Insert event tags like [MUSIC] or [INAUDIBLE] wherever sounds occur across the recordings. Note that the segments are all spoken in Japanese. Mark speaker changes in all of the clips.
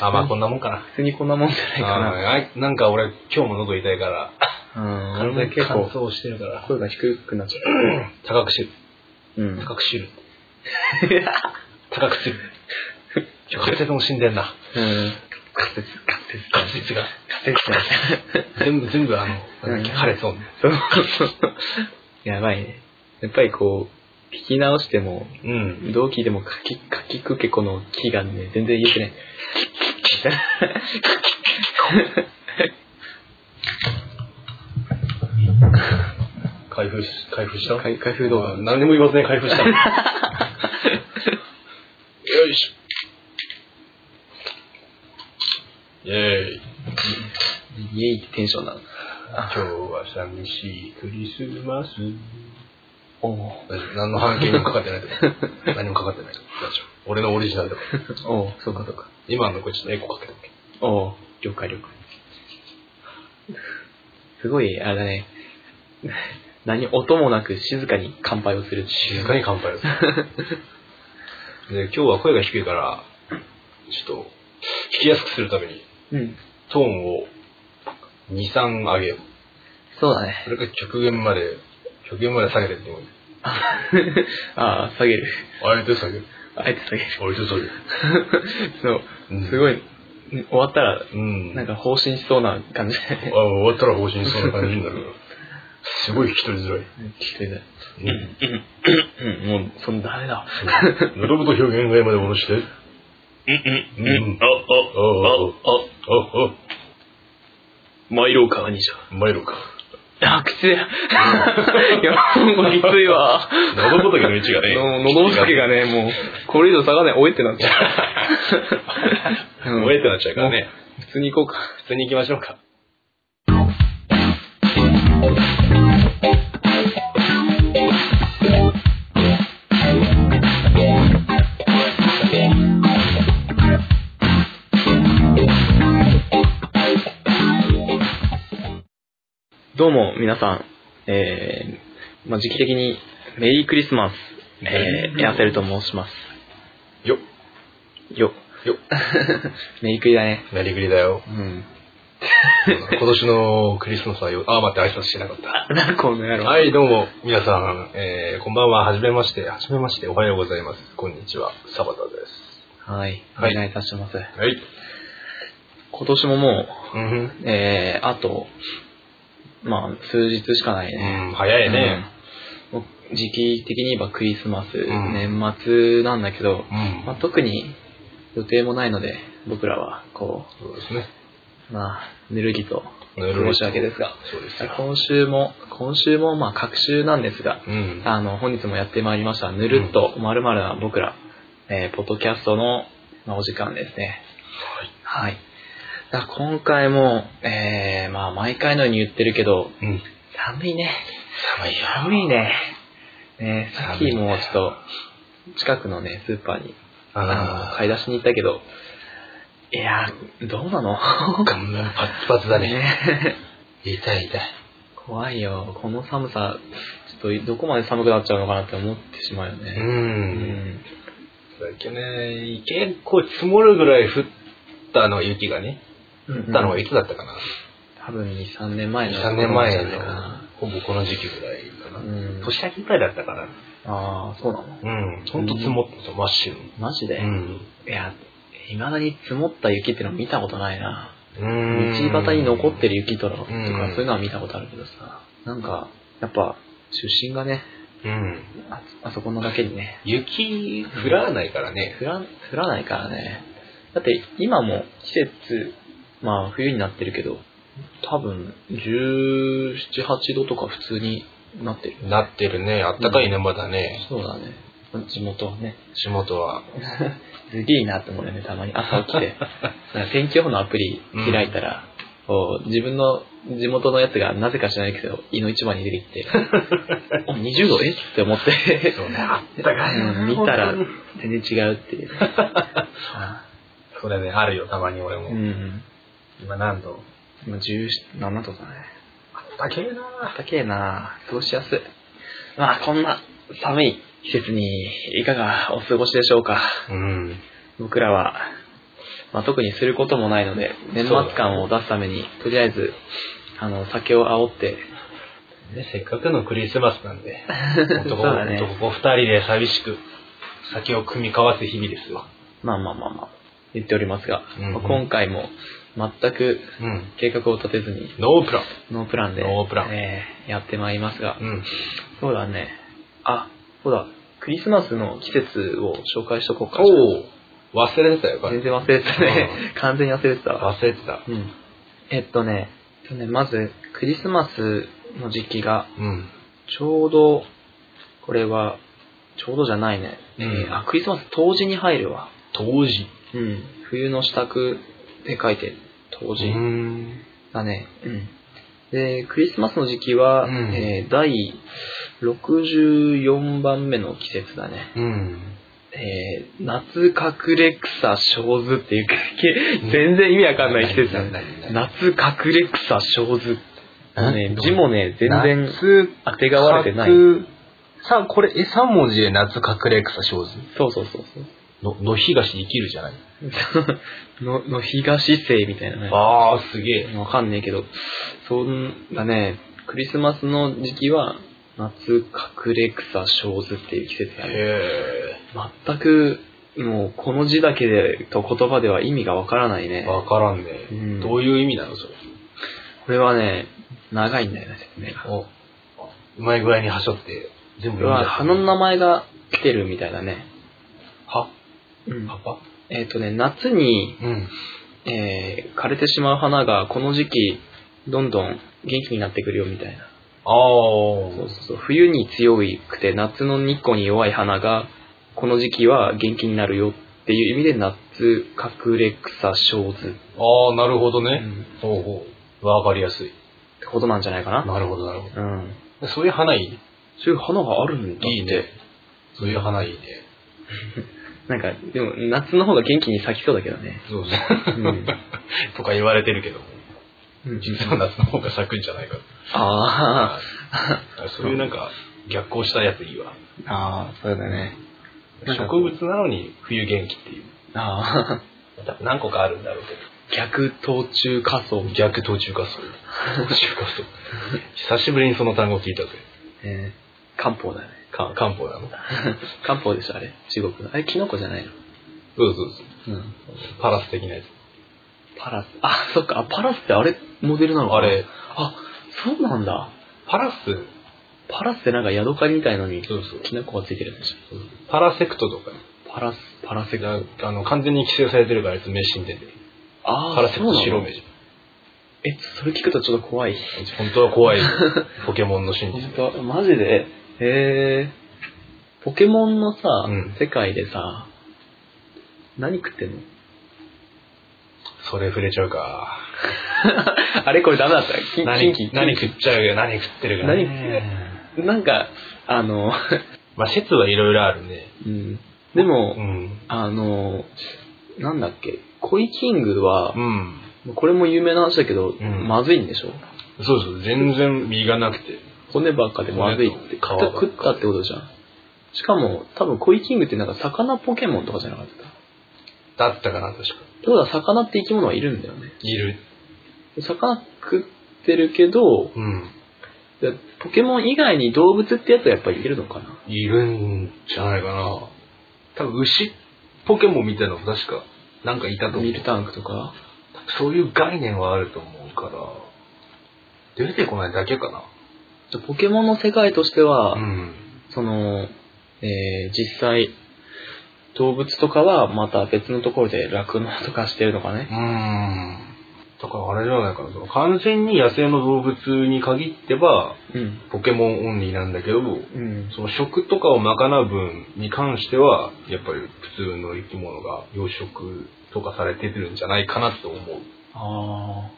Speaker 1: あ、まあこんなもんかな。
Speaker 2: 普通にこんなもんじゃないかな。
Speaker 1: あーあなんか俺、今日も喉痛いから、
Speaker 2: うん。
Speaker 1: 体
Speaker 2: 俺結
Speaker 1: 乾
Speaker 2: 構、
Speaker 1: 燥してるから、
Speaker 2: 声が低くなっちゃ
Speaker 1: 高くしる。
Speaker 2: う。うん。
Speaker 1: 高くし [LAUGHS] る。高くする。今日滑舌も死んでんな。
Speaker 2: [LAUGHS] うん。滑舌、
Speaker 1: 滑舌が。
Speaker 2: 滑舌、滑舌。
Speaker 1: 全部、全部あの、なんだっけ
Speaker 2: うん
Speaker 1: 破裂音。
Speaker 2: そう。やばいね。やっぱりこう、聞き直しても、
Speaker 1: うん。
Speaker 2: どう聞いてもかき、かきくけこの木がね、全然言えてない。
Speaker 1: 開封し、開封した
Speaker 2: 開開封動画
Speaker 1: あ。何にも言わずに開 [LAUGHS] 封した。よいしょ。イェーイ。
Speaker 2: イエイってテンションなの。
Speaker 1: 今日は寂しいクリスマス。
Speaker 2: おお
Speaker 1: 大丈夫 [LAUGHS] 何の半径にもかかってないと思う何もかかってない。大丈夫。俺のオリジナルだから。
Speaker 2: おうそうかそうか。
Speaker 1: 今のこれちょっとエコかけたっけ
Speaker 2: おお了解了解。すごい、あれだね。 [LAUGHS] 何音もなく静かに乾杯をするっていう。
Speaker 1: 静かに乾杯をする。で、今日は声が低いから、ちょっと、聞きやすくするために、
Speaker 2: うん。
Speaker 1: トーンを2、3上げよう。
Speaker 2: そうだね。
Speaker 1: それから極限まで、極限まで下げてって思う。
Speaker 2: ああ、下げる。
Speaker 1: あえて下げる。
Speaker 2: あえて下げる。
Speaker 1: あえて下げる。
Speaker 2: そう
Speaker 1: うん。
Speaker 2: すごい、ね終わったら、
Speaker 1: うん。
Speaker 2: なんか放心しそうな感じだ
Speaker 1: あ
Speaker 2: ね。
Speaker 1: 終わったら方針そうな感じになるから。すごい聞き取りづらい。
Speaker 2: きついね
Speaker 1: うん。
Speaker 2: うんもう、そのダメだ。
Speaker 1: 喉元表現外まで下ろして。うんうんうん。あああああ
Speaker 2: マイローカーにじゃ。
Speaker 1: あ。参ろうか。
Speaker 2: あ、口で。いや、もうきついわ。
Speaker 1: 喉 [LAUGHS] 仏の位置がね。
Speaker 2: の喉仏がね、もう、これ以上下がらない、おえってなっちゃう。うん
Speaker 1: 燃えってなっちゃうからね。
Speaker 2: 普通に行こうか。
Speaker 1: 普通に行きましょうか。
Speaker 2: どうも、皆さん。えー、まあ、時期的に、メリークリスマス。えー、エアセルと申します。
Speaker 1: よっ。
Speaker 2: よ。
Speaker 1: よっ。
Speaker 2: [LAUGHS] メリクリだね。
Speaker 1: なりぐりだ [LAUGHS] よ。
Speaker 2: うん。
Speaker 1: 今年のクリスマスはよ、あ、待って、挨拶してなかった。
Speaker 2: な、 [LAUGHS] この野
Speaker 1: [LAUGHS]
Speaker 2: 郎。
Speaker 1: はい、どうも、皆さん、えー、こんばんは、はじめまして、はじめまして、おはようございます。こんにちは、サバタです。
Speaker 2: はい。お
Speaker 1: はい
Speaker 2: 願いいたします。
Speaker 1: はい。
Speaker 2: 今年もも
Speaker 1: うん
Speaker 2: う、えー、あと、まあ、数日しかない
Speaker 1: ふ
Speaker 2: ね。
Speaker 1: ん。うん、早いね。
Speaker 2: うん。もう時期的に言えばクリスマス、
Speaker 1: ん
Speaker 2: 年末なんだけど、
Speaker 1: うん
Speaker 2: まあ、特に予定もないので、僕らは、こ
Speaker 1: そうですね。
Speaker 2: う、まあ、ぬるぎと
Speaker 1: ぬ
Speaker 2: 過
Speaker 1: るりと
Speaker 2: ごしわけですが、
Speaker 1: そうですよ。
Speaker 2: 今週も、今週も、まあ、各週なんですが、
Speaker 1: うん。
Speaker 2: あの、本日もやってまいりました、ぬるっとまるまるな僕ら、えーポッドキャストの、まあ、お時間ですね。はい。だから今回も、えー、まあ、毎回のように言ってるけど、
Speaker 1: うん。
Speaker 2: 寒いね。
Speaker 1: 寒いよ。
Speaker 2: 寒いね。ねさっ
Speaker 1: 寒
Speaker 2: き
Speaker 1: いね
Speaker 2: もちょっと、近くのね、スーパーに、あの、
Speaker 1: あ
Speaker 2: 買い出しに行ったけど、いやー、どうなの
Speaker 1: ー、顔面パツパツだね。
Speaker 2: ね
Speaker 1: 痛い痛い。
Speaker 2: 怖いよ。この寒さ、ちょっとどこまで寒くなっちゃうのかなって思ってしまうよ
Speaker 1: う。
Speaker 2: ね。うんん。
Speaker 1: 去年、結構積もるぐらい降ったの、雪がね。
Speaker 2: うん
Speaker 1: 降ったのはいつだったかな。
Speaker 2: 多分2、3年前の。
Speaker 1: 3年前
Speaker 2: か
Speaker 1: の
Speaker 2: な。、
Speaker 1: ほぼこの時期ぐらいか
Speaker 2: う
Speaker 1: な。
Speaker 2: ん。
Speaker 1: 年明けぐらいだったかな。
Speaker 2: ああ、そうなの
Speaker 1: うん、ほんと積もってた、真っ白。
Speaker 2: マジで、
Speaker 1: うん。
Speaker 2: いや、未だに積もった雪ってのは見たことないな。
Speaker 1: 道
Speaker 2: 道端に残ってる雪とか、とかそう
Speaker 1: うん
Speaker 2: いうのは見たことあるけどさ。なんか、やっぱ、出身がね、
Speaker 1: うん。
Speaker 2: ああそこのだけにね、
Speaker 1: 雪降らないからね。
Speaker 2: 降ら、降らないからね。だって今も季節、まあ冬になってるけど、多分17、8度とか普通になってる。
Speaker 1: なってるね。あったかいね、まだね。
Speaker 2: そうだね。地元はね。
Speaker 1: 地元は。
Speaker 2: すげえなって思うよね、たまに。朝起きて。なんか天気予報のアプリ開いたら、こう自分の地元のやつがなぜか知らないけど、井の一番に出てき [LAUGHS] て、お20度えって思って、 [LAUGHS]
Speaker 1: そうね、あったかいよ
Speaker 2: う
Speaker 1: ね。
Speaker 2: ん見たら
Speaker 1: 本当に
Speaker 2: 全然違うっていう。あ
Speaker 1: それね、あるよ、たまに俺
Speaker 2: う
Speaker 1: も。
Speaker 2: ん。
Speaker 1: 今何度
Speaker 2: 今17度だ
Speaker 1: あ
Speaker 2: ね。
Speaker 1: ったけえな
Speaker 2: だけえな過ごしやすい。まあ、こんな寒い季節にいかがお過ごしでしょうか。
Speaker 1: うん。
Speaker 2: 僕らは、まあ、特にすることもないので、年末感を出すために、とりあえず、あの、酒を煽って、
Speaker 1: ね、せっかくのクリスマスなん
Speaker 2: [LAUGHS]
Speaker 1: で、男
Speaker 2: そうだね
Speaker 1: 男二人で寂しく酒を組み交わす日々ですわ。
Speaker 2: まあまあまあまあ、言っておりますが、
Speaker 1: うんうん
Speaker 2: まあ今回も全く
Speaker 1: うん。
Speaker 2: 計画を立てずに、
Speaker 1: ノープラン。
Speaker 2: ノープランで、
Speaker 1: ノープラン
Speaker 2: えーやってまいりますが、
Speaker 1: うん。
Speaker 2: そうだね。あ、そうだ、クリスマスの季節を紹介しとこうか。
Speaker 1: おお忘れてたよ、これ
Speaker 2: 全然忘れてたね。完全に忘れてたわ。
Speaker 1: 忘れてた。
Speaker 2: うん。えっとね、えっとねまず、クリスマスの時期が、
Speaker 1: うん。
Speaker 2: ちょうど、これは、ちょうどじゃないね。
Speaker 1: うん
Speaker 2: えーあ、クリスマス当時に入るわ。
Speaker 1: 当時。
Speaker 2: うん。冬の支度って書いて、当時
Speaker 1: ん。
Speaker 2: だね。うん。で、クリスマスの時期は、
Speaker 1: うん
Speaker 2: えー第64番目の季節だね。
Speaker 1: うん。
Speaker 2: えー夏隠れ草小図っていう、全然意味わかんない季節だね。夏隠れ草小図。ね、字もね、全然
Speaker 1: 夏
Speaker 2: 当てがわれてない。
Speaker 1: さあ、これ、え、3文字で夏隠れ草小図。
Speaker 2: そうそうそうそ
Speaker 1: の、の東生きるじゃない。
Speaker 2: う。 [LAUGHS] の、の東生みたいなね。
Speaker 1: ああ、すげえ。
Speaker 2: わかんねえけど、そんだね、クリスマスの時期は、夏隠れ草小図っていう季節だね。
Speaker 1: へ
Speaker 2: 全く、もう、この字だけで、と言葉では意味がわからない
Speaker 1: え。
Speaker 2: ね。
Speaker 1: わからんね。
Speaker 2: うん
Speaker 1: どういう意味なの、それ。
Speaker 2: これはね、長いんだよね、説明が。
Speaker 1: おうまい具合にはしょって、全
Speaker 2: こ
Speaker 1: 部
Speaker 2: れは、花の
Speaker 1: 名
Speaker 2: 名前が来てるみたいだね。
Speaker 1: 葉
Speaker 2: うん
Speaker 1: 葉っぱ
Speaker 2: えっ、とね、夏に、
Speaker 1: うん。
Speaker 2: えー枯れてしまう花がこの時期どんどん元気になってくるよみたいな
Speaker 1: ああ。
Speaker 2: そうそうそう冬に強くて夏の日光に弱い花がこの時期は元気になるよっていう意味で夏隠れ草小図、
Speaker 1: ああ、なるほど
Speaker 2: う
Speaker 1: ね。
Speaker 2: ん、っ
Speaker 1: ほうほう。わかりやすい。
Speaker 2: てことなんじゃないかな、
Speaker 1: なるほど、なるほ
Speaker 2: うん、
Speaker 1: ど。そういう花いいね。
Speaker 2: そういう花があるんだって
Speaker 1: いいね。そういう花いいね。
Speaker 2: なんかでも夏の方が元気に咲きそうだけどね、
Speaker 1: そうそう。 [LAUGHS]
Speaker 2: [LAUGHS] うん、
Speaker 1: とか言われてるけども、実は夏の方が咲くんじゃないか。
Speaker 2: あ
Speaker 1: ああそういうなんか、逆行したやついいわ。
Speaker 2: ーあーそうだねなんか
Speaker 1: 植物なのに冬元気っていう。
Speaker 2: ああ
Speaker 1: 多分何個かあるんだろうけ
Speaker 2: 逆途中仮想
Speaker 1: ど。逆途中 [LAUGHS] 滑走。途中滑走。久しぶりにその単語聞いたぜ。
Speaker 2: えー、漢方だね。
Speaker 1: か漢方なの。
Speaker 2: 漢方でしょ、あれ。中国の。あれ、キノコじゃないの。
Speaker 1: そうそうそう。
Speaker 2: うん。
Speaker 1: パラス的なやつ。
Speaker 2: パラス。あ、そっか。あパラスってあれ、モデルなのか
Speaker 1: あ
Speaker 2: な。
Speaker 1: れ、
Speaker 2: あ、そうなんだ。
Speaker 1: パラス、
Speaker 2: パラスってなんかヤドカリみたいのに、
Speaker 1: そうそう。
Speaker 2: キノコがついてるやつでし
Speaker 1: パラセクトとか、
Speaker 2: ょ。パラス、パラセク
Speaker 1: なあの完全に規制されてるからあいつ名死んでて。
Speaker 2: あー
Speaker 1: パラセク
Speaker 2: そ
Speaker 1: ト
Speaker 2: うなの
Speaker 1: 白目じゃん。
Speaker 2: え、それ聞くとちょっと怖い。
Speaker 1: 本当は怖
Speaker 2: [LAUGHS]
Speaker 1: いよポケモンの真
Speaker 2: 本
Speaker 1: 実。
Speaker 2: 当マジでへえ。ポケモンのさ、
Speaker 1: うん
Speaker 2: 世界でさ、何食ってんの
Speaker 1: それ触れちゃうか。
Speaker 2: あれこれダメだった。キンキン
Speaker 1: 何
Speaker 2: キンキ
Speaker 1: 何食っちゃうよ、何食ってるか、ね。
Speaker 2: 何食ってなんか、あの、
Speaker 1: まあ説はいろいろあるね。
Speaker 2: うん。でも、
Speaker 1: うん。
Speaker 2: あの、なんだっけ、コイキングは
Speaker 1: う、ん。
Speaker 2: これも有名な話だけど、
Speaker 1: ん
Speaker 2: まずいんでしょ
Speaker 1: そうそう、全然身がなくて。
Speaker 2: 骨ばっかでまずいって
Speaker 1: 骨
Speaker 2: 食っ
Speaker 1: と皮ばっか
Speaker 2: 食ったってことじゃん。しかも、多分コイキングってなんか魚ポケモンとかじゃなかった。って
Speaker 1: だったかな、確か。
Speaker 2: ことは魚って生き物はいるんだよね。
Speaker 1: いる。
Speaker 2: 魚食ってるけど、
Speaker 1: うん。
Speaker 2: でポケモン以外に動物ってやつはやっぱりいるのかな。
Speaker 1: いるんじゃないかな。多分牛ポケモンみたいなのも確か、なんかいたと思
Speaker 2: ミ
Speaker 1: う
Speaker 2: ル。タンクとか。
Speaker 1: そういう概念はあると思うから、出てこないだけかな。
Speaker 2: じゃあポケモンの世界としては、
Speaker 1: ん。
Speaker 2: その、えー実際、動物とかはまた別のところで酪農とかしてるのか
Speaker 1: う
Speaker 2: ね。
Speaker 1: ーん。だからあれじゃないかな。その完全に野生の動物に限っては、
Speaker 2: うん。
Speaker 1: ポケモンオンリーなんだけど、
Speaker 2: うん。
Speaker 1: その食とかを賄う分に関しては、やっぱり普通の生き物が養殖とかされてるんじゃないかなと思う。
Speaker 2: あ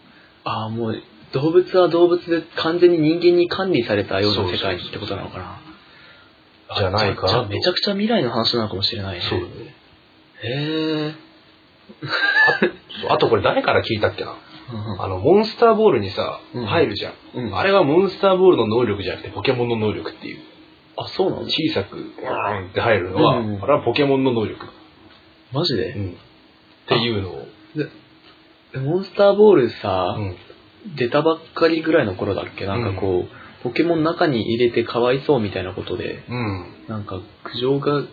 Speaker 2: あ。ああ、もう、動物は動物で完全に人間に管理されたような世界ってことなのかな。あ
Speaker 1: じゃないかな
Speaker 2: じゃあ
Speaker 1: と
Speaker 2: めちゃくちゃ未来の話なのかもしれないね。
Speaker 1: そうだね。
Speaker 2: へえ。
Speaker 1: そうあとこれ誰から聞いたっけな
Speaker 2: うん
Speaker 1: あの、モンスターボールにさ、
Speaker 2: うん
Speaker 1: 入るじゃん。
Speaker 2: うん。
Speaker 1: あれはモンスターボールの能力じゃなくてポケモンの能力っていう。
Speaker 2: あ、そうなの
Speaker 1: 小さく、ワーンって入るのは、
Speaker 2: うん
Speaker 1: あれはポケモンの能力。
Speaker 2: マジで
Speaker 1: っていうのを
Speaker 2: モンスターボールさ、
Speaker 1: うん。
Speaker 2: 出たばっかりぐらいの頃だっけなんかこう、ポケモン中に入れてかわいそうみたいなことで、
Speaker 1: うん。
Speaker 2: なんか苦情が来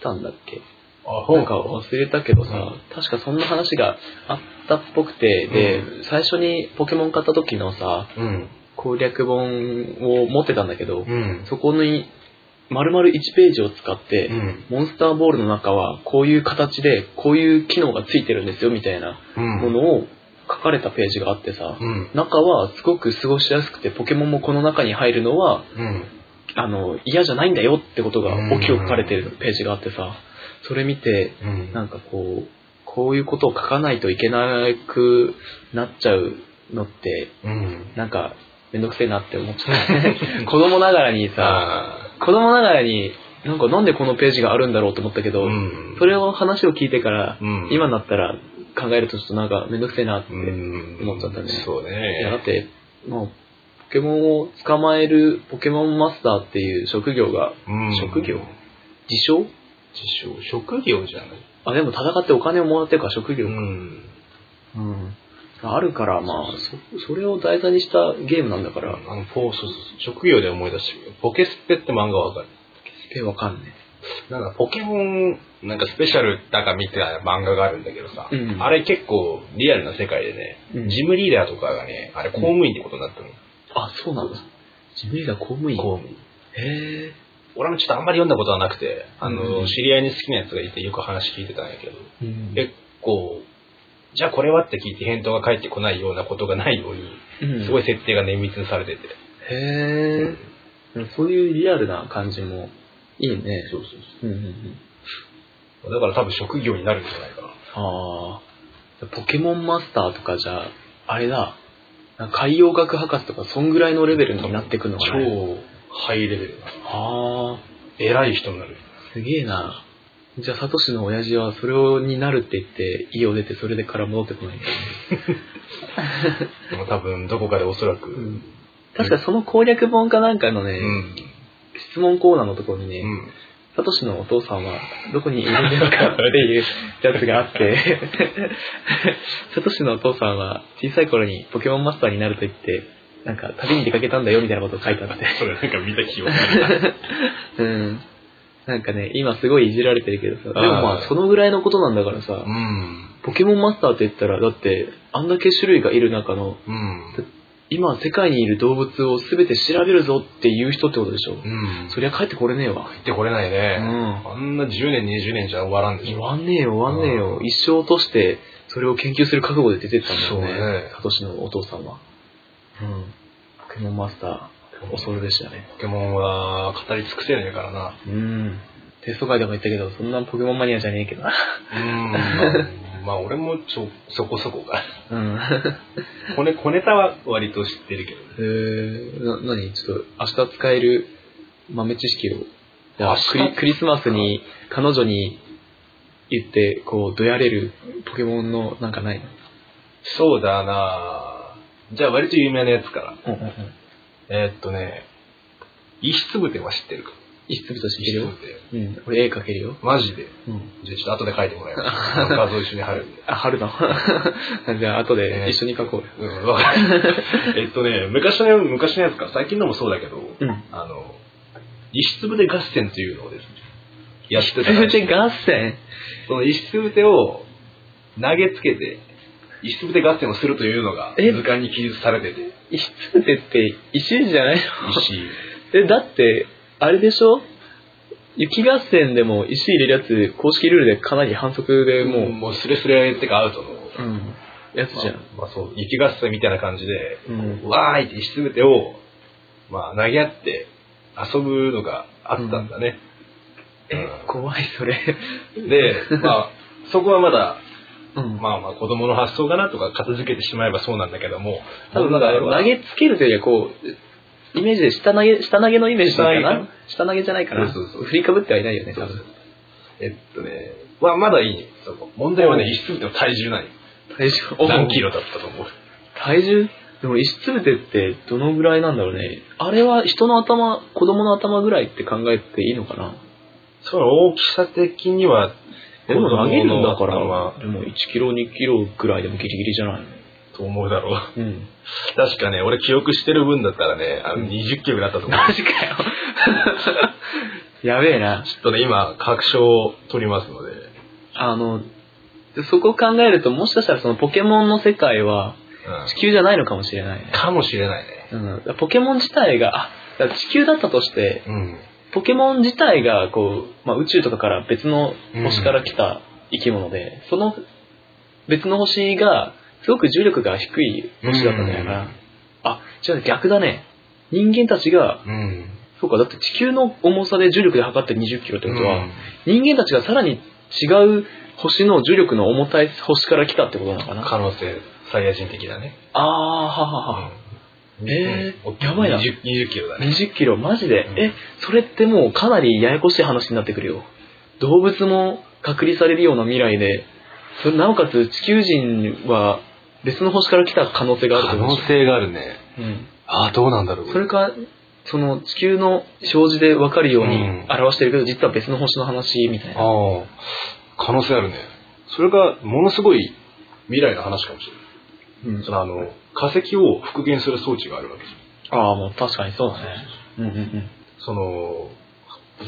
Speaker 2: たんだっけ
Speaker 1: あ、
Speaker 2: なんか忘れたけどさ、
Speaker 1: うん
Speaker 2: 確かそんな話があったっぽくて、で、最初にポケモン買った時のさ、
Speaker 1: うん。
Speaker 2: 攻略本を持ってたんだけど、
Speaker 1: うん。
Speaker 2: そこに丸々1ページを使って、
Speaker 1: うん。
Speaker 2: モンスターボールの中はこういう形でこういう機能がついてるんですよみたいな
Speaker 1: うん。
Speaker 2: ものを書かれたページがあってさ、
Speaker 1: うん。
Speaker 2: 中はすごく過ごしやすくてポケモンもこの中に入るのは
Speaker 1: うん。
Speaker 2: あの嫌じゃないんだよってことが大きく書かれてるページがあってさそれ見て
Speaker 1: うん。
Speaker 2: なんかこうこういうことを書かないといけなくなっちゃうのって
Speaker 1: うん。
Speaker 2: なんかめんどくせえなって思っち
Speaker 1: [LAUGHS]
Speaker 2: ゃった子供ながらにさ
Speaker 1: あ
Speaker 2: 子供ながらになんかなんでこのページがあるんだろうと思ったけ
Speaker 1: ー
Speaker 2: ど、
Speaker 1: うん。
Speaker 2: それを話を聞いてから、
Speaker 1: うん、
Speaker 2: 今になったら考えるとちょっとなんかめんどくせえなって、
Speaker 1: 思
Speaker 2: 思っちゃったね
Speaker 1: そう
Speaker 2: いやだっ
Speaker 1: ね。
Speaker 2: て、もう、ポケモンを捕まえるポケモンマスターっていう職業が、
Speaker 1: うん
Speaker 2: 職業自称
Speaker 1: 自称。職業じゃない。
Speaker 2: あ、でも戦ってお金をもらってるから職業
Speaker 1: う
Speaker 2: か。
Speaker 1: ん。
Speaker 2: うん。あるから、まあ、そ、それを題材にしたゲームなんだか
Speaker 1: あ
Speaker 2: ら、
Speaker 1: の、ポーそうそうそう職業で思い出してるよポケスペって漫画わかる。
Speaker 2: え、わかんね
Speaker 1: なんかポケモン、なんかスペシャルだかみたいな漫画があるんだけどさ、
Speaker 2: え。うん。
Speaker 1: あ
Speaker 2: れ、
Speaker 1: れ結構リアルな世界でね、
Speaker 2: うん
Speaker 1: ジムリーダーとかがね、あれ公務員ってことになったの。
Speaker 2: あ、そうなんだ。ジムリーダー公務員。
Speaker 1: 公務員。
Speaker 2: へえ。
Speaker 1: 俺もちょっとあんまり読んだことはなくて、あの、
Speaker 2: うん
Speaker 1: 知り合いに好きなやつがいてよく話聞いてたんやけど、
Speaker 2: うん
Speaker 1: 結構、じゃあこれはって聞いて返答が返ってこないようなことがないように、
Speaker 2: うん
Speaker 1: すごい設定が綿密にされてて。
Speaker 2: へえ。そういうリアルな感じも、いいね。
Speaker 1: そうそう
Speaker 2: うんうんうん。
Speaker 1: そう。だから多分職業になるんじゃないかな。
Speaker 2: ああ。ポケモンマスターとかじゃ、あれだ。なんか海洋学博士とか、そんぐらいのレベルになってくのかな。
Speaker 1: 超ハイレベルな。
Speaker 2: ああ。
Speaker 1: 偉い人になる。
Speaker 2: すげえな。じゃあ、サトシの親父はそれをになるって言って、家を出てそれでから戻ってこないんだよね。
Speaker 1: でも多分どこかでおそらく。
Speaker 2: ん確かその攻略本かなんかのね、
Speaker 1: うん。
Speaker 2: 質問コーナーのところにね、
Speaker 1: うん。
Speaker 2: サトシのお父さんはどこにいるんですかっていうやつがあって、 [LAUGHS] サトシのお父さんは小さい頃にポケモンマスターになると言って、なんか旅に出かけたんだよみたいなことを書いてあって、
Speaker 1: それなんか見た記憶
Speaker 2: [LAUGHS]
Speaker 1: がある。
Speaker 2: うん。なんかね、今すごいいじられてるけどさ、でもま
Speaker 1: あ
Speaker 2: あ
Speaker 1: ー
Speaker 2: そのぐらいのことなんだからさ
Speaker 1: う、ん。
Speaker 2: ポケモンマスターって言ったら、だってあんだけ種類がいる中の、
Speaker 1: うん。
Speaker 2: 今世界にいる動物を全て調べるぞっていう人ってことでしょ。
Speaker 1: うん。
Speaker 2: そりゃ帰ってこれねえわ。
Speaker 1: ってこれないうね。
Speaker 2: ん。
Speaker 1: あんな10年、20年じゃ終わらんでし
Speaker 2: 終
Speaker 1: ょ。
Speaker 2: わんねえよ、終わんねえよ。一生落として、それを研究する覚悟で出てったんだよ
Speaker 1: そう
Speaker 2: ね
Speaker 1: ね。
Speaker 2: サトシのお父さんは。うん。ポケモンマスター、恐るべしだね。
Speaker 1: ポケモンは語り尽くせねえからな。
Speaker 2: うん。テスト会でも言ったけど、そんなポケモンマニアじゃねえけどな。
Speaker 1: うん。
Speaker 2: [LAUGHS]
Speaker 1: まあ俺もちょ、そこそこか。
Speaker 2: うん。
Speaker 1: 小ネ小ネタは割と知ってるけどね。
Speaker 2: えー、な、なにちょっと、明日使える豆知識を。じゃ
Speaker 1: 明
Speaker 2: あ
Speaker 1: 日
Speaker 2: クリ、クリスマスに、彼女に言って、こう、どやれるポケモンの、なんかないの
Speaker 1: そうだなぁじゃあ割と有名なやつから。
Speaker 2: うんうんうん。
Speaker 1: えーっとね、遺失部点は知ってるか。
Speaker 2: 一粒と知っ
Speaker 1: 遺
Speaker 2: てる
Speaker 1: 失
Speaker 2: よ
Speaker 1: 部。点。
Speaker 2: うん。俺絵描けるよ。
Speaker 1: マジで。
Speaker 2: うん。
Speaker 1: じゃあちょっと後で書いてもらえます
Speaker 2: [LAUGHS]
Speaker 1: か。画像一緒に貼るんで。
Speaker 2: あ、春の。 [LAUGHS] じゃあ、後で一緒に書こうよ。
Speaker 1: うん、わか
Speaker 2: [LAUGHS]
Speaker 1: る。えっとね、昔の、昔のやつか、最近のもそうだけど、
Speaker 2: うん。
Speaker 1: あの、遺失部で合戦というのをですね、やってた
Speaker 2: そ
Speaker 1: ら
Speaker 2: れ
Speaker 1: し
Speaker 2: で
Speaker 1: い。
Speaker 2: 合戦
Speaker 1: その遺失部手を投げつけて、遺失部手合戦をするというのが、
Speaker 2: え
Speaker 1: 図鑑に記述されてて、
Speaker 2: [LAUGHS] いつってって石じゃないの
Speaker 1: 石井。
Speaker 2: え、だって、あれでしょ雪合戦でも石入れるやつ、公式ルールでかなり反則で
Speaker 1: もう、
Speaker 2: も
Speaker 1: もうスレスレってかアウトの、
Speaker 2: う、うん、やつじゃん。
Speaker 1: まあ、まあそう、雪合戦みたいな感じで、
Speaker 2: うん。
Speaker 1: わーいって石全てを、まあ、投げ合って遊ぶのがあったんだね。
Speaker 2: え、怖い、それ。
Speaker 1: で、
Speaker 2: [LAUGHS]
Speaker 1: まあ、そこはまだ、
Speaker 2: うん。
Speaker 1: まあまあ子供の発想かなとか片付けてしまえばそうなんだけども、
Speaker 2: 多分なんか、投げつけるというよりは、こう、イメージで下投げ、下投げのイメージかな下投げじゃないかな。
Speaker 1: そうそうそう
Speaker 2: 振りかぶってはいないよね、多
Speaker 1: そう
Speaker 2: 分。
Speaker 1: えっとね、まあまだいいね、そこ。問題はね、石全ての体重ない。
Speaker 2: 体重
Speaker 1: 何キロだったと思う。
Speaker 2: 体重でも石つぶてってどのぐらいなんだろうねあれは人の頭子供の頭ぐらいって考えていいのかな
Speaker 1: その大きさ的には、
Speaker 2: でも投げるんだか
Speaker 1: 子
Speaker 2: ら、
Speaker 1: 供の頭
Speaker 2: でも1キロ、2キロくらいでもギリギリじゃないの
Speaker 1: と思うだろう。
Speaker 2: うん。
Speaker 1: 確かね、俺記憶してる分だったらね、あ
Speaker 2: う
Speaker 1: の
Speaker 2: ん
Speaker 1: 20キロだったと思う。
Speaker 2: マジかよ。 [LAUGHS] やべえな。
Speaker 1: ちょっとね、今、確証を取りますので。
Speaker 2: あの、そこを考えると、もしかしたらそのポケモンの世界は
Speaker 1: うん
Speaker 2: 地球じゃないのかもしれないね。
Speaker 1: かもしれないね。
Speaker 2: うん。ポケモン自体が、あ、だから地球だったとして、
Speaker 1: うん。
Speaker 2: ポケモン自体がこう、まあ、宇宙とかから別の星から来た生き物で、その別の星がすごく重力が低い星だったんじゃないかな、
Speaker 1: うん
Speaker 2: あじゃあ逆だね人間たちが
Speaker 1: うん。
Speaker 2: そうかだって地球の重さで重力で測って2 0キロってことは、
Speaker 1: うん
Speaker 2: 人間たちがさらに違う星の重力の重たい星から来たってことなのかな
Speaker 1: 可能性、サイヤ人的だね。
Speaker 2: ああはははは
Speaker 1: うん
Speaker 2: えー
Speaker 1: うん
Speaker 2: やばいな
Speaker 1: 20, 20キロだね。
Speaker 2: 2 0キロマジで、
Speaker 1: うん
Speaker 2: えそれってもうかなりややこしい話になってくるよ動物も隔離されるような未来でそれなおかつ地球人は別の星から来た可能性があるっ
Speaker 1: 可
Speaker 2: てこと
Speaker 1: 能
Speaker 2: でしょ
Speaker 1: 性があるね。
Speaker 2: うん、
Speaker 1: ああ、どうなんだろう。
Speaker 2: それかその地球の表示で分かるように
Speaker 1: うん
Speaker 2: 表してるけど、実は別の星の話みたいな
Speaker 1: ああ、可能性あるね。それが、ものすごい未来の話かもしれない。
Speaker 2: うん
Speaker 1: そのあの、化石を復元する装置があるわけですよ。
Speaker 2: ああもう確かにそうだねうんうんうん
Speaker 1: その、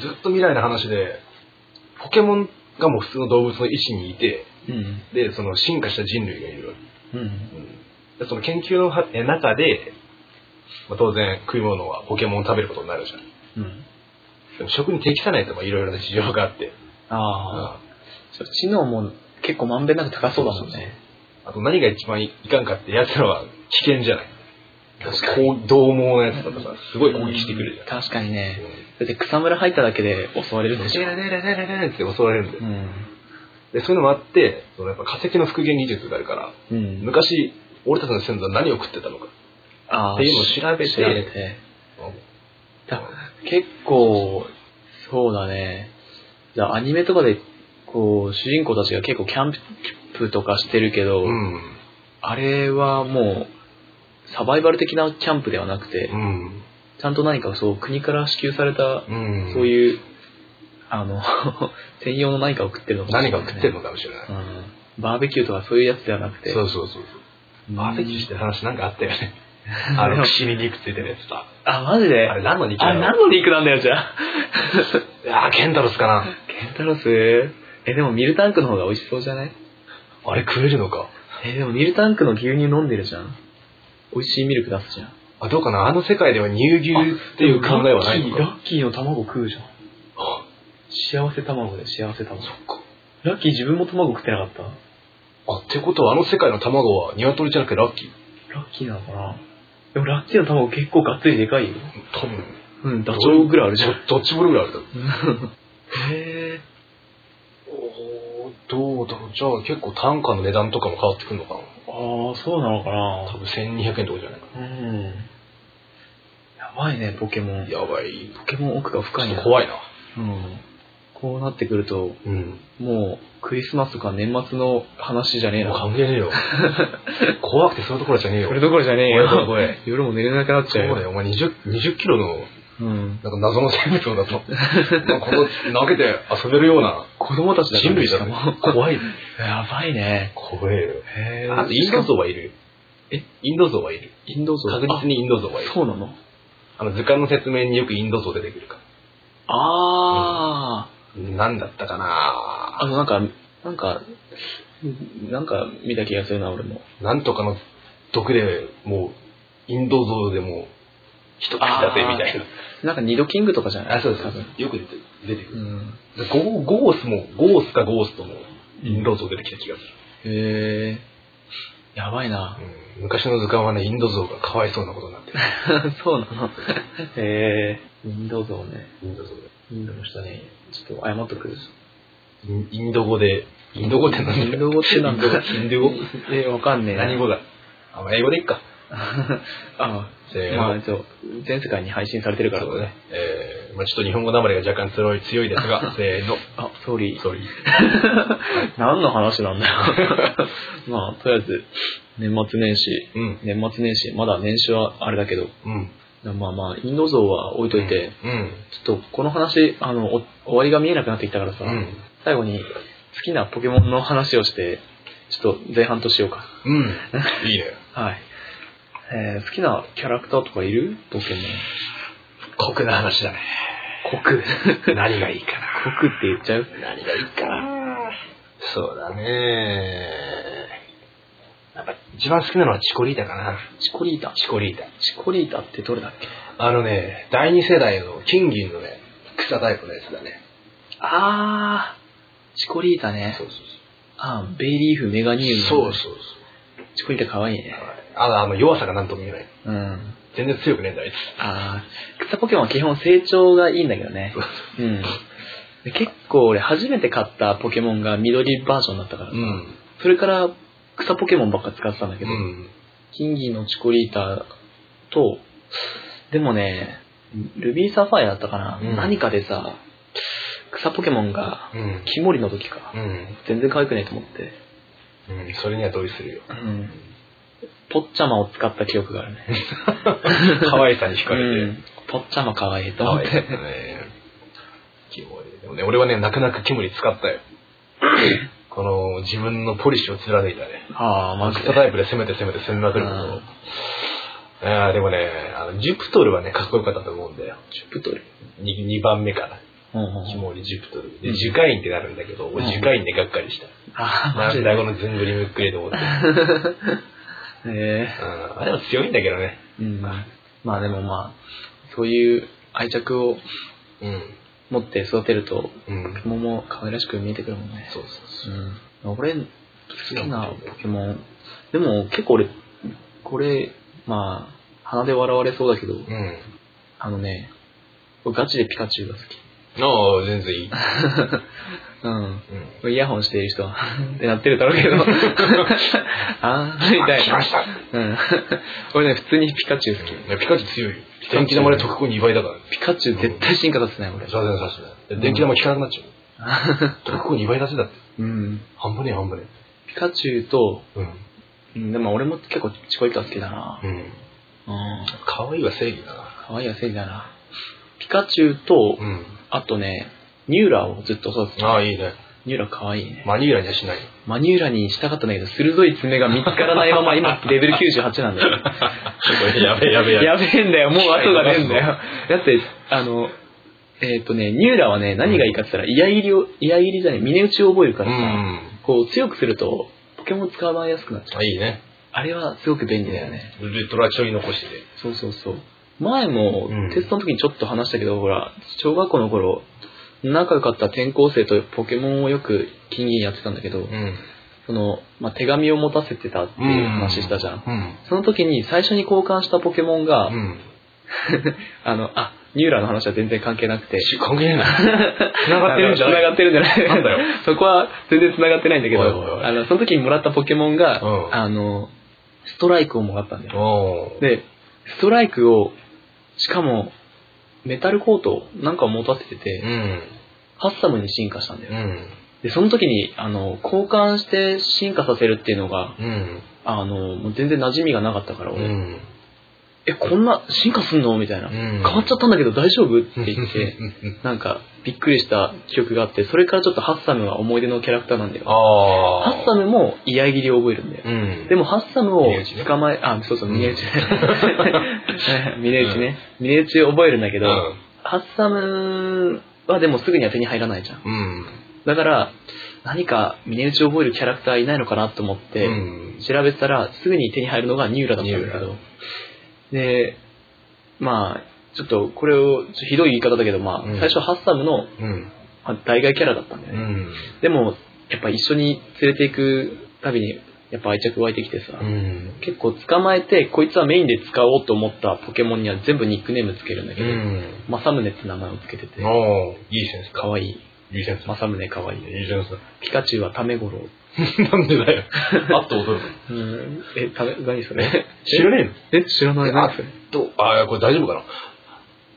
Speaker 1: ずっと未来の話で、ポケモンがもう普通の動物の位置にいて、
Speaker 2: うん
Speaker 1: で、その進化した人類がいるわ
Speaker 2: う
Speaker 1: け。う
Speaker 2: ん
Speaker 1: ん、でその研究のはえ中で、まあ、当然食い物はポケモンを食べることになるじゃん。
Speaker 2: うん
Speaker 1: でも食に適さないとかいろいろな事情があって。
Speaker 2: ああ、そう知能も結構まんべんなく高そうだもんね
Speaker 1: あと何が一番いかんかって、奴らは危険じゃない。
Speaker 2: 確かに
Speaker 1: こう獰猛なやつだとさ、すごい攻撃してくるじゃん。
Speaker 2: 確かにね
Speaker 1: うん
Speaker 2: だって草むら入っただけで襲われるんでしょ
Speaker 1: デ。ラデラデラデラって襲われるんだ
Speaker 2: う
Speaker 1: よ。
Speaker 2: ん。
Speaker 1: で、そういうのもあって、そのやっぱ化石の復元技術があるから、
Speaker 2: うん。
Speaker 1: 昔、俺たちの先祖は何を食ってたのか。
Speaker 2: あー
Speaker 1: っていうのを調べて
Speaker 2: 調べて。
Speaker 1: う
Speaker 2: だ結構、そうだね。じゃあアニメとかで、こう、主人公たちが結構キャンプとかしてるけど、
Speaker 1: ん。
Speaker 2: あれはもう、サバイバル的なキャンプではなくて、
Speaker 1: うん。
Speaker 2: ちゃんと何かそう、国から支給された、
Speaker 1: うん。
Speaker 2: そう
Speaker 1: う。
Speaker 2: いう、あの、 [LAUGHS] 専用の何かを食ってるのかも
Speaker 1: 何
Speaker 2: しれな
Speaker 1: か
Speaker 2: い
Speaker 1: 食ってるのかもしれない。
Speaker 2: うん。バーベキューとかそういうやつではなくて、。
Speaker 1: そうそうそう。バーベキューしてて話なんかあったよね。あの、串に肉ついてるやつさ。
Speaker 2: [LAUGHS] あ、マジで
Speaker 1: あれ何の肉
Speaker 2: あ
Speaker 1: だ
Speaker 2: れ、
Speaker 1: ろ
Speaker 2: 何の肉なんだよ、じゃあ。
Speaker 1: ういやー、ケンタロスかな。
Speaker 2: ケンタロスえ、でもミルタンクの方が美味しそうじゃない
Speaker 1: あれ食えるのか。
Speaker 2: え、でもミルタンクの牛乳飲んでるじゃん。美味しいミルク出すじゃん。っ
Speaker 1: あ、どうかなあの世界では乳牛っていう考えはないのか。
Speaker 2: ラッキーラッキーの卵食うじゃん。
Speaker 1: あ
Speaker 2: 幸せ卵で幸せ卵。
Speaker 1: そっか。
Speaker 2: ラッキー自分も卵食ってなかった
Speaker 1: あ、ってことはあの世界の卵は鶏じゃなくてラッキー。
Speaker 2: ラッキーなのかなでもラッキーの卵結構がっつりでかいよ。
Speaker 1: 多分。
Speaker 2: うん、ダチョウぐらいあるじゃん。
Speaker 1: どどっちもぐらいあるだろう。
Speaker 2: へ
Speaker 1: おーどうだろう。じゃあ結構単価の値段とかも変わってくるのかな。
Speaker 2: ー。ああ、そうなの
Speaker 1: 多
Speaker 2: かな
Speaker 1: 分1200円とかじゃないか
Speaker 2: うん。やばいね、ポケモ
Speaker 1: な。
Speaker 2: ン。
Speaker 1: やばい。
Speaker 2: ポケモン奥が深い
Speaker 1: ちょっ
Speaker 2: な
Speaker 1: と。怖いな。
Speaker 2: うん、こうなってくると
Speaker 1: うん。
Speaker 2: もうクリスマスとか年末の話じゃねえ
Speaker 1: もう
Speaker 2: な
Speaker 1: 関係ねえ [LAUGHS] よ。怖くてそういうところじゃねえよ。
Speaker 2: それどころじゃねえ
Speaker 1: 俺の
Speaker 2: よ
Speaker 1: 声。
Speaker 2: 夜も寝れなくなっ
Speaker 1: そ
Speaker 2: ちゃ
Speaker 1: う
Speaker 2: うよ
Speaker 1: だよ、お前 20, 20キロの
Speaker 2: うん、
Speaker 1: なんか謎の生物 [LAUGHS] をだと、なんかこの投げて遊べるような
Speaker 2: 子供たちだから
Speaker 1: 人類だ
Speaker 2: し
Speaker 1: ね
Speaker 2: かも
Speaker 1: 怖い。
Speaker 2: やばいね
Speaker 1: 怖えよ。
Speaker 2: へ
Speaker 1: あとインド像はいるよ。
Speaker 2: え
Speaker 1: インド像はいる。
Speaker 2: インド像
Speaker 1: 確実にインド像はい
Speaker 2: あ
Speaker 1: る。
Speaker 2: そうなの
Speaker 1: あの図鑑の説明によくインド像出てくるか
Speaker 2: あ
Speaker 1: ら。なんだったか
Speaker 2: ああ
Speaker 1: な
Speaker 2: のなんかなんかなんか見た気がするな俺も
Speaker 1: なんとかの毒でもう、インド像でもう、一口だぜみたいな。
Speaker 2: なんか二度キングとかじゃない
Speaker 1: あ、そうそう
Speaker 2: 多分
Speaker 1: よく出て出てく
Speaker 2: う
Speaker 1: る。
Speaker 2: ん
Speaker 1: ゴーゴースも、ゴースかゴースとも、インド像出てきた気がする。
Speaker 2: へえやばいな [LAUGHS]
Speaker 1: うん昔の図鑑はね、インド像がかわいそうなことになってる。
Speaker 2: そうなの。へえ。インド像ね。
Speaker 1: インド像で。
Speaker 2: インドの人ね、ちょっと謝っとく。
Speaker 1: インインド語で、インド語って何だ
Speaker 2: イ
Speaker 1: よ
Speaker 2: ンド語ってなんだ
Speaker 1: インド語インド語
Speaker 2: え、わかんねえな。
Speaker 1: 何語だあ、まあ英語でいっか。
Speaker 2: あ [LAUGHS] あ、
Speaker 1: せーの。
Speaker 2: まあ、そう。全世界に配信されてるから
Speaker 1: そうだね。。えー、まあちょっと日本語なまりが若干強い、強いです [LAUGHS] が、せーの。
Speaker 2: あ、総理。
Speaker 1: ソーリー。
Speaker 2: 何の話な
Speaker 1: [LAUGHS]
Speaker 2: んだよ。まあ、とりあえず、年末年始。
Speaker 1: うん。
Speaker 2: 年末年始、まだ年始はあれだけど、
Speaker 1: うん。
Speaker 2: まあまあ、インド像は置いといて、
Speaker 1: うん。
Speaker 2: ちょっとこの話、あの、お終わりが見えなくなってきたからさ、
Speaker 1: うん。
Speaker 2: 最後に、好きなポケモンの話をして、ちょっと前半としようか。
Speaker 1: [LAUGHS] うん。いいね。
Speaker 2: はい。えー好きなキャラクターとかいるポケモン。
Speaker 1: 酷な話だね。
Speaker 2: 酷。 [LAUGHS]
Speaker 1: 何がいいか
Speaker 2: 酷って言っちゃう
Speaker 1: な。何がいいかな。そうだね。やっぱ一番好きなのはチコリータかな。
Speaker 2: チコリータ。
Speaker 1: チコリータ。
Speaker 2: チコリータってどれだっけ
Speaker 1: あのね、第二世代の金銀のね、草タイプのやつだね。
Speaker 2: あー、チコリータね。
Speaker 1: そうそう
Speaker 2: あーベイリーフ、メガニウム。
Speaker 1: そう。そうそうそう。
Speaker 2: チコリータ可愛いね。
Speaker 1: あのあの弱さがなんとも言えない。
Speaker 2: うん。
Speaker 1: 全然強くねえんだ、あいつ。
Speaker 2: あー、草ポケモンは基本成長がいいんだけどね。うん。で結構俺初めて買ったポケモンが緑バージョンだったからさ、
Speaker 1: うん。
Speaker 2: それから草ポケモンばっか使ってたんだけ
Speaker 1: う
Speaker 2: ど、
Speaker 1: ん。
Speaker 2: 金銀のチコリータと、でもね、ルビーサファイアだったかな、
Speaker 1: うん
Speaker 2: 何かでさ、草ポケモンが、
Speaker 1: うん。
Speaker 2: キモリの時か、
Speaker 1: うん。
Speaker 2: 全然可愛くないと思って、
Speaker 1: うん。それには同意するよ。
Speaker 2: うん。ポッチャマを使った記憶があるね。
Speaker 1: 可愛さに惹か
Speaker 2: う
Speaker 1: れて。
Speaker 2: んポッチャマ可愛いと
Speaker 1: 可
Speaker 2: 思っ
Speaker 1: 愛い
Speaker 2: て。
Speaker 1: ですね。キモい。でもね、俺はね、泣く泣くキモリ使
Speaker 2: [LAUGHS]
Speaker 1: ったよ。この、自分のポリシーを貫いたね。
Speaker 2: ああ、マジ
Speaker 1: ス
Speaker 2: で。
Speaker 1: タタイプで攻めて攻めて攻めまくること
Speaker 2: う
Speaker 1: を。あーでもね、あの、ジュプトルはね、かっこよかったと思うんだよ。
Speaker 2: プトル。
Speaker 1: 2, 番目かな。
Speaker 2: うんう
Speaker 1: キ
Speaker 2: ん。
Speaker 1: モリ、ジュプトル。
Speaker 2: う
Speaker 1: で、
Speaker 2: ん
Speaker 1: 樹海院ってなるんだけど、俺
Speaker 2: うん
Speaker 1: 樹海院でがっかりした。
Speaker 2: ああ、マ
Speaker 1: な
Speaker 2: ジ
Speaker 1: ん
Speaker 2: で。
Speaker 1: だ
Speaker 2: へ
Speaker 1: このずんぐりむっくりと思って。
Speaker 2: え
Speaker 1: うんあれも強いんだけどね。
Speaker 2: うん。まあでもまあ、そういう愛着を
Speaker 1: うん。
Speaker 2: 持って育てると、
Speaker 1: うん。
Speaker 2: 桃も可愛らしく見えてくるもんね。
Speaker 1: そうそうそう。
Speaker 2: うん。俺、好きなポケモン。でも結構俺、これ、まあ、鼻で笑われそうだけど、
Speaker 1: うん。
Speaker 2: あのね、俺ガチでピカチュウが好き。
Speaker 1: ああ、全然いい。
Speaker 2: うん。
Speaker 1: うん。
Speaker 2: イヤホンしてる人は、 [LAUGHS] ってなってるだろうけ [LAUGHS] ど、あー、みたい
Speaker 1: 来ま
Speaker 2: な。
Speaker 1: した。
Speaker 2: うん。 [LAUGHS] 俺ね、普通にピカチュウ好き。
Speaker 1: うんピカチュウ強いよ。電気玉で特攻2倍だから。
Speaker 2: ピカチュウ絶対進化させない、 [LAUGHS] 俺。
Speaker 1: 座禅させてない。電気玉効かなくなっちゃう。特攻2倍出せだって。
Speaker 2: うん。
Speaker 1: 半分ね半分ね。
Speaker 2: ピカチュウと、
Speaker 1: うん。
Speaker 2: うん、でも俺も結構チコリタ好きだな。
Speaker 1: うん。
Speaker 2: うん。
Speaker 1: 可愛いは正義だな。
Speaker 2: 可愛いは正義だな。ピカチュウと、
Speaker 1: うん。
Speaker 2: あとね、ニューラをずっと育ててた。
Speaker 1: ああ、いいね。
Speaker 2: ニューラ可愛いね。
Speaker 1: マニューラにはしない。
Speaker 2: マニューラにしたかったんだけど、鋭い爪が見つからないま
Speaker 1: [LAUGHS]
Speaker 2: ま、今、レベル98なんだよ。
Speaker 1: [LAUGHS] やべえやべえ
Speaker 2: やべえんだよ、もう後がねえんだよ。だって、あの、えっ、とね、ニューラはね、何がいいかって言ったら、嫌入りを、嫌入りじゃない、峰打ちを覚える
Speaker 1: う
Speaker 2: からさ、
Speaker 1: ん。
Speaker 2: こう強くすると、ポケモン使わやすくなっちゃう。
Speaker 1: あ、いいね。
Speaker 2: あれはすごく便利だよね。
Speaker 1: ルトラちょい残してて。
Speaker 2: そうそうそう。前も
Speaker 1: うん、
Speaker 2: テストの時にちょっと話したけど、ほら、小学校の頃、仲良かった転校生とポケモンをよく金銀やってたんだけど、
Speaker 1: うん。
Speaker 2: その、まあ、手紙を持たせてたっていう話したじゃん。
Speaker 1: うん。
Speaker 2: その時に最初に交換したポケモンが、
Speaker 1: うん。
Speaker 2: あの、あ、ニューラの話は全然関係なくて、
Speaker 1: し関係ない。繋がってるんじゃ
Speaker 2: あの
Speaker 1: ない
Speaker 2: 繋がってるんじゃない
Speaker 1: なんだ [LAUGHS] よ。
Speaker 2: そこは全然繋がってないんだけど、
Speaker 1: おいおいおい
Speaker 2: あの、その時にもらったポケモンが、
Speaker 1: うん
Speaker 2: あの、ストライクをもらったんだよ。
Speaker 1: おー
Speaker 2: で、ストライクを、しかも、メタルコートなんかを持たせて
Speaker 1: う
Speaker 2: て、
Speaker 1: ん。
Speaker 2: ハッサムに進化したんだ
Speaker 1: う
Speaker 2: よ。
Speaker 1: ん。
Speaker 2: で、その時に、あの、交換して進化させるっていうのが、
Speaker 1: うん。
Speaker 2: あの、もう全然馴染みがなかったから、
Speaker 1: う
Speaker 2: 俺、
Speaker 1: ん。
Speaker 2: え、こんな進化すんのみたいな。
Speaker 1: 変
Speaker 2: 変わっちゃったんだけど大丈夫って
Speaker 1: [LAUGHS]
Speaker 2: 言って、
Speaker 1: て。
Speaker 2: なんか、びっくりした記憶があって、それからちょっとハッサムは思い出のキャラクターなんだよ。
Speaker 1: ああ。
Speaker 2: ハッサムも嫌切りを覚えるんだよ。
Speaker 1: うん。
Speaker 2: でも、ハッサムを
Speaker 1: 峰打ちね
Speaker 2: 捕まえ、あ、そうそう、
Speaker 1: うん
Speaker 2: ミネ打ち。
Speaker 1: [LAUGHS]
Speaker 2: ミネ打ちね。ミネ打ちを覚えるんだけ
Speaker 1: け
Speaker 2: ど、ハッサムはでもすぐには手に入らないじゃん。
Speaker 1: うん。
Speaker 2: だから、何かミネ打ちを覚えるキャラクターいないのかなと思って、
Speaker 1: うん。
Speaker 2: 調べてたら、すぐに手に入るのがニューラだったんだけ
Speaker 1: ニ
Speaker 2: ど。で、まあ、ちょっとこれを、ちょっとひどい言い方だけど、まあ、
Speaker 1: うん
Speaker 2: 最初ハッサムの
Speaker 1: うん。
Speaker 2: まあ代替キャラだったんだよ
Speaker 1: う
Speaker 2: ね。
Speaker 1: ん。
Speaker 2: でも、やっぱ一緒に連れて行くたびに、やっぱ愛着湧いてきてさ、
Speaker 1: うん。
Speaker 2: 結構捕まえて、こいつはメインで使おうと思ったポケモンには全部ニックネームつけるんだけど、
Speaker 1: うん。
Speaker 2: マサムネって名前をつけてて、
Speaker 1: おーいいセンス
Speaker 2: か
Speaker 1: か。
Speaker 2: わいい。
Speaker 1: いいセンス。
Speaker 2: マサムネかわいい。
Speaker 1: いいセンスだ。
Speaker 2: ピカチュウはタメゴロウ。
Speaker 1: なんでだよ。あっと踊るの。
Speaker 2: うん、え、タメ、何それ
Speaker 1: 知らね
Speaker 2: え、知らない
Speaker 1: あ
Speaker 2: 何それ
Speaker 1: えのと、ああ、これ大丈夫か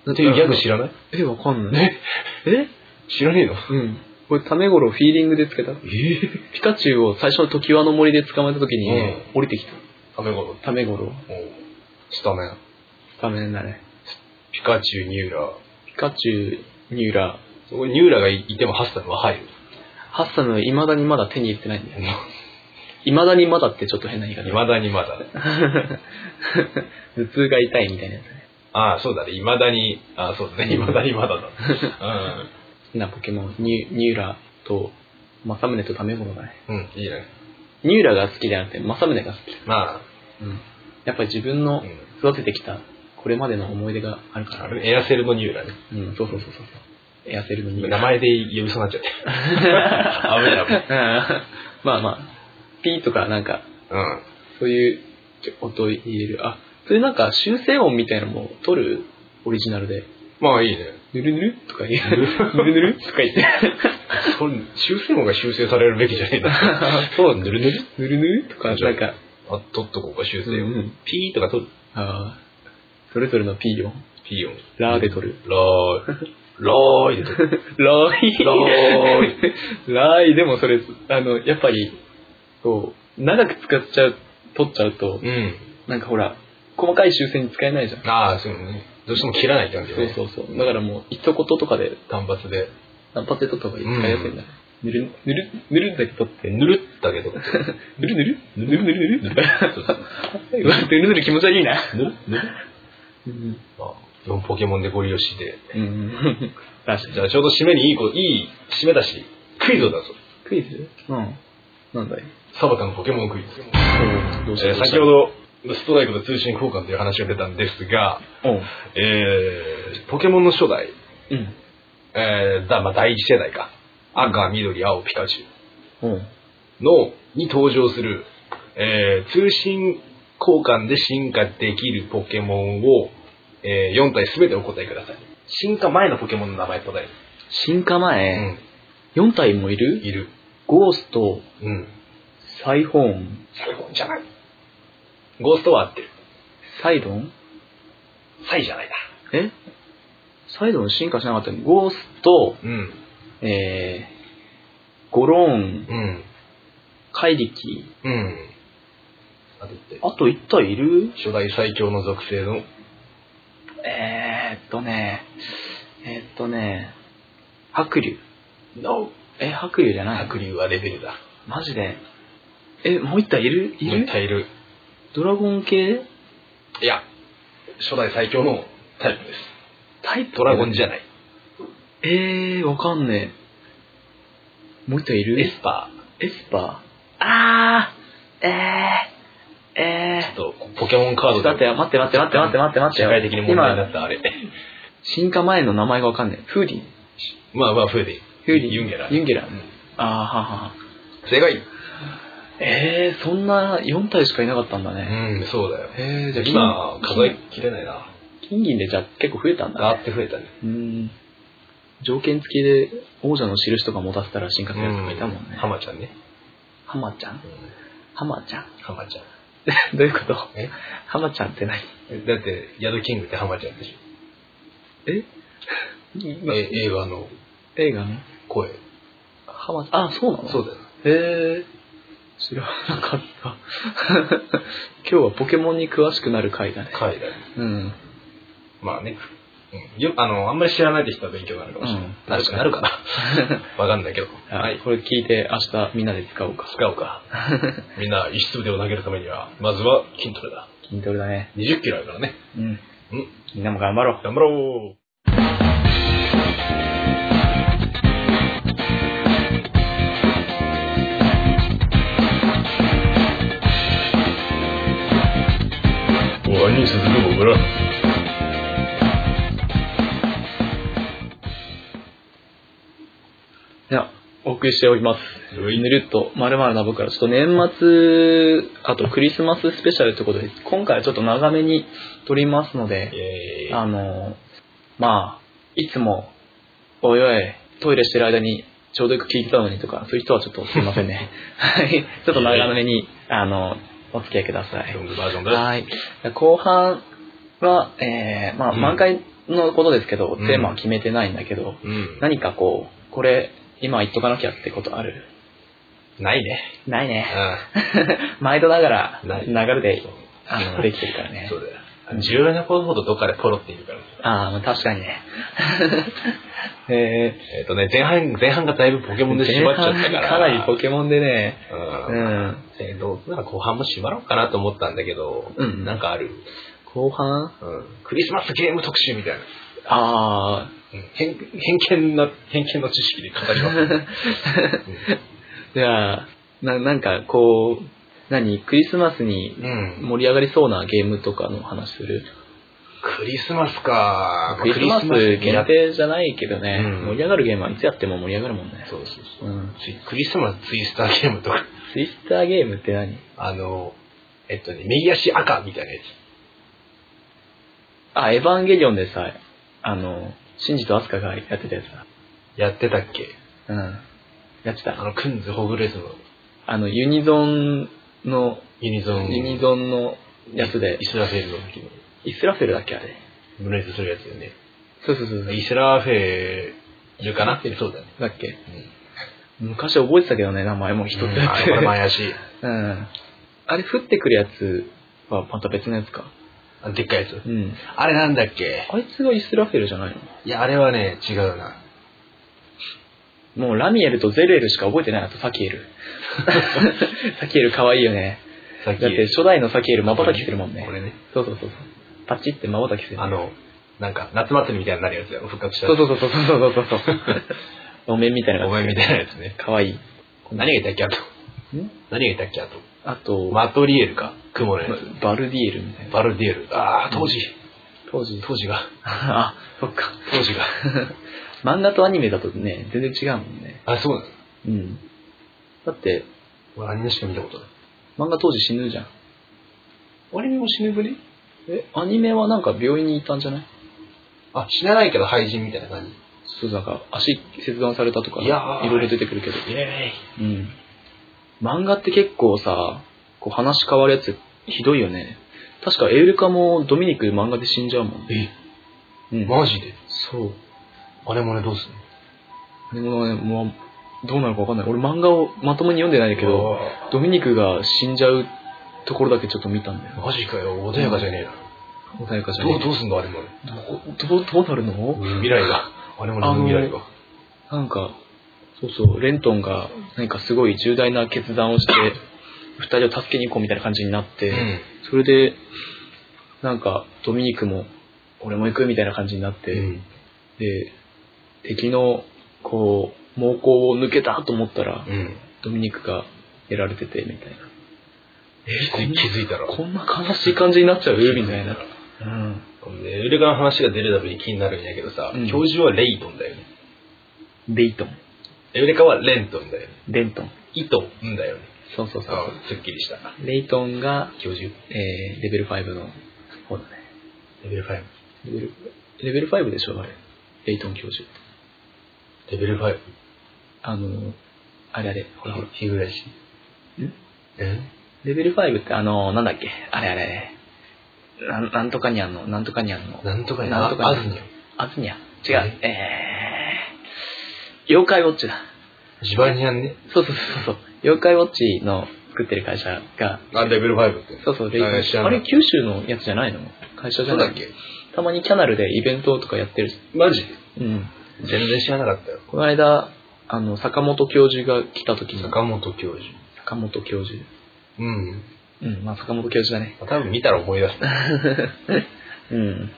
Speaker 1: なっていうギャグ知らない
Speaker 2: え、わかんない。え
Speaker 1: 知らねえの
Speaker 2: うん。これ、タメゴロウフィーリングでつけた。
Speaker 1: ええ。
Speaker 2: ピカチュウを最初の時輪の森で捕まえた時に、
Speaker 1: うん
Speaker 2: 降りてきた。
Speaker 1: 食べ頃。
Speaker 2: タメゴロウ。
Speaker 1: おースタメン。
Speaker 2: スタメンだね。
Speaker 1: ピカチュウ、ニューラー。
Speaker 2: ピカチュウ、ニューラ、
Speaker 1: そこにニューラーがいてもハッサムは入る。
Speaker 2: ハッサム、未だにまだ手に入れてないんだよ。未だにまだってちょっと変な言い方。
Speaker 1: [LAUGHS]
Speaker 2: [LAUGHS]
Speaker 1: 未だにまだ。
Speaker 2: 頭痛が痛いみたいなやつね。
Speaker 1: ああ、そうだね。未だに、ああ、そうだね。未だにまだだ。
Speaker 2: 好きなポケモン、ニュニューラと、政宗とタメゴロだね。
Speaker 1: うん。うん、いいね。
Speaker 2: ニューラが好きじゃなくて、政宗が好き。
Speaker 1: ま
Speaker 2: やっぱり自分
Speaker 1: あ、
Speaker 2: の
Speaker 1: うん、
Speaker 2: 育ててきた、これまでの思い出があるから。
Speaker 1: あれエアセルのニューラね。
Speaker 2: うん、そうそうそうそう。エアセルのニュー
Speaker 1: 名
Speaker 2: ラ。
Speaker 1: 前で呼びそうになっちゃ
Speaker 2: [LAUGHS]
Speaker 1: って。危ない危ない。
Speaker 2: まあまあ、P とかなんか、
Speaker 1: うん。
Speaker 2: そういう音を入れる。あ、そういうなんか修正音みたいなのも取るオリジナルで。
Speaker 1: まあいいね。
Speaker 2: ぬるぬるとか言う。ぬるぬるとか言って。
Speaker 1: それ修正音が修正されるべきじゃねえな。
Speaker 2: [LAUGHS] そう、
Speaker 1: ぬ
Speaker 2: ぬ
Speaker 1: るぬ
Speaker 2: る
Speaker 1: る
Speaker 2: ぬるぬるとか、なんか、
Speaker 1: あ、取っとこうか、修
Speaker 2: う
Speaker 1: 正
Speaker 2: ん
Speaker 1: 音。
Speaker 2: うん
Speaker 1: ピーとか取る。
Speaker 2: あーそれぞれの P 音。
Speaker 1: ピー音。
Speaker 2: ラーで取る。
Speaker 1: ローイ。ローイで取る。
Speaker 2: ラーイ。
Speaker 1: ローイ。
Speaker 2: ラーイでもそれ、あの、やっぱり、そう、長く使っちゃう、取っちゃうと、
Speaker 1: うん。
Speaker 2: なんかほら、細かい修正に使えないじゃん。
Speaker 1: ああ、そうね。どうしても切らないって感じ
Speaker 2: そう
Speaker 1: ね。
Speaker 2: そうそう。だからもう、一言とかで、
Speaker 1: 単発で。
Speaker 2: 単発で取った方がいい使いやすいんだ。ぬる、ぬる、ぬるんだけ取って、
Speaker 1: ぬるっだけど。
Speaker 2: ぬるぬるぬるぬるぬる
Speaker 1: そうそう
Speaker 2: [LAUGHS] ぬるぬる気持ち悪いな。
Speaker 1: ぬるぬる
Speaker 2: うん。
Speaker 1: まあ、ポケモンでご利用しで。
Speaker 2: うん。確かに
Speaker 1: じゃあちょうど締めにいいこと、いい締めだし、クイズを出そう。
Speaker 2: クイズうん。なんだい
Speaker 1: サバタのポケモンクイズ。
Speaker 2: どう
Speaker 1: えー
Speaker 2: どう
Speaker 1: 先ほど、ストライクと通信交換という話が出たんですが、
Speaker 2: うん。
Speaker 1: えーポケモンの初代、
Speaker 2: うん。
Speaker 1: えーだまあ、第一世代か。赤、緑、青、ピカチュ
Speaker 2: うん。
Speaker 1: ウの、に登場する、えー通信交換で進化できるポケモンを、え4体すべてお答えください。進化前のポケモンの名前答え。
Speaker 2: 進化
Speaker 1: う
Speaker 2: 前、
Speaker 1: ん。
Speaker 2: 4体もいる
Speaker 1: いる。
Speaker 2: ゴースト、
Speaker 1: うん。
Speaker 2: サイホーン、
Speaker 1: サイホンじゃない。ゴーストは合ってる。
Speaker 2: サイドン
Speaker 1: サイじゃないな。
Speaker 2: えサイドン進化しなかったのゴースト、
Speaker 1: うん。
Speaker 2: えー、ゴローン、
Speaker 1: うん。
Speaker 2: カイリキ。
Speaker 1: うん。あとって。
Speaker 2: あと1体いる
Speaker 1: 初代最強の属性の、
Speaker 2: えーっとね、えーっとね、白竜。
Speaker 1: の、
Speaker 2: え、白竜じゃない
Speaker 1: 白竜はレベルだ。
Speaker 2: マジで。え、もう1体いるい
Speaker 1: もう一
Speaker 2: る
Speaker 1: 体いる。
Speaker 2: ドラゴン系
Speaker 1: いや、初代最強のタイプです。
Speaker 2: タイプ
Speaker 1: ドラゴンじゃない。
Speaker 2: えー、わかんねえ。もう一体いる
Speaker 1: エスパ
Speaker 2: エスパーあー、えー、え
Speaker 1: ー。と、ポケモンカード
Speaker 2: だって、待って待って待って待って待って待って
Speaker 1: 社
Speaker 2: よ。
Speaker 1: 会的に問題になったあれ。
Speaker 2: 今、進化前の名前がわかんねえ。フーディン。
Speaker 1: まあまあ、増えていい。
Speaker 2: フーディン。
Speaker 1: ユンゲラ
Speaker 2: ユンゲラ。
Speaker 1: うん
Speaker 2: あーははは
Speaker 1: 正解
Speaker 2: えー、そんな4体しかいなかったんだ
Speaker 1: う
Speaker 2: ね。
Speaker 1: ん、そうだよ。
Speaker 2: えー、じゃあ金
Speaker 1: 今、数えきれないな。
Speaker 2: 金銀でじゃあ結構増えたんだ
Speaker 1: ガー
Speaker 2: ね。
Speaker 1: って増えたね。
Speaker 2: うん。条件付きで王者の印とか持たせたら進化するやつもいたもんね。
Speaker 1: ハマちゃんね。
Speaker 2: ハマちゃ
Speaker 1: う
Speaker 2: ん
Speaker 1: ん
Speaker 2: ハマちゃん
Speaker 1: ハマちゃん。
Speaker 2: [LAUGHS] どういうこと
Speaker 1: え
Speaker 2: ハマちゃんって何
Speaker 1: だって、ヤドキングってハマちゃんでしょ。え映画の
Speaker 2: 映画ね。
Speaker 1: 声。
Speaker 2: ハマちゃん、あ、そうなの
Speaker 1: そうだよ。
Speaker 2: へえ。知らなかった。 [LAUGHS] 今日はポケモンに詳しくなる回だね。
Speaker 1: 海外。
Speaker 2: うん。
Speaker 1: まあね。うんよあの、あんまり知らないで人は勉強になるかもしれない。
Speaker 2: うん
Speaker 1: なるかなるかな。 [LAUGHS] わかんないけど。は
Speaker 2: [LAUGHS] はいい。。これ聞いて明日みんなで使おうか。
Speaker 1: 使おう [LAUGHS] か。みんな、一粒でも投げるためには、まずは筋トレだ。
Speaker 2: 筋トレだね。
Speaker 1: 20キロあるからね。
Speaker 2: うん。
Speaker 1: うん。
Speaker 2: みんなも頑張ろう。
Speaker 1: 頑張ろう。終わりに続く僕ら。
Speaker 2: では、お送りしております。
Speaker 1: は
Speaker 2: ぬるっとまるな僕ら、ちょっと年末、あとクリスマススペシャルということで、今回はちょっと長めに撮りますので、
Speaker 1: えー
Speaker 2: あの、まあ、いつも、おいおい、トイレしてる間にちょうどよく聞いてたのにとか、そういう人はちょっとすいません [LAUGHS] ね。はい。ちょっと長めに、あの、お付き合いくださ
Speaker 1: イ。ロ
Speaker 2: い。
Speaker 1: ングバージョンだ。
Speaker 2: はい。後半は、えー、まあ、
Speaker 1: うん
Speaker 2: 満開のことですけど、
Speaker 1: うん
Speaker 2: テーマは決めてないんだけど、
Speaker 1: うん。
Speaker 2: 何かこう、これ、今言っとかなきゃってことある
Speaker 1: ないね。
Speaker 2: ないね。
Speaker 1: う
Speaker 2: 毎度ながら、
Speaker 1: ない
Speaker 2: 流れ
Speaker 1: ん
Speaker 2: で、。あの、できてるからね。
Speaker 1: そうだよ。 17個ほどどっかでポロっているから。
Speaker 2: ああ、まあ確かにね。え
Speaker 1: えっ、とね、前半、前半がだいぶポケ
Speaker 2: ー、
Speaker 1: モンで縛っちゃったから。
Speaker 2: かなりポケモンでね、う
Speaker 1: うん。
Speaker 2: ん。
Speaker 1: えーとなんか後半も縛ろうかなと思ったんだけど、
Speaker 2: うん
Speaker 1: なんかある、
Speaker 2: 後
Speaker 1: う
Speaker 2: 半
Speaker 1: ん、クリスマスゲーム特集みたいな。
Speaker 2: ああ、
Speaker 1: うん偏偏見な、偏見の知識で語ります。
Speaker 2: [LAUGHS] じゃあ、ななんかこう、何クリスマスに
Speaker 1: うん。
Speaker 2: 盛り上がりそうなゲームとかの話する
Speaker 1: クリスマスか。
Speaker 2: クリスマス限定じゃないけどね、
Speaker 1: うん
Speaker 2: 盛り上がるゲームはいつやっても盛り上がるもんね。。
Speaker 1: そうそうそう
Speaker 2: ん。
Speaker 1: う。クリスマスツイスターゲームとか、
Speaker 2: ツイスターゲームって何
Speaker 1: あの、えっとね、右足赤みたいなや
Speaker 2: あ、エヴァンゲリオンでさ、あの、シンジとアスカがやってたやつだ。
Speaker 1: つ。やってたっけ
Speaker 2: うん。やって
Speaker 1: あ
Speaker 2: た。
Speaker 1: の、クンズ・ホグレズの
Speaker 2: あの、ユニゾンの、
Speaker 1: ユニゾン。
Speaker 2: ユニゾンのやつで
Speaker 1: イ、スラフェルの時の、
Speaker 2: イスラフェルだっけあれ。
Speaker 1: ブレイズするやつよね。
Speaker 2: そうそうそうそう。
Speaker 1: イスラフェルかなそうだね。
Speaker 2: だっけ昔覚えてたけどね、名前も一つ
Speaker 1: う
Speaker 2: ず
Speaker 1: ん
Speaker 2: つ。
Speaker 1: あれこれ前足。
Speaker 2: [LAUGHS] うん。あれ、降ってくるやつはまた別のやつか。
Speaker 1: あでっかいやつ。
Speaker 2: うん。
Speaker 1: あれなんだっけ
Speaker 2: あいつがイスラフェルじゃない
Speaker 1: いや、あれはね、違うな。
Speaker 2: のもうラミエルとゼルエルしか覚えてないあとサ
Speaker 1: [LAUGHS]
Speaker 2: キエル。サキエル可愛いよね。
Speaker 1: さっ
Speaker 2: だって初代のサキエル瞬きするもんね
Speaker 1: こ。れね。
Speaker 2: そうそうそうそう。パチって瞬きする。
Speaker 1: あの、なんか、夏祭りみたいになるやつだよ、復活した。
Speaker 2: そうそうそうそうそうそうそう。 [LAUGHS] お面みたいなの
Speaker 1: お
Speaker 2: が
Speaker 1: 前みたいなやつね。
Speaker 2: 可愛い。
Speaker 1: 何がいたっけ、あと。
Speaker 2: ん
Speaker 1: 何がいたっけ、あと。
Speaker 2: あと、
Speaker 1: マトリエルか、雲のやつ。
Speaker 2: バルディエルみたいな。
Speaker 1: バルディエル。ああ、当時。
Speaker 2: 当時。 [LAUGHS]
Speaker 1: 当時が。
Speaker 2: あ、そっか。 [LAUGHS]
Speaker 1: 当時が。
Speaker 2: 漫画とアニメだとね、全然違うもんね。
Speaker 1: あ、そうなの
Speaker 2: うん。だって、
Speaker 1: 俺、アニメしか見たことない。
Speaker 2: 漫画当時死ぬじゃん。
Speaker 1: アニメも死ぬぶり
Speaker 2: え、アニメはなんか病院にいたんじゃない
Speaker 1: あ、死なないけど廃人みたいな感じ。
Speaker 2: そう、なんか足切断されたとか、
Speaker 1: いやー
Speaker 2: ろいろ出てくるけど。
Speaker 1: イェーイ。
Speaker 2: うん。漫画って結構さ、こう話変わるやつひどいよね。確かエウルカもドミニク漫画で死んじゃうもん。
Speaker 1: え、
Speaker 2: うん。
Speaker 1: マジで
Speaker 2: そう。
Speaker 1: あれもね、どうすんの
Speaker 2: でもね、もう、どうなるかわかんない。俺漫画をまともに読んでないんだけど、、ドミニクが死んじゃうところだけちょっと見たんだよ。
Speaker 1: マジかよ、穏やかじゃねえな。
Speaker 2: 穏やかじゃ
Speaker 1: どう、
Speaker 2: ね
Speaker 1: どうすんの、あれも。
Speaker 2: えどう、どうなるの
Speaker 1: 未来が。あれもね、未来が。
Speaker 2: なんか、そうそう、レントンが何かすごい重大な決断をして、二人を助けに行こうみたいな感じになって、
Speaker 1: うん。
Speaker 2: それで、なんか、ドミニクも、俺も行くみたいな感じになって、
Speaker 1: うん
Speaker 2: で、敵の、こう、猛攻を抜けたと思ったら、
Speaker 1: うん。
Speaker 2: ドミニクがやられてて、みたいな。
Speaker 1: え、気づいたら。
Speaker 2: こんな悲しい感じになっちゃうみたいな。うん。
Speaker 1: ねウルガの話が出るたびに気になるんやけどさ、
Speaker 2: うん
Speaker 1: 教授はレイトンだよね。
Speaker 2: デイトン。
Speaker 1: エウレカはレントンだよね。
Speaker 2: デントン。
Speaker 1: イトンだよね。
Speaker 2: そうそうそう
Speaker 1: あ。すっきりした。
Speaker 2: レイトンが、
Speaker 1: 教授、
Speaker 2: えー、レベル5の方だね。
Speaker 1: レベル5。
Speaker 2: レベル、レベル5でしょ、あれ。レイトン教授。
Speaker 1: レベル5。
Speaker 2: あの、あれあれ、ほらほら。
Speaker 1: 日暮らし。
Speaker 2: ん
Speaker 1: え
Speaker 2: レベル5ってあの、なんだっけあれあれあれ。なんなんとかにゃんの、なんとかにゃんの。
Speaker 1: なんとかに
Speaker 2: なんとか
Speaker 1: あ
Speaker 2: にゃ
Speaker 1: ず
Speaker 2: ん
Speaker 1: にゃん。
Speaker 2: あずにゃん。違う。えー、妖怪ウォッチだ。
Speaker 1: ジバニアンね。
Speaker 2: そうそうそうそう。妖怪ウォッチの作ってる会社が、
Speaker 1: あ、レベル5って。
Speaker 2: そうそう、レイ
Speaker 1: あ知ら
Speaker 2: あ
Speaker 1: ない
Speaker 2: れ九州のやつじゃないの会社じ
Speaker 1: そ
Speaker 2: ゃ
Speaker 1: う
Speaker 2: な
Speaker 1: だ
Speaker 2: い
Speaker 1: っけ
Speaker 2: たまにキャナルでイベントとかやってるし。
Speaker 1: マジ
Speaker 2: うん。
Speaker 1: 全然知らなかったよ。
Speaker 2: この間、あの、坂本教授が来た時に、
Speaker 1: 坂本教授。
Speaker 2: 坂本教授。
Speaker 1: うん。
Speaker 2: うん、まあ坂本教授だね。
Speaker 1: 多分見たら思い出す。
Speaker 2: うん。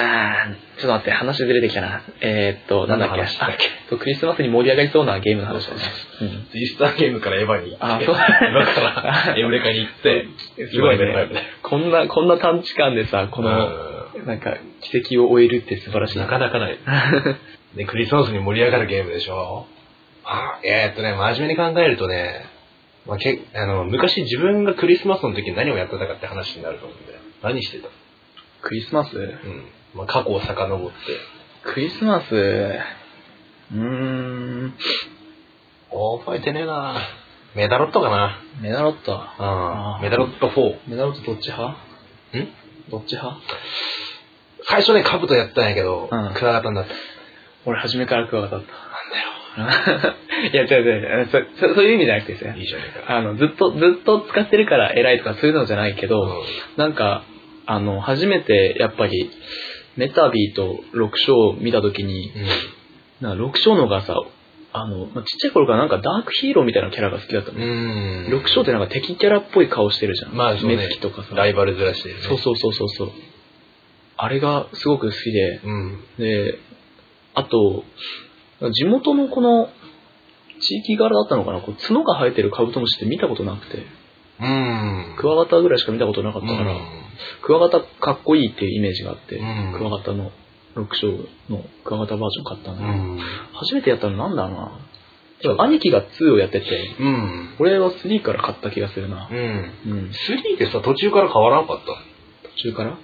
Speaker 2: あー、ちょっと待って、話ずれてきたな。えー、っと、なんだっけ。
Speaker 1: 何の話だっけ
Speaker 2: あそうクリスマスに盛り上がりそうなゲームの話だね。うん。
Speaker 1: ツイスターゲームからエヴァに行って、
Speaker 2: あ
Speaker 1: エ
Speaker 2: そう
Speaker 1: ヴァからエウレカに行って、
Speaker 2: すご
Speaker 1: 今
Speaker 2: い
Speaker 1: レベル5
Speaker 2: ね。
Speaker 1: だよ。
Speaker 2: こんな、こんな短期間でさ、この、
Speaker 1: の、
Speaker 2: なんか、奇跡を終えるって素晴らしい。
Speaker 1: なかなか [LAUGHS] ない。で、クリスマスに盛り上がるゲームでしょあえーっとね、真面目に考えるとね、まあ、けあの昔自分がクリスマスの時に何をやってたかって話になると思うんだよ。何してた
Speaker 2: クリスマス
Speaker 1: うん。まあ、過去を遡って、
Speaker 2: クリスマス、うーん、
Speaker 1: おー覚えてねえなメダロットかな
Speaker 2: メダロット。あ
Speaker 1: う
Speaker 2: ー
Speaker 1: ん。メダロット4。
Speaker 2: メダロットどっち派
Speaker 1: ん
Speaker 2: どっち派
Speaker 1: 最初ね、カブトやったんやけど、
Speaker 2: うん
Speaker 1: クワガタになった。
Speaker 2: 俺、初めからクワガタだ [LAUGHS] った。いや、違う違う違うそそ、そういう意味じゃなくてですね
Speaker 1: いいじゃねえか。
Speaker 2: あの、ずっと、ずっと使ってるから偉いとかそういうのじゃないけど、
Speaker 1: うん
Speaker 2: なんか、あの、初めてやっぱり、メタビーと六章を見たときに、なんか六章の方がさ、あの、まあちっちゃい頃からなんかダークヒーローみたいなキャラが好きだったの
Speaker 1: う。ん。
Speaker 2: 六章ってなんか敵キャラっぽい顔してるじゃん。
Speaker 1: まあそうね
Speaker 2: 目つきとかさ。
Speaker 1: ライバルずらして、
Speaker 2: そうそうそうそうそう。あれがすごく好きで、
Speaker 1: う。うん。
Speaker 2: で、あと、地元のこの、地域柄だったのかなこう角が生えてるカブトムシって見たことなくて、
Speaker 1: うん。
Speaker 2: クワガタぐらいしか見たことなかったから、クワガタかっこいいっていうイメージがあって、
Speaker 1: うん
Speaker 2: クワガタの6章のクワガタバージョン買ったんだ
Speaker 1: う
Speaker 2: けど、
Speaker 1: ん。
Speaker 2: 初めてやったのなんだろうな。でも兄貴が2をやってて、
Speaker 1: うん。
Speaker 2: 俺は3から買った気がするな
Speaker 1: う。ん。
Speaker 2: うん。
Speaker 1: 3ってさ、途中から変わらなかっ
Speaker 2: 途中から
Speaker 1: た。うん。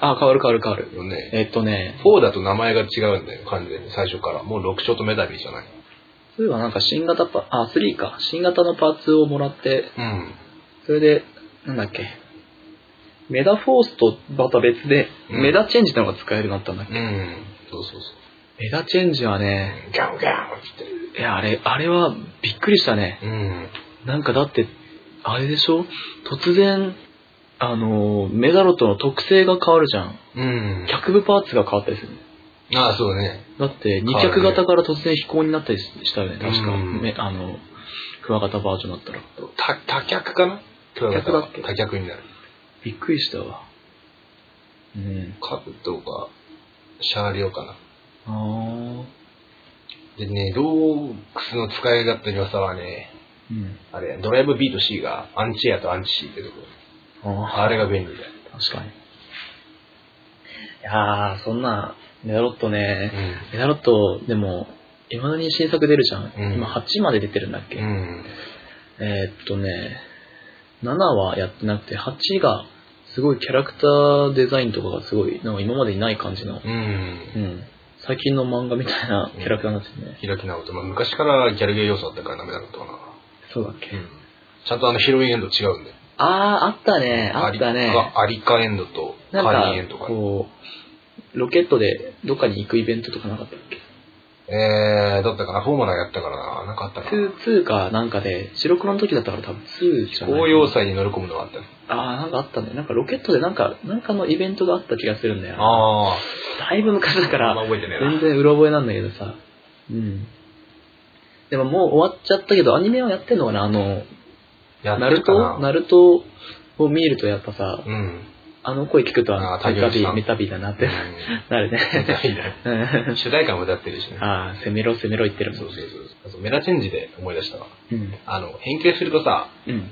Speaker 2: あ、変わる変わる変わる。
Speaker 1: よね。
Speaker 2: えっとね、
Speaker 1: 4だと名前が違うんだよ、完全に。最初から。もう6章とメダビーじゃない。
Speaker 2: 2はなんか新型パ、あ、3か。新型のパーツをもらって、
Speaker 1: うん。
Speaker 2: それで、なんだっけ。メダフォースとまた別で、
Speaker 1: うん
Speaker 2: メダチェンジってのが使えるようになったんだっけ、
Speaker 1: うん。そうそうそう。
Speaker 2: メダチェンジはね、
Speaker 1: ガンガンっつって。
Speaker 2: いや、あれ、あれはびっくりしたね。
Speaker 1: うん。
Speaker 2: なんかだって、あれでしょ突然、あのー、メダロットの特性が変わるじゃん。
Speaker 1: うん。
Speaker 2: 脚部パーツが変わったりする。
Speaker 1: ああ、そうね。
Speaker 2: だって、
Speaker 1: 変
Speaker 2: 二
Speaker 1: わるね
Speaker 2: 脚型から突然飛行になったりしたよね、確か。
Speaker 1: うん
Speaker 2: めあの、クワガタバージョンだったら。
Speaker 1: た、多脚かな多
Speaker 2: 脚だっけ
Speaker 1: 多脚になる。
Speaker 2: びっくりしたわ。うん。
Speaker 1: カブとか、シャーリオかな。
Speaker 2: ああ。
Speaker 1: でね、ロークスの使い勝手の良さはね、
Speaker 2: うん。
Speaker 1: あれ、ドライブ B と C がアンチエアとアンチ C ってとこ
Speaker 2: あ
Speaker 1: あれが便利だよ。
Speaker 2: あ、確かに。いやー、そんな、メダロットね。メダロット、でも、いまだに新作出るじゃん。
Speaker 1: うん
Speaker 2: 今8まで出てるんだっけ、
Speaker 1: うん。
Speaker 2: えーっとね、7はやってなくて、8が、すごいキャラクターデザインとかがすごい、なんか今までにない感じの、
Speaker 1: うん。
Speaker 2: うん。最近の漫画みたいなキャラクターになってるね。
Speaker 1: 開き直って、まあ、昔からギャルゲー要素あったからダメだったかな。
Speaker 2: そうだっけ、
Speaker 1: うん。ちゃんとあのヒロインエンド違うんだよ。
Speaker 2: ああ、あったね、あったね。
Speaker 1: アリカエンドとカ
Speaker 2: な
Speaker 1: ニエ
Speaker 2: ん
Speaker 1: ンド
Speaker 2: か、
Speaker 1: か。
Speaker 2: こう、ロケットでどっかに行くイベントとかなかったっけ
Speaker 1: えー、だったかな、フォーマラーやったからな、なんかあったかな。
Speaker 2: ツーツーかなんかで、白黒の時だったから多分ツーじゃない
Speaker 1: 紅葉祭に乗り込むのがあったね。
Speaker 2: ああ、なんかあったね。なんかロケットでなんか、なんかのイベントがあった気がするんだよな。
Speaker 1: ああ。
Speaker 2: だいぶ昔だか
Speaker 1: あんま
Speaker 2: ら、
Speaker 1: 覚えてねえ
Speaker 2: 全
Speaker 1: な。
Speaker 2: 然うろ覚えなんだけどさ。うん。でももう終わっちゃったけど、アニメはやってんのかなあの、
Speaker 1: や
Speaker 2: ナ
Speaker 1: って
Speaker 2: ル
Speaker 1: るか
Speaker 2: ト
Speaker 1: な
Speaker 2: ナルトを見るとやっぱさ、 [LAUGHS]
Speaker 1: うん。
Speaker 2: あの声聞くと
Speaker 1: あー
Speaker 2: メタビ
Speaker 1: 竹内さ
Speaker 2: ー、
Speaker 1: ん
Speaker 2: メタビーだなっ
Speaker 1: う
Speaker 2: て
Speaker 1: ん
Speaker 2: なるね。 [LAUGHS] うん
Speaker 1: 主題歌も歌ってるしね。
Speaker 2: ああ、攻めろ攻めろ言ってるも
Speaker 1: そ
Speaker 2: ん
Speaker 1: うそうそうそう。メラチェンジで思い出したわ。
Speaker 2: うん。
Speaker 1: あの、変形するとさ、
Speaker 2: うん。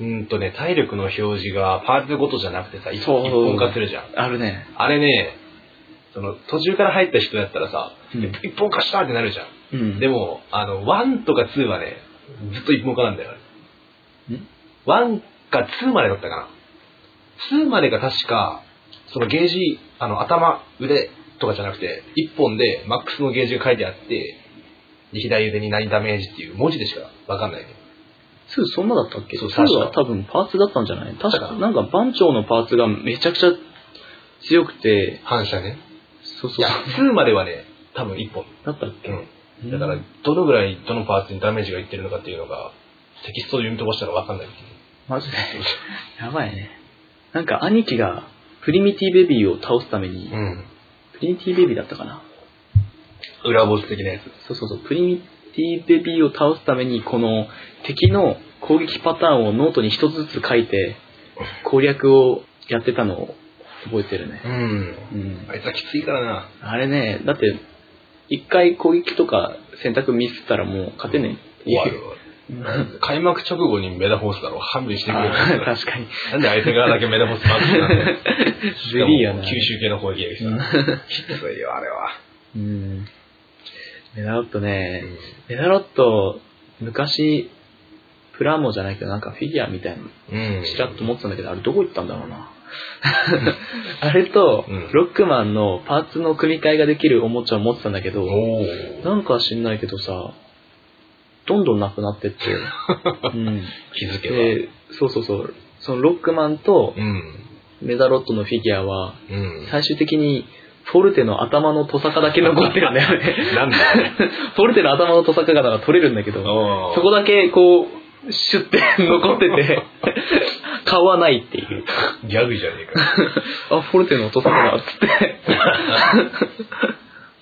Speaker 1: うーんとね、体力の表示がパーツごとじゃなくてさ、一
Speaker 2: そう
Speaker 1: 一本化するじゃん。
Speaker 2: あるね。
Speaker 1: あれね、その、途中から入った人だったらさ、
Speaker 2: うん
Speaker 1: 一本化したってなるじゃん。
Speaker 2: うん。
Speaker 1: でも、あの、1とか2はね、ずっと一本化なんだよ、
Speaker 2: ん
Speaker 1: あれ。1か2までだったかな。2までが確か、そのゲージ、あの、頭、腕とかじゃなくて、一本でマックスのゲージが書いてあって、左腕に何ダメージっていう文字でしかわかんない。
Speaker 2: 2そんなだったっけ
Speaker 1: そう
Speaker 2: ?2 は多分パーツだったんじゃない確
Speaker 1: 確
Speaker 2: か、
Speaker 1: か
Speaker 2: なんか番長のパーツがめちゃくちゃ強くて、
Speaker 1: 反射ね。
Speaker 2: そう
Speaker 1: い
Speaker 2: そう
Speaker 1: や、
Speaker 2: そう。
Speaker 1: 2まではね、多分一本。
Speaker 2: だったっけ、
Speaker 1: だか
Speaker 2: う
Speaker 1: ら
Speaker 2: ん、
Speaker 1: どのぐらいどのパーツにダメージがいってるのかっていうのが、テキストで読み飛ばしたらわかんない。
Speaker 2: マジで。 [LAUGHS] やばいね。なんか兄貴がプリミティベビーを倒すために、
Speaker 1: ん。
Speaker 2: プリミティベビーだったかな
Speaker 1: 裏ボス的なやつ。
Speaker 2: そうそうそう、プリミティベビーを倒すために、この敵の攻撃パターンをノートに一つずつ書いて、攻略をやってたのを覚えてるね。
Speaker 1: うん。
Speaker 2: うん。
Speaker 1: あいつはきついからな。
Speaker 2: あれね、だって、一回攻撃とか選択ミスったらもう勝てない。
Speaker 1: 終わるわ。開幕直後にメダフォースだろ。勘弁してくれる
Speaker 2: あー [LAUGHS] 確かに。
Speaker 1: なんで相手側だけメダフォースマックスなん
Speaker 2: [LAUGHS]
Speaker 1: だよ。
Speaker 2: ズリー
Speaker 1: し
Speaker 2: や
Speaker 1: かも
Speaker 2: な。
Speaker 1: 九州系の攻撃
Speaker 2: う
Speaker 1: が来た。きついよ、あれは。
Speaker 2: うん。メダロットね、メダロット、昔、プラモじゃないけど、なんかフィギュアみたいなの
Speaker 1: うん
Speaker 2: ちらっと持ってたんだけど、あれどこ行ったんだろうな。 [LAUGHS] あれと
Speaker 1: うん、
Speaker 2: ロックマンのパーツの組み替えができるおもちゃを持ってたんだけど、
Speaker 1: おー
Speaker 2: なんか知んないけどさ、どんどんなく
Speaker 1: [LAUGHS]
Speaker 2: なってって、うん、
Speaker 1: 気づけば。
Speaker 2: で、そうそうそう、そのロックマンと
Speaker 1: うん。
Speaker 2: メダロットのフィギュアは、
Speaker 1: うん。
Speaker 2: 最終的にフォルテの頭のトサカだけ残ってるんだよ
Speaker 1: [LAUGHS]
Speaker 2: ね。
Speaker 1: なんだ
Speaker 2: [LAUGHS]
Speaker 1: よ。
Speaker 2: フォルテの頭のトサカがなんか取れるんだけど、
Speaker 1: おー
Speaker 2: [LAUGHS] そこだけこう、シュッて残ってて、買わないっていう。
Speaker 1: ギャグじゃねえか。
Speaker 2: あ、フォルテの落とさな、つって。 [LAUGHS]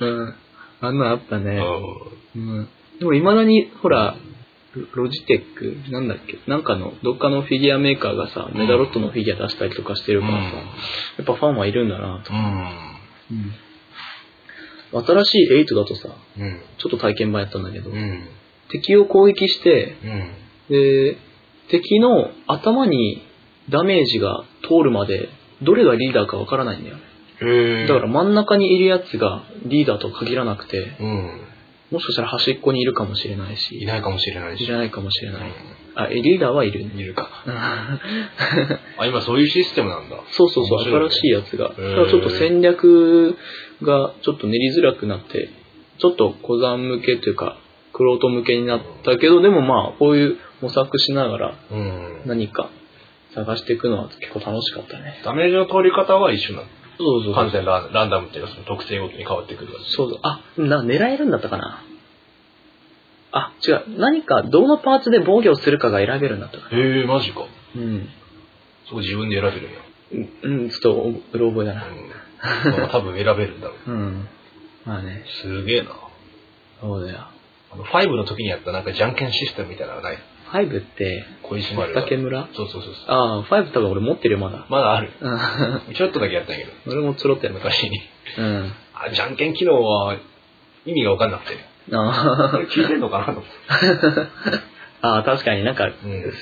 Speaker 2: うん。あんなのあった
Speaker 1: う
Speaker 2: ね。
Speaker 1: ん
Speaker 2: うん。でも未だに、ほら、ロロジテック、なんだっけ、なんかの、どっかのフィギュアメーカーがさ、メダロットのフィギュア出したりとかしてるからさ、やっぱファンはいるんだなと。
Speaker 1: うん。
Speaker 2: うん。新しい8だとさ、
Speaker 1: うん。
Speaker 2: ちょっと体験版やったんだけど、
Speaker 1: うん。
Speaker 2: 敵を攻撃して、
Speaker 1: うん。
Speaker 2: で、敵の頭にダメージが通るまで、どれがリーダーかわからないんだよ。
Speaker 1: え
Speaker 2: だから、真ん中にいるやつがリーダーとは限らなくて、
Speaker 1: うん。
Speaker 2: もしかしたら端っこにいるかもしれないし、
Speaker 1: いないかもしれないし。
Speaker 2: いらないかもしれない。
Speaker 1: う
Speaker 2: あ、えリーダーはいる
Speaker 1: ん
Speaker 2: [LAUGHS] ね。
Speaker 1: いるか。あ、今そういうシステムなんだ。
Speaker 2: そうそうそう、
Speaker 1: 面白いね
Speaker 2: 新しいやつが。だか
Speaker 1: ー
Speaker 2: らちょっと戦略がちょっと練りづらくなって、ちょっと小山向けというか、クロート向けになったけど、でもまあ、こういう模索しながら
Speaker 1: うん。
Speaker 2: 何か探していくのは結構楽しかったね。
Speaker 1: ダメージの取り方は一緒なの。
Speaker 2: そうそうそう
Speaker 1: 完。全ランランダムっていうか、その特性ごとに変わってくるわけ
Speaker 2: そうそう。あ、な、狙えるんだったかな。あ、違う。何か、どのパーツで防御をするかが選べるんだったかな。
Speaker 1: へえ、マジか。
Speaker 2: うん。
Speaker 1: そう自分で選べるんや。
Speaker 2: うん、うんちょっと、おうろ覚えだな。
Speaker 1: うん。まあ多分選べるんだろう。
Speaker 2: うん。まあね、
Speaker 1: すげえな。
Speaker 2: そうだよ。
Speaker 1: あの、5の時にやったなんかじゃんけんシステムみたいなのない
Speaker 2: 5って、
Speaker 1: 小石丸が。
Speaker 2: 松茸村
Speaker 1: そうそうそうそう。
Speaker 2: ああ、5多分俺持ってるよ、ま [LAUGHS] だ。
Speaker 1: まだある。
Speaker 2: うん
Speaker 1: ちょっとだけやったんやけど。
Speaker 2: 俺もちょろっとやる。
Speaker 1: 昔に。
Speaker 2: うん。
Speaker 1: あ、じゃんけん機能は意味が分かんなくて。
Speaker 2: あ
Speaker 1: これ聞いてんのかなと思って。
Speaker 2: あああ、確かになんか
Speaker 1: ん、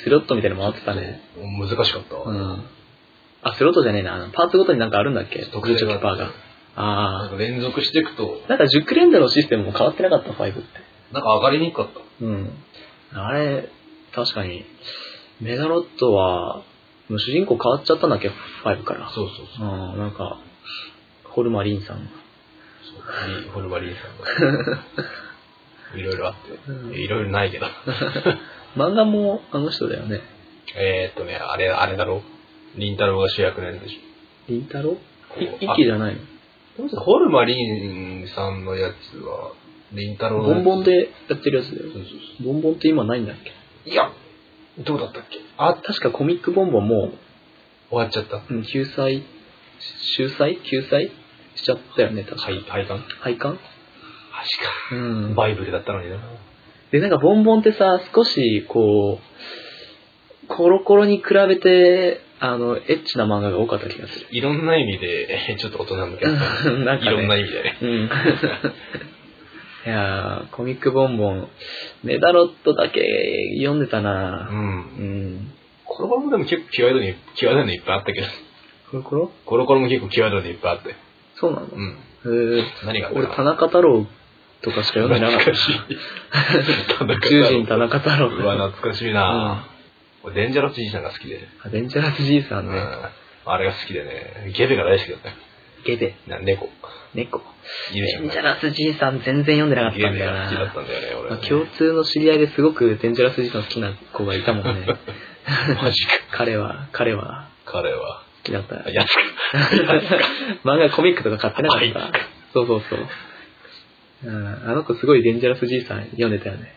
Speaker 2: スロットみたいなの回ってたね。
Speaker 1: 難しかったわ。
Speaker 2: うん。あ、スロットじゃねえな。あのパーツごとになんかあるんだっけ
Speaker 1: 特性が
Speaker 2: グーチョキパーが。あ
Speaker 1: な
Speaker 2: あ
Speaker 1: ん。か連続していくと、
Speaker 2: なんか熟練度のシステムも変わってなかった、5って。
Speaker 1: なんか上がりにくかった。
Speaker 2: うん。あれ、確かに、メガロットは、もう主人公変わっちゃったんだっけ、5から。
Speaker 1: そうそう
Speaker 2: う
Speaker 1: そう。
Speaker 2: ん、なんか、ホルマリンさん。
Speaker 1: そうリホルバリンさんが。いろいろあって。いろいろないけど。
Speaker 2: 漫画もあの人だよね。
Speaker 1: えーっとね、あれ、あれだろりんたろうが主役なんでし
Speaker 2: りんたろ
Speaker 1: こ
Speaker 2: う
Speaker 1: う
Speaker 2: い一気じゃないの
Speaker 1: ょ。ホルマリンさんのやつは、りんたろうの
Speaker 2: ボ
Speaker 1: やつ
Speaker 2: ンボン。でやってるやつだ
Speaker 1: そう
Speaker 2: よ。
Speaker 1: そうそ
Speaker 2: ボンボンって今ないんだっけ
Speaker 1: う。いや、どうだったっけあ、
Speaker 2: 確かコミックボンボンも
Speaker 1: 終わっちゃった。
Speaker 2: う、うん救済、秀才救済しちゃったよね、確か。
Speaker 1: 配配管マ
Speaker 2: 廃刊
Speaker 1: ジか。
Speaker 2: うん
Speaker 1: バイブルだったのにな。
Speaker 2: で、なんかボンボンってさ、少し、こう、コロコロに比べて、あの、エッチな漫画が多かった気がする。
Speaker 1: いろんな意味で、えーちょっと大人向けだった
Speaker 2: なん
Speaker 1: い
Speaker 2: か
Speaker 1: ろんな
Speaker 2: ね。
Speaker 1: 意味でね。
Speaker 2: うん。 [LAUGHS] いやー、コミックボンボン、メダロットだけ読んでた
Speaker 1: う。
Speaker 2: なぁ。うんん。
Speaker 1: コロコロもでも結構際どいの、際どいのいっぱいあったけど。
Speaker 2: コロコロ
Speaker 1: コロコロも結構際どいのいっぱいあって。
Speaker 2: そうなの
Speaker 1: う、ん。
Speaker 2: へー
Speaker 1: 何があった
Speaker 2: 俺、田中太郎とかしか読んでなかっ
Speaker 1: 懐
Speaker 2: た
Speaker 1: か。し
Speaker 2: [LAUGHS]
Speaker 1: い。田中太郎
Speaker 2: 宇宙人田中太郎。
Speaker 1: うわ、懐かしいな、俺デンジャラスじいさんが好きで。
Speaker 2: アベンジャラスじいさ
Speaker 1: うんん
Speaker 2: ね。
Speaker 1: あれが好きでね。ゲベが大好きだったよ
Speaker 2: ゲベ、
Speaker 1: な猫。
Speaker 2: 猫。
Speaker 1: いるじゃ
Speaker 2: デ
Speaker 1: ん
Speaker 2: ンジャラスじいさん全然読んでなかっ
Speaker 1: ゲ
Speaker 2: たん
Speaker 1: ベ
Speaker 2: だよ
Speaker 1: が好きだ
Speaker 2: な
Speaker 1: った。んだよね、俺
Speaker 2: ま
Speaker 1: は
Speaker 2: あ
Speaker 1: ね、
Speaker 2: 共通の知り合いですごくデンジャラスじいさん好きな子がいたもん [LAUGHS] ね。
Speaker 1: マジか。
Speaker 2: 彼は、彼は
Speaker 1: 彼は。
Speaker 2: 好きだった。
Speaker 1: あやつ
Speaker 2: [LAUGHS] 漫画コミックとか買ってなかっ
Speaker 1: あい
Speaker 2: た。そうそうそう。うんあの子すごいデンジャラスじいさん読んでたよね。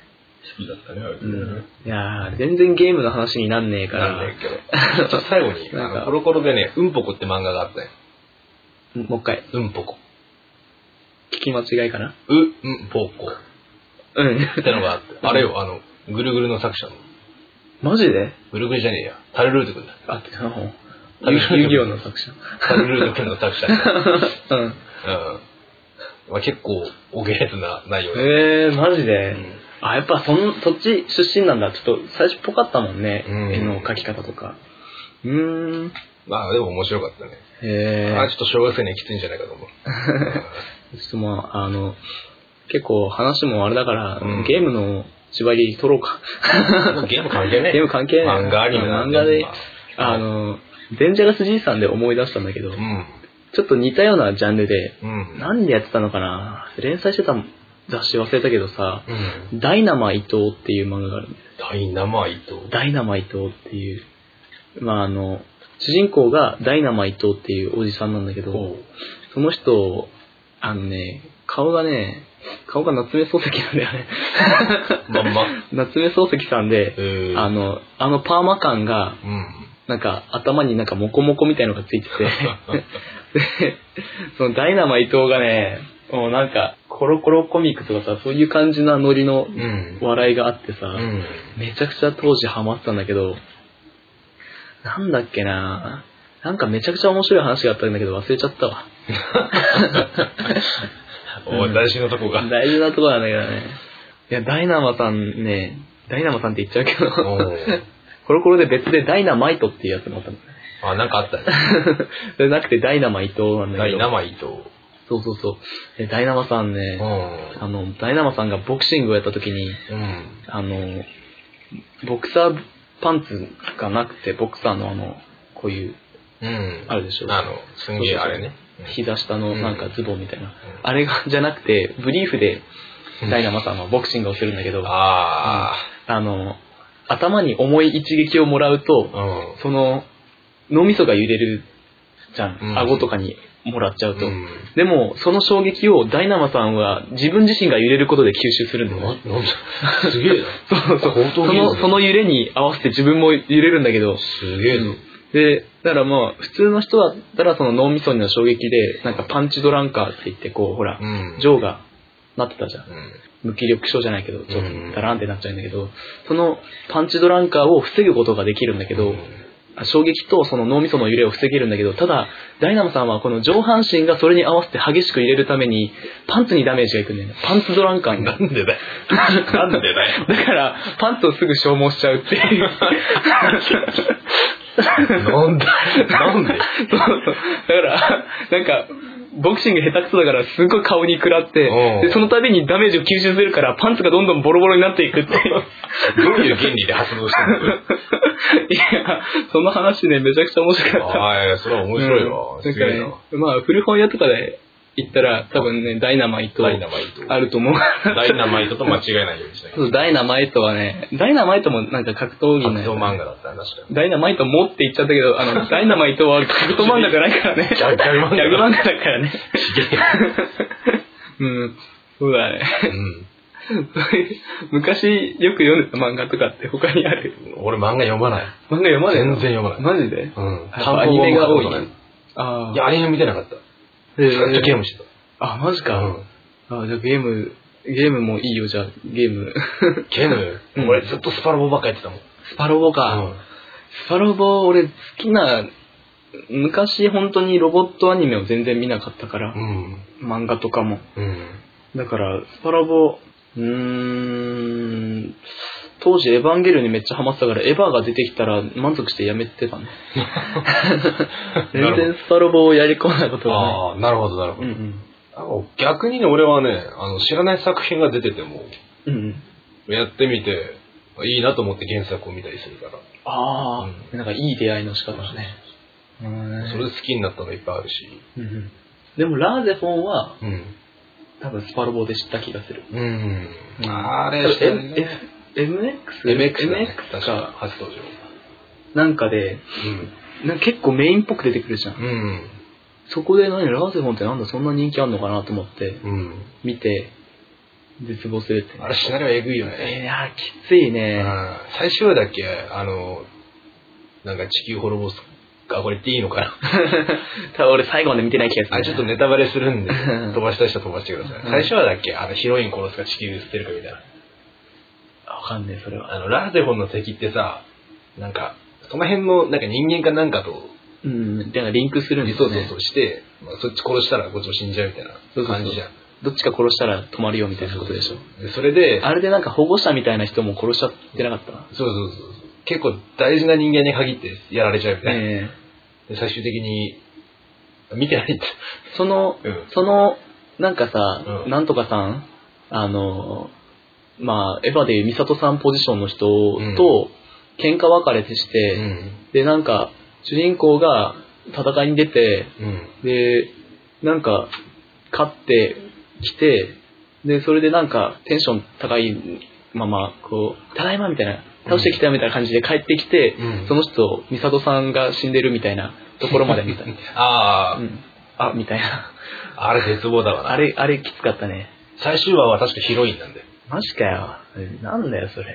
Speaker 1: 好きだったね、俺。
Speaker 2: うん。いやー、全然ゲームの話になんねえか
Speaker 1: なん
Speaker 2: ら
Speaker 1: だ、けど。ちょっと最後に、
Speaker 2: な
Speaker 1: あ
Speaker 2: んか
Speaker 1: の、コロコロでね、うんぽこって漫画があったよ。
Speaker 2: もう一回、
Speaker 1: うんぽこ。
Speaker 2: 聞き間違いかな
Speaker 1: う、うんぽこ。
Speaker 2: うん。
Speaker 1: ってのがあって。あれよ、あの、ぐるぐるの作者の。
Speaker 2: マジで
Speaker 1: ぐるぐるじゃねえや。タルルートくんだ。
Speaker 2: あ、あの、
Speaker 1: あ
Speaker 2: 遊遊戯王の作 [LAUGHS] 者。
Speaker 1: タルルートくんの作者。うん。
Speaker 2: うん。
Speaker 1: まあ、結構、お下劣な内容で。
Speaker 2: えー、マジ
Speaker 1: う
Speaker 2: で
Speaker 1: ん
Speaker 2: あ、やっぱその、そっち出身なんだ。ちょっと最初っぽかったもんね。
Speaker 1: うん
Speaker 2: 絵の描き方とか。うーん。
Speaker 1: まあ、でも面白かったね。
Speaker 2: へ
Speaker 1: あ
Speaker 2: ー
Speaker 1: ちょっと小学生にはきついんじゃないかと
Speaker 2: [LAUGHS]
Speaker 1: 思う。
Speaker 2: ちょっとまあ、あの、結構話もあれだから、
Speaker 1: うん
Speaker 2: ゲームの縛り取ろうか。
Speaker 1: うんゲーム関係ねえ。
Speaker 2: ゲーム関係ない。
Speaker 1: 漫画アニメなん
Speaker 2: 漫
Speaker 1: だ
Speaker 2: 画
Speaker 1: よ
Speaker 2: で
Speaker 1: ま、あ
Speaker 2: あの、デンジャラスじいさんで思い出したんだけど、
Speaker 1: うん。
Speaker 2: ちょっと似たようなジャンルで、
Speaker 1: うん。
Speaker 2: なんでやってたのかな連載してた雑誌忘れたけどさ、
Speaker 1: うん。
Speaker 2: ダイナマイトーっていう漫画があるんだよ
Speaker 1: ダイナマイト。
Speaker 2: ダイナマイトーっていう、まああの、主人公がダイナマイトーっていうおじさんなんだけど、
Speaker 1: ほ
Speaker 2: その人、あのね、顔がね、顔が夏目漱石なん
Speaker 1: [LAUGHS]
Speaker 2: だよね。
Speaker 1: うまんま。
Speaker 2: [LAUGHS] 夏目漱石さんで、
Speaker 1: えー
Speaker 2: あの、あのパーマ感が、
Speaker 1: うん。
Speaker 2: なんか頭になんかモコモコみたいの
Speaker 1: [LAUGHS]
Speaker 2: がついてて、でそのダイナマイトがね、もうなんかコロコロコミックとかさ、そういう感じなノリの
Speaker 1: うん。
Speaker 2: 笑いがあってさ、
Speaker 1: うん。
Speaker 2: めちゃくちゃ当時ハマってたんだけど、なんだっけななんかめちゃくちゃ面白い話があったんだけど忘れちゃった [LAUGHS] わ。
Speaker 1: おい、大事なとこが。
Speaker 2: 大事なところなんだけどね。いや、ダイナマさんね、ダイナマさんって言っちゃうけ
Speaker 1: お
Speaker 2: ど、 [LAUGHS]
Speaker 1: ー
Speaker 2: コロコロで別でダイナマイトっていうやつもあったの。
Speaker 1: あ、なんかあったね。
Speaker 2: それなくてダイナマイト [LAUGHS] なんだ
Speaker 1: ダ
Speaker 2: け
Speaker 1: イ
Speaker 2: ど。
Speaker 1: ナマイト。
Speaker 2: そうそうそう。でダイナマさん
Speaker 1: う
Speaker 2: ね、
Speaker 1: ん。
Speaker 2: あの、ダイナマさんがボクシングをやった時に、
Speaker 1: うん。
Speaker 2: あの、ボクサーパンツがなくて、ボクサーのあの、こういう、
Speaker 1: うん。
Speaker 2: あるでしょ
Speaker 1: あの、すんげえあれね。
Speaker 2: 膝下のなんかズボンみたいな。
Speaker 1: うん
Speaker 2: あれが、じゃなくて、ブリーフで
Speaker 1: うん
Speaker 2: ダイナマさんはボクシングをするんだけど、
Speaker 1: あ
Speaker 2: あの、頭に重い一撃をもらうと
Speaker 1: あ、、うん。
Speaker 2: その、脳みそが揺れるじゃん。
Speaker 1: うん
Speaker 2: 顎とかにもらっちゃうと。
Speaker 1: うん
Speaker 2: でも、その衝撃をダイナマさんは自分自身が揺れることで吸収するんだよね。
Speaker 1: ななんだすげえな。
Speaker 2: [LAUGHS] そうそ
Speaker 1: 高
Speaker 2: う。
Speaker 1: 等
Speaker 2: そ
Speaker 1: 技
Speaker 2: の、
Speaker 1: 術
Speaker 2: その揺れに合わせて自分も揺れるんだけど、
Speaker 1: すげえぞ。
Speaker 2: で、だからまあ、普通の人だったらその脳みその衝撃で、なんかパンチドランカーって言って、こう、ほら
Speaker 1: う、ん。
Speaker 2: ジョーがなってたじゃん。
Speaker 1: うん。
Speaker 2: 無気力症じゃないけど、ちょっ
Speaker 1: うん
Speaker 2: とダランってなっちゃうんだけど、そのパンチドランカーを防ぐことができるんだけど、あ衝撃とその脳みその揺れを防げるんだけど、ただ、ダイナモさんはこの上半身がそれに合わせて激しく揺れるために、パンツにダメージがいくんだよね。パンツドランカーにな
Speaker 1: な
Speaker 2: る。
Speaker 1: んでだよ。なんでだよ。
Speaker 2: だから、パンツをすぐ消耗しちゃうっ
Speaker 1: [LAUGHS]
Speaker 2: ていう。
Speaker 1: なんでなんで
Speaker 2: そうそう。だから、なんか、ボクシング下手くそだからすごい顔に食らって、
Speaker 1: うん
Speaker 2: でその度にダメージを吸収するから、パンツがどんどんボロボロになっていくっていう。
Speaker 1: どういう原理で発動してるの
Speaker 2: [LAUGHS] いや、その話ね、めちゃくちゃ面白かった。
Speaker 1: ああ、それは面白いわ。
Speaker 2: うん
Speaker 1: す
Speaker 2: だから
Speaker 1: げえ
Speaker 2: ね
Speaker 1: な。、
Speaker 2: まあ、古本屋とかで行ったら、多分ね、ダイナマイト
Speaker 1: ダイナマイト。
Speaker 2: あると思う。 [LAUGHS]
Speaker 1: ダイナマイトと間違えないようにしなきゃ。
Speaker 2: そうダイナマイトはね、ダイナマイトもなんか格闘技の
Speaker 1: 格
Speaker 2: やつ
Speaker 1: 闘漫画だったら確かに。
Speaker 2: ダイナマイトもって言っちゃったけど、
Speaker 1: [LAUGHS]
Speaker 2: あの、ダイナマイトは格闘漫画じゃないからね。
Speaker 1: ギャグ漫画
Speaker 2: ギャグ漫画だからね。うん。そうだね。
Speaker 1: う
Speaker 2: [LAUGHS]
Speaker 1: ん。
Speaker 2: そういう昔よく読んでた漫画とかって他にある
Speaker 1: 俺漫画読まない。
Speaker 2: 漫画読まない
Speaker 1: 全然読まない
Speaker 2: マジで
Speaker 1: うん。
Speaker 2: やっぱアニメが多い。ああ。
Speaker 1: いや、アニメ見てなかった。
Speaker 2: えー、
Speaker 1: ずっとゲームして
Speaker 2: あ、マジ
Speaker 1: た。
Speaker 2: か。あじゃあゲーム、ゲームもいいよ、じゃあ、ゲーム。
Speaker 1: ゲーム
Speaker 2: うん
Speaker 1: 俺ずっとスパロボばっかやってたもん。
Speaker 2: [LAUGHS] スパロボか。スパロボ、俺好きな、昔本当にロボットアニメを全然見なかったから
Speaker 1: う、ん。
Speaker 2: 漫画とかも。
Speaker 1: うん。
Speaker 2: だから、スパラボ、うーん、当時エヴァンゲリオンにめっちゃハマってたから、エヴァが出てきたら満足してやめてた [LAUGHS] ね。全然スパラボをやり込んだことがない。
Speaker 1: ああ、なるほど、なるほ
Speaker 2: うん
Speaker 1: ど。
Speaker 2: うん。
Speaker 1: あの逆にね、俺はね、あの、知らない作品が出てても、
Speaker 2: うんうん。
Speaker 1: やってみて、いいなと思って原作を見たりするから。
Speaker 2: ああ、なんかいい出会いの仕方だね。うん
Speaker 1: それで好きになったのいっぱいあるし。
Speaker 2: うんうんでも、ラーゼフォンは
Speaker 1: うん。
Speaker 2: 多分スパロボで知った気がする。
Speaker 1: うん。
Speaker 2: うん
Speaker 1: あれ、
Speaker 2: 多分
Speaker 1: ね
Speaker 2: F- MX?
Speaker 1: MX だね。
Speaker 2: MX
Speaker 1: 確か
Speaker 2: か、
Speaker 1: 初登場。
Speaker 2: なんかで、
Speaker 1: うん。
Speaker 2: なんか結構メインっぽく出てくるじゃん。
Speaker 1: うん。
Speaker 2: そこで何、ラーゼフォンってなんだそんな人気あんのかなと思って、
Speaker 1: うん。
Speaker 2: 見て、絶望するって。
Speaker 1: あれ、シナリオエグいよ
Speaker 2: えー、
Speaker 1: ね。
Speaker 2: いや、きつい [LAUGHS] ね。
Speaker 1: うん最終話だっけあの、なんか地球滅ぼすか、これ言っていいのかな。
Speaker 2: 多分俺最後まで見てない気がする、
Speaker 1: あ、ちょっと。ネタバレするんで、
Speaker 2: うん
Speaker 1: 飛ばしたい人は飛ばしてください。
Speaker 2: うん
Speaker 1: 最初はだっけあの、ヒロイン殺すか地球捨てるかみたいな。
Speaker 2: [LAUGHS] わかんねえ、それは。
Speaker 1: あの、ラーゼフォンの敵ってさ、なんか、その辺の、なんか人間かなんかと、
Speaker 2: うん、だからリンクするんです
Speaker 1: そ
Speaker 2: よ
Speaker 1: うそう
Speaker 2: ね。
Speaker 1: そうして、まあ、そっち殺したらこっちも死んじゃうみたい
Speaker 2: そうそう
Speaker 1: な
Speaker 2: そ
Speaker 1: 感
Speaker 2: う
Speaker 1: じじゃん。
Speaker 2: どっちか殺したら止まるよみたいなことでしょ。
Speaker 1: でそれで、
Speaker 2: あれでなんか保護者みたいな人も殺しちゃってなかった
Speaker 1: そうそうそうそう。結構大事な人間に限ってやられちゃうみたいな。
Speaker 2: ええ
Speaker 1: で最終的に、見てないって。
Speaker 2: その、
Speaker 1: うん
Speaker 2: その、なんかさ、
Speaker 1: うん
Speaker 2: なんとかさん、あの、まあ、エヴァでいうミサトさんポジションの人と、喧嘩別れてして、
Speaker 1: うん。
Speaker 2: で、なんか、主人公が戦いに出て、
Speaker 1: うん。
Speaker 2: で、なんか、勝ってきて、で、それでなんか、テンション高いまま、こう、ただいまみたいな、倒してきたよみたいな感じで帰ってきて、
Speaker 1: うん
Speaker 2: その人、ミサトさんが死んでるみたいなところま
Speaker 1: [LAUGHS]
Speaker 2: でみたいな。
Speaker 1: ああ、
Speaker 2: うんあ、みたいな。
Speaker 1: あれ絶望だわな。
Speaker 2: あれ、あれきつかったね。
Speaker 1: 最終話は確かヒロインなんだよ。
Speaker 2: マジかよ。なんだよ、それ。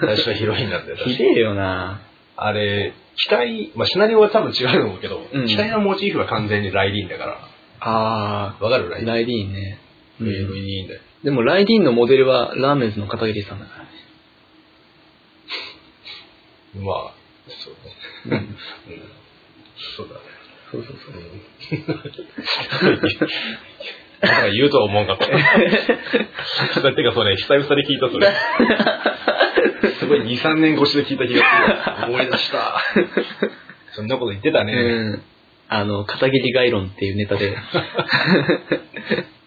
Speaker 1: 最初はヒロインなんだよ。
Speaker 2: ひでえよな。
Speaker 1: あれ、機体、まあ、シナリオは多分違うと思うけど、
Speaker 2: うん
Speaker 1: 機体のモチーフは完全にライディーンだから。
Speaker 2: あ
Speaker 1: わかるライディー
Speaker 2: ー、
Speaker 1: ン。
Speaker 2: ライディーンね。う
Speaker 1: v
Speaker 2: ん、
Speaker 1: にいいんだよ。
Speaker 2: でも、ライディーンのモデルはラーメンズの片桐さんだからね。
Speaker 1: まあ、そうね。
Speaker 2: うん、
Speaker 1: うん。そうだね。
Speaker 2: そうそうそう。
Speaker 1: [LAUGHS] だから言うとは思うんかった。
Speaker 2: [LAUGHS]
Speaker 1: だってかそれ、久々で聞いたそれ。すごい2、3年越しで聞いた気がする。思い出
Speaker 2: [LAUGHS]
Speaker 1: した。そんなこと言ってたね。
Speaker 2: うん。あの、片桐概論っていうネタで。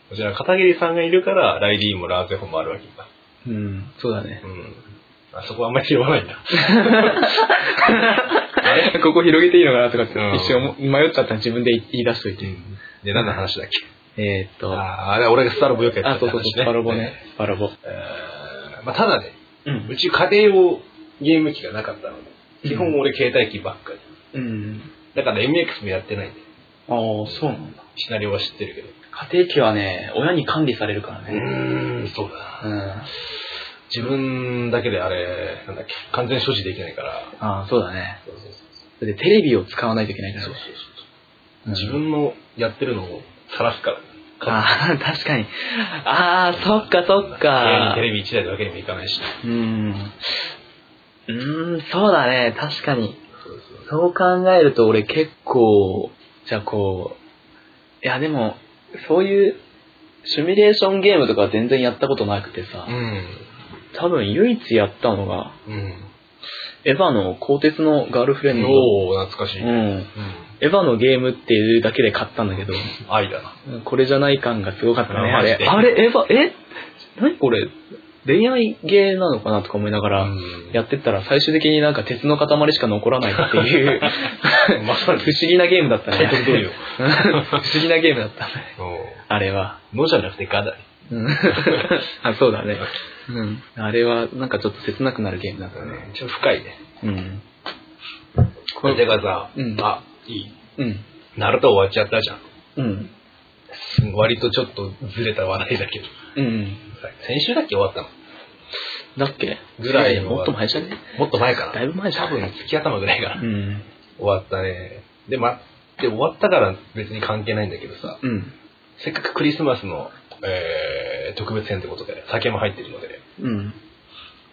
Speaker 1: こちら、片桐さんがいるから、ライディーンもラーゼホンもあるわけだ。
Speaker 2: [LAUGHS] うん、そうだね。
Speaker 1: うん。あそこはあんまり拾わないんだ。
Speaker 2: [LAUGHS] ここ広げていいのかなとかって
Speaker 1: うん
Speaker 2: 一瞬思迷っちゃったら自分で言い出しといて。
Speaker 1: で、何の話だっけ
Speaker 2: えーっと、あ、
Speaker 1: ああ、で俺がスパロボよくやって
Speaker 2: そう
Speaker 1: た
Speaker 2: そうそう、スパロボね。。スパロボ。
Speaker 1: えーまあ、ただね、
Speaker 2: う。
Speaker 1: うんち家庭用ゲーム機がなかったので、基本俺携帯機ばっかり。
Speaker 2: うん。
Speaker 1: だから MX もやってないんで、
Speaker 2: ああ、そうなんだ。
Speaker 1: シナリオは知ってるけど。
Speaker 2: 家庭機はね、親に管理されるから
Speaker 1: う
Speaker 2: ね。
Speaker 1: ーん、そうだ。
Speaker 2: うん。あ
Speaker 1: 自分だけであれ、なんだっけ、完全所持できないから。
Speaker 2: あ、そうだね。
Speaker 1: そうそうそう
Speaker 2: それでテレビを使わないといけないから
Speaker 1: そう
Speaker 2: ね。
Speaker 1: そうそう自
Speaker 2: うん
Speaker 1: 分のやってるのを晒すから。
Speaker 2: ああ、確かに。ああ、そっかそっか。
Speaker 1: テレビ1台だけにもいかないし。
Speaker 2: うん。うーん、そうだね。確かに。
Speaker 1: そうそう
Speaker 2: そう考えると俺結構、じゃあこう、いやでも、そういうシミュレーションゲームとかは全然やったことなくてさ
Speaker 1: う、ん。
Speaker 2: 多分唯一やったのが、
Speaker 1: うん。
Speaker 2: エヴァの鋼鉄のガールフレンド。
Speaker 1: おー、懐かし
Speaker 2: う
Speaker 1: い。うん。
Speaker 2: ん。エヴァのゲームっていうだけで買ったんだけど、
Speaker 1: 愛だな。
Speaker 2: これじゃない感がすごかったね。
Speaker 1: あ
Speaker 2: あ
Speaker 1: マ
Speaker 2: れ
Speaker 1: ジ、で
Speaker 2: あれ、エヴァ、え何これ恋愛ゲーなのかなとか思いながら、
Speaker 1: うん
Speaker 2: やってったら最終的になんか鉄の塊しか残らないっていう
Speaker 1: [LAUGHS] まさに
Speaker 2: 不思議なゲームだったね。
Speaker 1: タイトル通りよ。
Speaker 2: [LAUGHS] 不思議なゲームだったね。
Speaker 1: う
Speaker 2: あれは。
Speaker 1: んのじゃなくてガだ。 [LAUGHS]
Speaker 2: うんあ、そうだね。うん。あれは、なんかちょっと切なくなるゲームだったね。
Speaker 1: ちょっと深いね。
Speaker 2: うん。
Speaker 1: これでがさ、
Speaker 2: うん
Speaker 1: あ、いい。
Speaker 2: うん。
Speaker 1: ナルト終わっちゃったじゃん。
Speaker 2: うん。
Speaker 1: 割とちょっとずれた話題だけど。
Speaker 2: うん。
Speaker 1: 先週だっけ終わったの
Speaker 2: だっけ
Speaker 1: ぐらいの
Speaker 2: もっと前じゃね
Speaker 1: もっと前かな
Speaker 2: だいぶ前じゃ
Speaker 1: 多
Speaker 2: ん
Speaker 1: 分月頭ぐらいか
Speaker 2: う
Speaker 1: な。
Speaker 2: ん。
Speaker 1: 終わったね。で、待って終わったから別に関係ないんだけどさ、
Speaker 2: うん。
Speaker 1: せっかくクリスマスの、えー、特別編ってことで、酒も入ってるので、
Speaker 2: うん。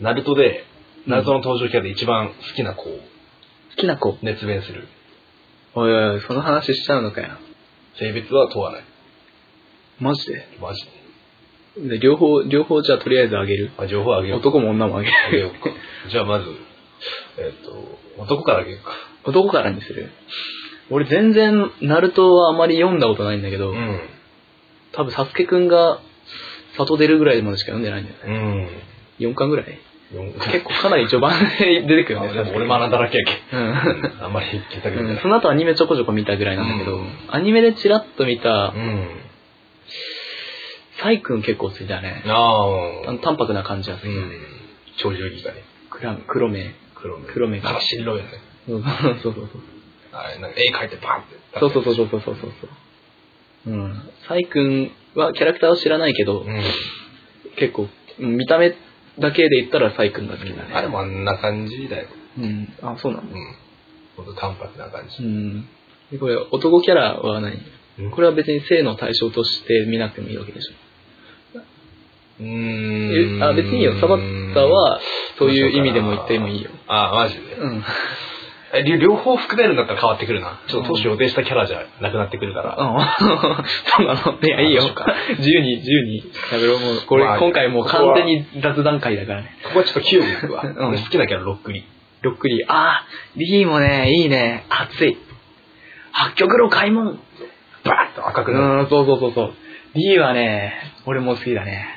Speaker 1: ナルトで、ナルトの登場キャラで一番好きな子を
Speaker 2: 好きな子。
Speaker 1: 熱弁する。
Speaker 2: おいおいおい、その話しちゃうのかよ。
Speaker 1: 性別は問わない。
Speaker 2: マジで
Speaker 1: マジで。
Speaker 2: で両方、両方じゃあとりあえずあげる。
Speaker 1: まあ、情報あげよう。
Speaker 2: 男も女もあげ
Speaker 1: あげ
Speaker 2: る。
Speaker 1: ようか。じゃあまず、えっ、と、男からあげようか。
Speaker 2: 男からにする。俺全然、ナルトはあまり読んだことないんだけど、
Speaker 1: ん。
Speaker 2: 多分サスケくんが里出るぐらいまでしか読んでないんだよね。
Speaker 1: うん。
Speaker 2: 4巻ぐらい
Speaker 1: 結
Speaker 2: 結構かなり序盤で出てくるよね。
Speaker 1: で
Speaker 2: [LAUGHS]
Speaker 1: も俺も穴だらけやけ。
Speaker 2: うん
Speaker 1: あんまり聞いたけど
Speaker 2: うん、その後アニメちょこちょこ見たぐらいなんだけど、
Speaker 1: うん
Speaker 2: アニメでチラッと見た
Speaker 1: う、ん。
Speaker 2: サイくん結構好きだね。
Speaker 1: あ
Speaker 2: あの
Speaker 1: あ。
Speaker 2: 淡白な感じが好
Speaker 1: う
Speaker 2: きだね。
Speaker 1: ん。超重機だね。
Speaker 2: 暗黒目。
Speaker 1: 黒目。
Speaker 2: 黒目
Speaker 1: から白いやね。
Speaker 2: そう [LAUGHS] そうそう
Speaker 1: あれ、なんか絵描いてバンって。
Speaker 2: そう。そうそうそうそうそうそうそう。うん。サイくんはキャラクターを知らないけど、
Speaker 1: うん。
Speaker 2: 結構、うん見た目だけで言ったらサイくんが好きだね。
Speaker 1: あれもあんな感じだよ。
Speaker 2: うん。あ、そうなん
Speaker 1: う
Speaker 2: だ。
Speaker 1: ん。ほんと淡白な感
Speaker 2: う
Speaker 1: じ。
Speaker 2: ん。で、これ、男キャラは何こ
Speaker 1: れ、
Speaker 2: れは別に性の対象として見なくてもいいわけでしょ。
Speaker 1: う
Speaker 2: え
Speaker 1: ん。
Speaker 2: あ別にいいよ。サバッタ、は、そういう意味でも言ってもいいよ。
Speaker 1: ああ、マジで。
Speaker 2: うん。
Speaker 1: えり両方含めるんだったら変わってくるな。ちょっと当初予定したキャラじゃなくなってくるから。
Speaker 2: あそうなの。いや、いいよ
Speaker 1: そうか。
Speaker 2: 自由に、自由に喋ろう。もう、これ、
Speaker 1: まあ
Speaker 2: 今回もう完全に雑談会だからね。
Speaker 1: ここはちょっとキューブいくわ。
Speaker 2: うん
Speaker 1: 俺好きなキャラ、ロックリ。
Speaker 2: ロックリー。あー、リーもね、いいね。熱い。八極路開門。
Speaker 1: バーッと赤
Speaker 2: う
Speaker 1: くなる。
Speaker 2: ん、そうそうそうそう。リーはね、俺も好きだね。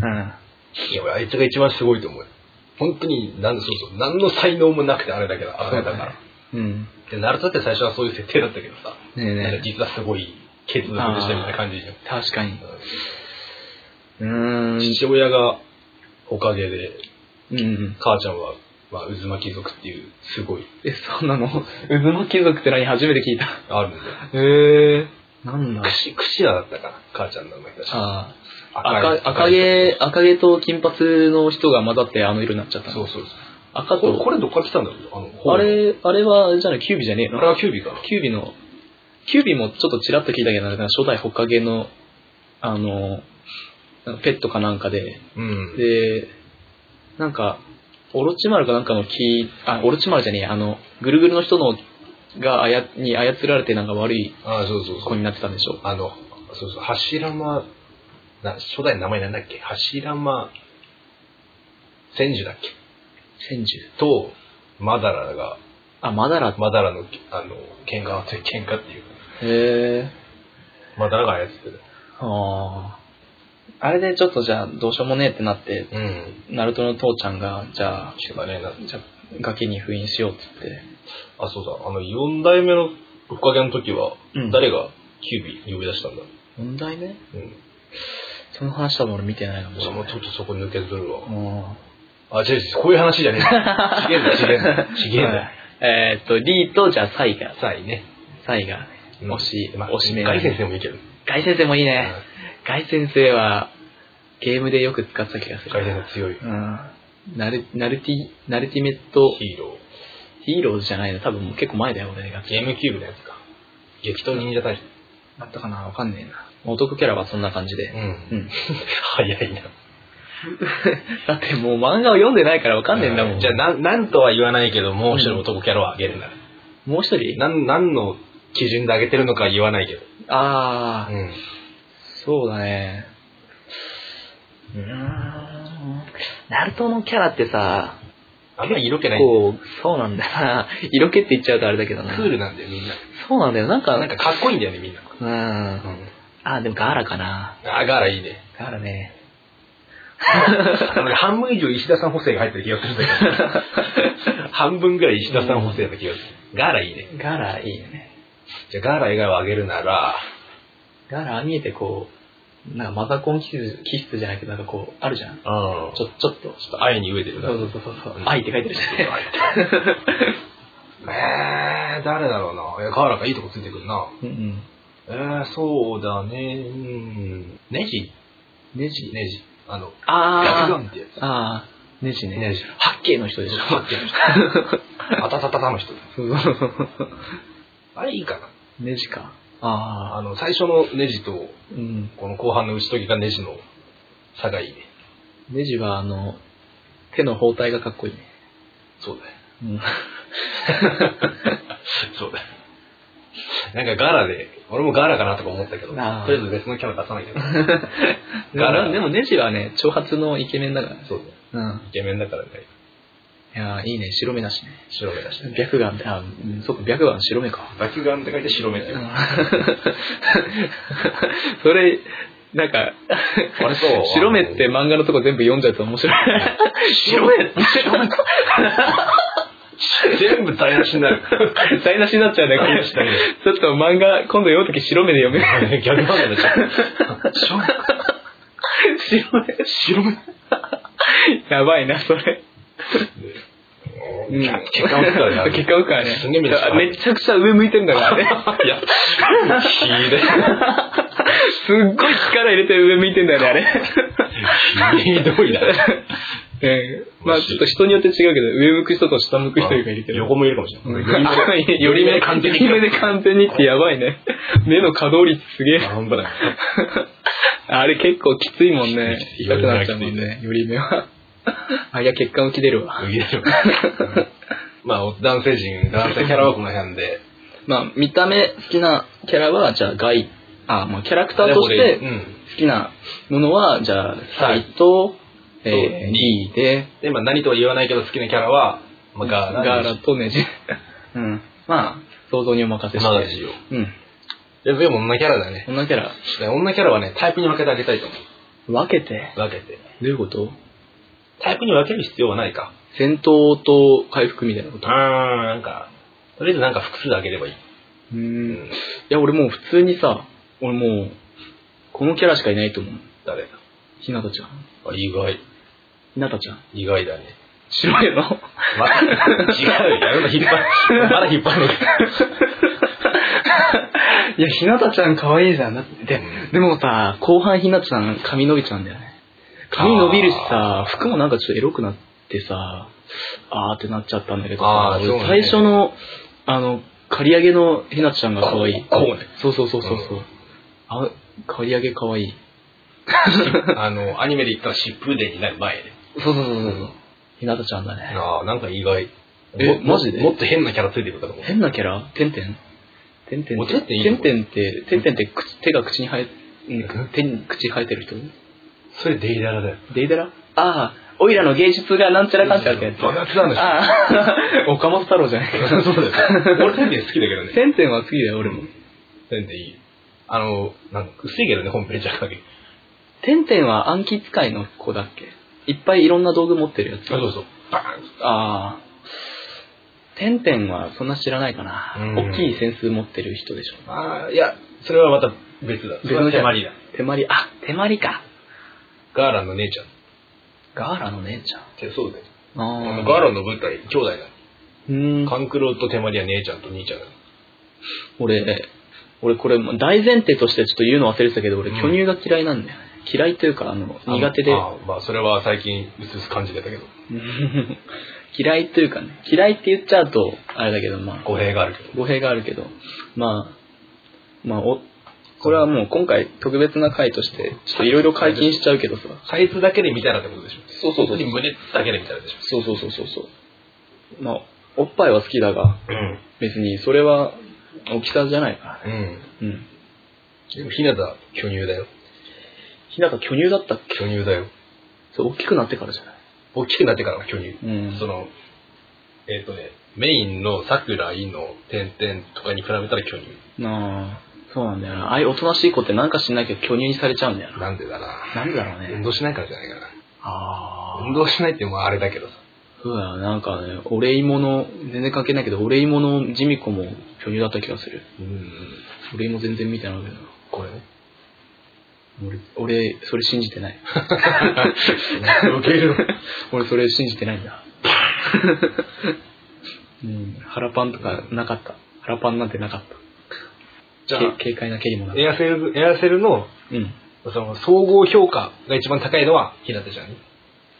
Speaker 2: うん。
Speaker 1: いや、俺あいつが一番すごいと思うよ。本当に、なんそうそう、何の才能もなくてあれだけど、あれだから。
Speaker 2: うん。
Speaker 1: で、ナルトって最初はそういう設定だったけどさ、
Speaker 2: ねえ
Speaker 1: なんか
Speaker 2: ねえ。
Speaker 1: 実はすごい、ケツのでしたみたいな感じじゃん。
Speaker 2: 確かに。うーん。
Speaker 1: 父親がおかげで、
Speaker 2: うん。
Speaker 1: 母ちゃんは、まあ、渦巻き族っていう、すごい、
Speaker 2: え、そんなの渦巻き族って何初めて聞いた。
Speaker 1: あるんだよ。
Speaker 2: へえ。なんだ
Speaker 1: クシ、クシアだったかな、母ちゃんの名前だし。
Speaker 2: ああ。
Speaker 1: い
Speaker 2: 赤、赤毛、赤毛と金髪の人が混ざってあの色になっちゃったの。
Speaker 1: そうそうそう。
Speaker 2: 赤
Speaker 1: これ、
Speaker 2: と、
Speaker 1: これどっから来たんだろうあの、ほう
Speaker 2: あれ、あれは、じゃあキュービじゃねえ
Speaker 1: あ
Speaker 2: の
Speaker 1: れはキュービーか。
Speaker 2: キュービの、キュービもちょっとちらっと聞いたけど、なんか初代ホッカゲの、あの、なんかペットかなんかで、
Speaker 1: うん。
Speaker 2: で、なんか、オロチマルかなんかの木、あ、オロチマルじゃねえや、あの、ぐるぐるの人の、があや、に操られてなんか悪い
Speaker 1: ああ、そうそうそ
Speaker 2: 子
Speaker 1: う。
Speaker 2: になってたんでしょ。
Speaker 1: あの、そうそう、柱間、な初代の名前なんだっけ柱間、千住だっけ
Speaker 2: 千住。
Speaker 1: と、マダラが、
Speaker 2: あ、マダラ。
Speaker 1: マダラの、あの、喧嘩って、喧嘩っていう。
Speaker 2: へえ。
Speaker 1: マダラが操ってる。
Speaker 2: ああ。あれでちょっとじゃあ、どうしようもねえってなって、
Speaker 1: うん。
Speaker 2: ナルトの父ちゃんが、じゃあ、
Speaker 1: しかねえな。
Speaker 2: じゃあ、崖に封印しようって言って。
Speaker 1: あ、そうだ、あの、4代目のおかげの時は、
Speaker 2: うん
Speaker 1: 誰がキュービー呼び出したんだ
Speaker 2: 問題ね
Speaker 1: うん。
Speaker 2: その話多分俺見てないかもし
Speaker 1: 俺
Speaker 2: れ
Speaker 1: も
Speaker 2: な
Speaker 1: ち
Speaker 2: い
Speaker 1: ょっとそこ抜けとるわ。
Speaker 2: うん。
Speaker 1: あ、違う違う、こういう話じゃねえ。ちげえんだ、ちげえんだ。ちげえんだ。
Speaker 2: えーっと、リーと、じゃあ、サイが、
Speaker 1: さあ、いいね。
Speaker 2: サイが、推し、
Speaker 1: まあ、
Speaker 2: 推しメ
Speaker 1: ガイ先生もいいけど。
Speaker 2: ガイ先生もいいね。ガイ先生は、ゲームでよく使ってた気がす
Speaker 1: ガイ先
Speaker 2: る。
Speaker 1: 生強い。
Speaker 2: うん。ナル、ナルティ、ナルティメット
Speaker 1: ヒーロ
Speaker 2: ヒーローズじゃないの多分もう結構前だよ、俺が。
Speaker 1: ー。ゲームキューブのやつか。激闘忍者大使。
Speaker 2: あったかなわかんねえな。男キャラはそんな感じで。
Speaker 1: ん [LAUGHS]
Speaker 2: うん。
Speaker 1: 早いな。
Speaker 2: だってもう漫画を読んでないからわかんねえんだもん。
Speaker 1: じゃあ、なん、なんとは言わないけど、もう一人男キャラをあげるなら。
Speaker 2: もう一人
Speaker 1: なん、なんの基準であげてるのかは言わないけど。
Speaker 2: ああ、
Speaker 1: ん。
Speaker 2: そうだね。うーん。ナルトのキャラってさ、
Speaker 1: あんまり色気ない。
Speaker 2: こう、そうなんだな。色気って言っちゃうとあれだけど
Speaker 1: ク
Speaker 2: な。
Speaker 1: ールなんだよ、みんな。
Speaker 2: そうなんだよ。なんか、
Speaker 1: なんかかっこいいんだよね、みんな。
Speaker 2: うん。
Speaker 1: ん。
Speaker 2: あ、でもガーラかな。
Speaker 1: あ、ガーラいいね。
Speaker 2: ガーラね。
Speaker 1: なんか半分以上石田さん補正が入ってる気がするんだけ
Speaker 2: [LAUGHS]
Speaker 1: ど。半分ぐらい石田さん補正な気がする。ガーラいいね。
Speaker 2: ガーラいいよね。
Speaker 1: じゃあガーラ以外をあげるなら、
Speaker 2: ガーラ見えてこう、なんかマザコン気質気質じゃないけど、なんかこう、あるじゃん。ち
Speaker 1: うん
Speaker 2: ょ、ちょっと。ちょっ
Speaker 1: ちょっと愛に飢えてるな。
Speaker 2: とそうそうそうそうう。
Speaker 1: ん
Speaker 2: 愛って書いて
Speaker 1: [LAUGHS]
Speaker 2: るじゃん。
Speaker 1: えー、誰だろうな。いや、河原がいいとこついてくるな。
Speaker 2: うんうん。
Speaker 1: えー、そうだね。うん。ネジ
Speaker 2: ネジ
Speaker 1: ネジ。あの、ガクガ
Speaker 2: あ
Speaker 1: ンってやつ。
Speaker 2: あ、ああ、ネジね。
Speaker 1: ネジ。
Speaker 2: 八景の人でしょ。
Speaker 1: 八景の人あたたたたの人。
Speaker 2: そうそうそうそう。
Speaker 1: あれいいかな。
Speaker 2: ネジか。ああ、
Speaker 1: あの、最初のネジと、
Speaker 2: うん。
Speaker 1: この後半の打ち解きがネジの差がいいね。
Speaker 2: ネジは、あの、手の包帯がかっこいいね。
Speaker 1: そうだよ。
Speaker 2: [LAUGHS] うん。
Speaker 1: そうだよ。なんかガラで、俺もガラかなとか思ったけど、とり
Speaker 2: あ
Speaker 1: あ
Speaker 2: ー
Speaker 1: えず別のキャラ出さないけど。ガ
Speaker 2: ガ
Speaker 1: ラ
Speaker 2: ラでもネジはね、長髪のイケメンだから。
Speaker 1: そうだよ。
Speaker 2: うん。
Speaker 1: イケメンだからね、
Speaker 2: いやーいいね、白目だしね。
Speaker 1: 白目だし。
Speaker 2: 白眼、あ、うんそうか、白眼白目か。
Speaker 1: 爆眼って書いて白目って
Speaker 2: う
Speaker 1: 言うん
Speaker 2: それ、なんか、
Speaker 1: あれそう。
Speaker 2: 白目って漫画のとこ全部読んじゃうと面白い。白目白目
Speaker 1: 全部台無しになる。
Speaker 2: [LAUGHS] 台無しになっちゃうね、これ。
Speaker 1: 台
Speaker 2: [LAUGHS]
Speaker 1: 無し
Speaker 2: ちょっと漫画、今度読むとき白目で読める。
Speaker 1: 逆漫画だしょ。
Speaker 2: 白目。
Speaker 1: 白目。
Speaker 2: やばいな、それ。
Speaker 1: 結果を見たらやる。
Speaker 2: 結果打つからね。
Speaker 1: すげえ見たら
Speaker 2: めちゃくちゃ上向いてん
Speaker 1: [LAUGHS]
Speaker 2: だからね。
Speaker 1: いや、ひで
Speaker 2: すっごい力入れて上向いてんだよね、あれ。
Speaker 1: ひどいな。
Speaker 2: ええまあちょっと人によって違うけど、上向く人と下向く人がいるけど。
Speaker 1: 横もいるかもしれ
Speaker 2: うん
Speaker 1: ない。
Speaker 2: より目
Speaker 1: 完
Speaker 2: 完
Speaker 1: 全
Speaker 2: 全
Speaker 1: に
Speaker 2: に。目で完全にってやばいね。目の稼働率すげえ。
Speaker 1: 半端ない。
Speaker 2: あれ結構きついもんね。
Speaker 1: きつい
Speaker 2: 痛くなっちゃうもんね。より目は。 [LAUGHS] あ、いや、血管浮き出るわ。
Speaker 1: 脱ぎ出る。まあ、男性陣、男性キャラはこの辺で。
Speaker 2: まあ、見た目好きなキャラは、じゃあ、ガイ。あ、まあ、キャラクターとし
Speaker 1: う
Speaker 2: て
Speaker 1: ん。
Speaker 2: 好きなものは、じゃあ、サイと、えー、リーで、
Speaker 1: で、まあ何とは言わないけど好きなキャラは、まあガーラ。
Speaker 2: ガーラとネジ。 [LAUGHS] うん。まあ、想像にお任せ
Speaker 1: マガ
Speaker 2: し
Speaker 1: ジ
Speaker 2: て。
Speaker 1: ーを。
Speaker 2: うん。
Speaker 1: で、全部女キャラだね。
Speaker 2: こんなキャラ、
Speaker 1: で女キャラはね、タイプに分けてあげたいと思
Speaker 2: 分けて。
Speaker 1: う。分けて。
Speaker 2: どういうこと
Speaker 1: タイプに分ける必要はないか。
Speaker 2: 戦闘と回復みたいなこ
Speaker 1: うー
Speaker 2: と
Speaker 1: ん、なんか、とりあえずなんか複数であげればいい。
Speaker 2: う。。
Speaker 1: うん
Speaker 2: いや、俺もう普通にさ、俺もう、このキャラしかいないと思う。
Speaker 1: 誰
Speaker 2: ひなたちゃん。
Speaker 1: あ、意外。
Speaker 2: ひなたちゃん。
Speaker 1: 意外だね。
Speaker 2: 白いの
Speaker 1: ま [LAUGHS] た、違うよ。やめろ、引っ張る。まだ引っ張るのか。
Speaker 2: [LAUGHS] いや、ひなたちゃん可愛いじゃん。だって、でもさ、後半ひなたちゃん髪伸びちゃうんだよね。髪伸びるしさ、服もなんかちょっとエロくなってさ、あーってなっちゃったんだけど
Speaker 1: あ
Speaker 2: さ、
Speaker 1: ーそうね
Speaker 2: 俺最初の、あの、刈り上げのひなちゃんが可愛い。
Speaker 1: こうね
Speaker 2: そうそうそうそうそう。あ、刈り上げ可愛い。
Speaker 1: あの、アニメで言ったら疾風伝になる前ね。
Speaker 2: そうそうそうそう。ひなたちゃんだね。
Speaker 1: ああ、なんか意外。
Speaker 2: え
Speaker 1: も
Speaker 2: マジで
Speaker 1: もっと変なキャラついてくるかと思う。
Speaker 2: 変なキャラてんてんてんてん
Speaker 1: お手っていい
Speaker 2: て
Speaker 1: の
Speaker 2: んてんって、てんてんって口手が口に生え、うん手に口生えてる人
Speaker 1: それデイダラだよ。
Speaker 2: デイダラああ、オイラの芸術がなんちゃらかんちゃらってやつ。
Speaker 1: 爆発なんでしょ。
Speaker 2: あ
Speaker 1: [LAUGHS]
Speaker 2: あ、岡本太郎じゃないか。
Speaker 1: [LAUGHS] そうだ [LAUGHS] よ。俺、テンテン好きだけどね。
Speaker 2: てんてんは好きだよ、俺も。
Speaker 1: テンテンいい。あの、なんか、薄いけどね、本編じゃ影。
Speaker 2: てんてんは暗記使いの子だっけいっぱいいろんな道具持ってるやつ。
Speaker 1: そうそう。バーン
Speaker 2: ああ。てんてんはそんな知らないかな。
Speaker 1: うん
Speaker 2: 大きい扇子持ってる人でしょ。
Speaker 1: ああ、いや、それはまた別だ。
Speaker 2: 別のキャラ
Speaker 1: 手まりだ。
Speaker 2: 手まり、あ、手まりか。
Speaker 1: ガーランの姉ちゃん。
Speaker 2: ガーラの姉ちゃん。
Speaker 1: てそうだよ。ガ
Speaker 2: あ
Speaker 1: ー
Speaker 2: ラ
Speaker 1: ランの舞台、兄弟だよ。
Speaker 2: うん。
Speaker 1: カンクロと手まりは姉ちゃんと兄ちゃんだよ。
Speaker 2: 俺、俺これもう大前提としてちょっと言うの忘れてたけど、俺
Speaker 1: うん
Speaker 2: 巨乳が嫌いなんだよね。嫌いというか、あの、苦手で。
Speaker 1: ああまあ、それは最近、うすうす感じてたけど、
Speaker 2: うん [LAUGHS] 嫌いというかね、嫌いって言っちゃうと、あれだけど、まあ、
Speaker 1: 語弊があるけど。
Speaker 2: 語弊があるけど、まあ、まあ、お、これはもう今回特別な回として、ちょっといろいろ解禁しちゃうけどさ。
Speaker 1: サイズだけで見たらってことでしょ。
Speaker 2: そうそうそ
Speaker 1: 本
Speaker 2: う
Speaker 1: 当に胸だけで見たらでしょ。
Speaker 2: そうそうそうそうそう。まあ、おっぱいは好きだが、
Speaker 1: うん。
Speaker 2: 別にそれは大きさじゃないからね。
Speaker 1: うん。
Speaker 2: うん。
Speaker 1: でも、ひなた、巨乳だよ。
Speaker 2: ひなた巨乳だったっけ
Speaker 1: 巨乳だよ。
Speaker 2: それ大きくなってからじゃない
Speaker 1: 大きくなってからは巨乳。
Speaker 2: うん
Speaker 1: その、えっ、とね、メインの桜井の点々とかに比べたら巨乳。
Speaker 2: なあそうなんだよな。ああいうおとなしい子ってなんか知んないけど巨乳にされちゃうんだよな。
Speaker 1: なんでだな。
Speaker 2: なんでだろうね
Speaker 1: 運動しないからじゃないか
Speaker 2: あ
Speaker 1: な。運動しないってもうあれだけどさ。
Speaker 2: そうだよ、なんかね、お礼物、全然関係ないけど、お礼物のジミコも巨乳だった気がする。
Speaker 1: うん。
Speaker 2: 俺も全然見てないけどな。
Speaker 1: これね。
Speaker 2: 俺、それ信じてない。
Speaker 1: 受ける。
Speaker 2: 俺、それ信じてないんだ。うん、腹パンとかなかった。腹パンなんてなかっ
Speaker 1: じ
Speaker 2: た。
Speaker 1: ゃ
Speaker 2: け軽快な蹴りもな
Speaker 1: あ、
Speaker 2: かっ
Speaker 1: エアセル、エアセルの、
Speaker 2: た。うん。
Speaker 1: その、総合評価が一番高いのは、ひなたちゃんね。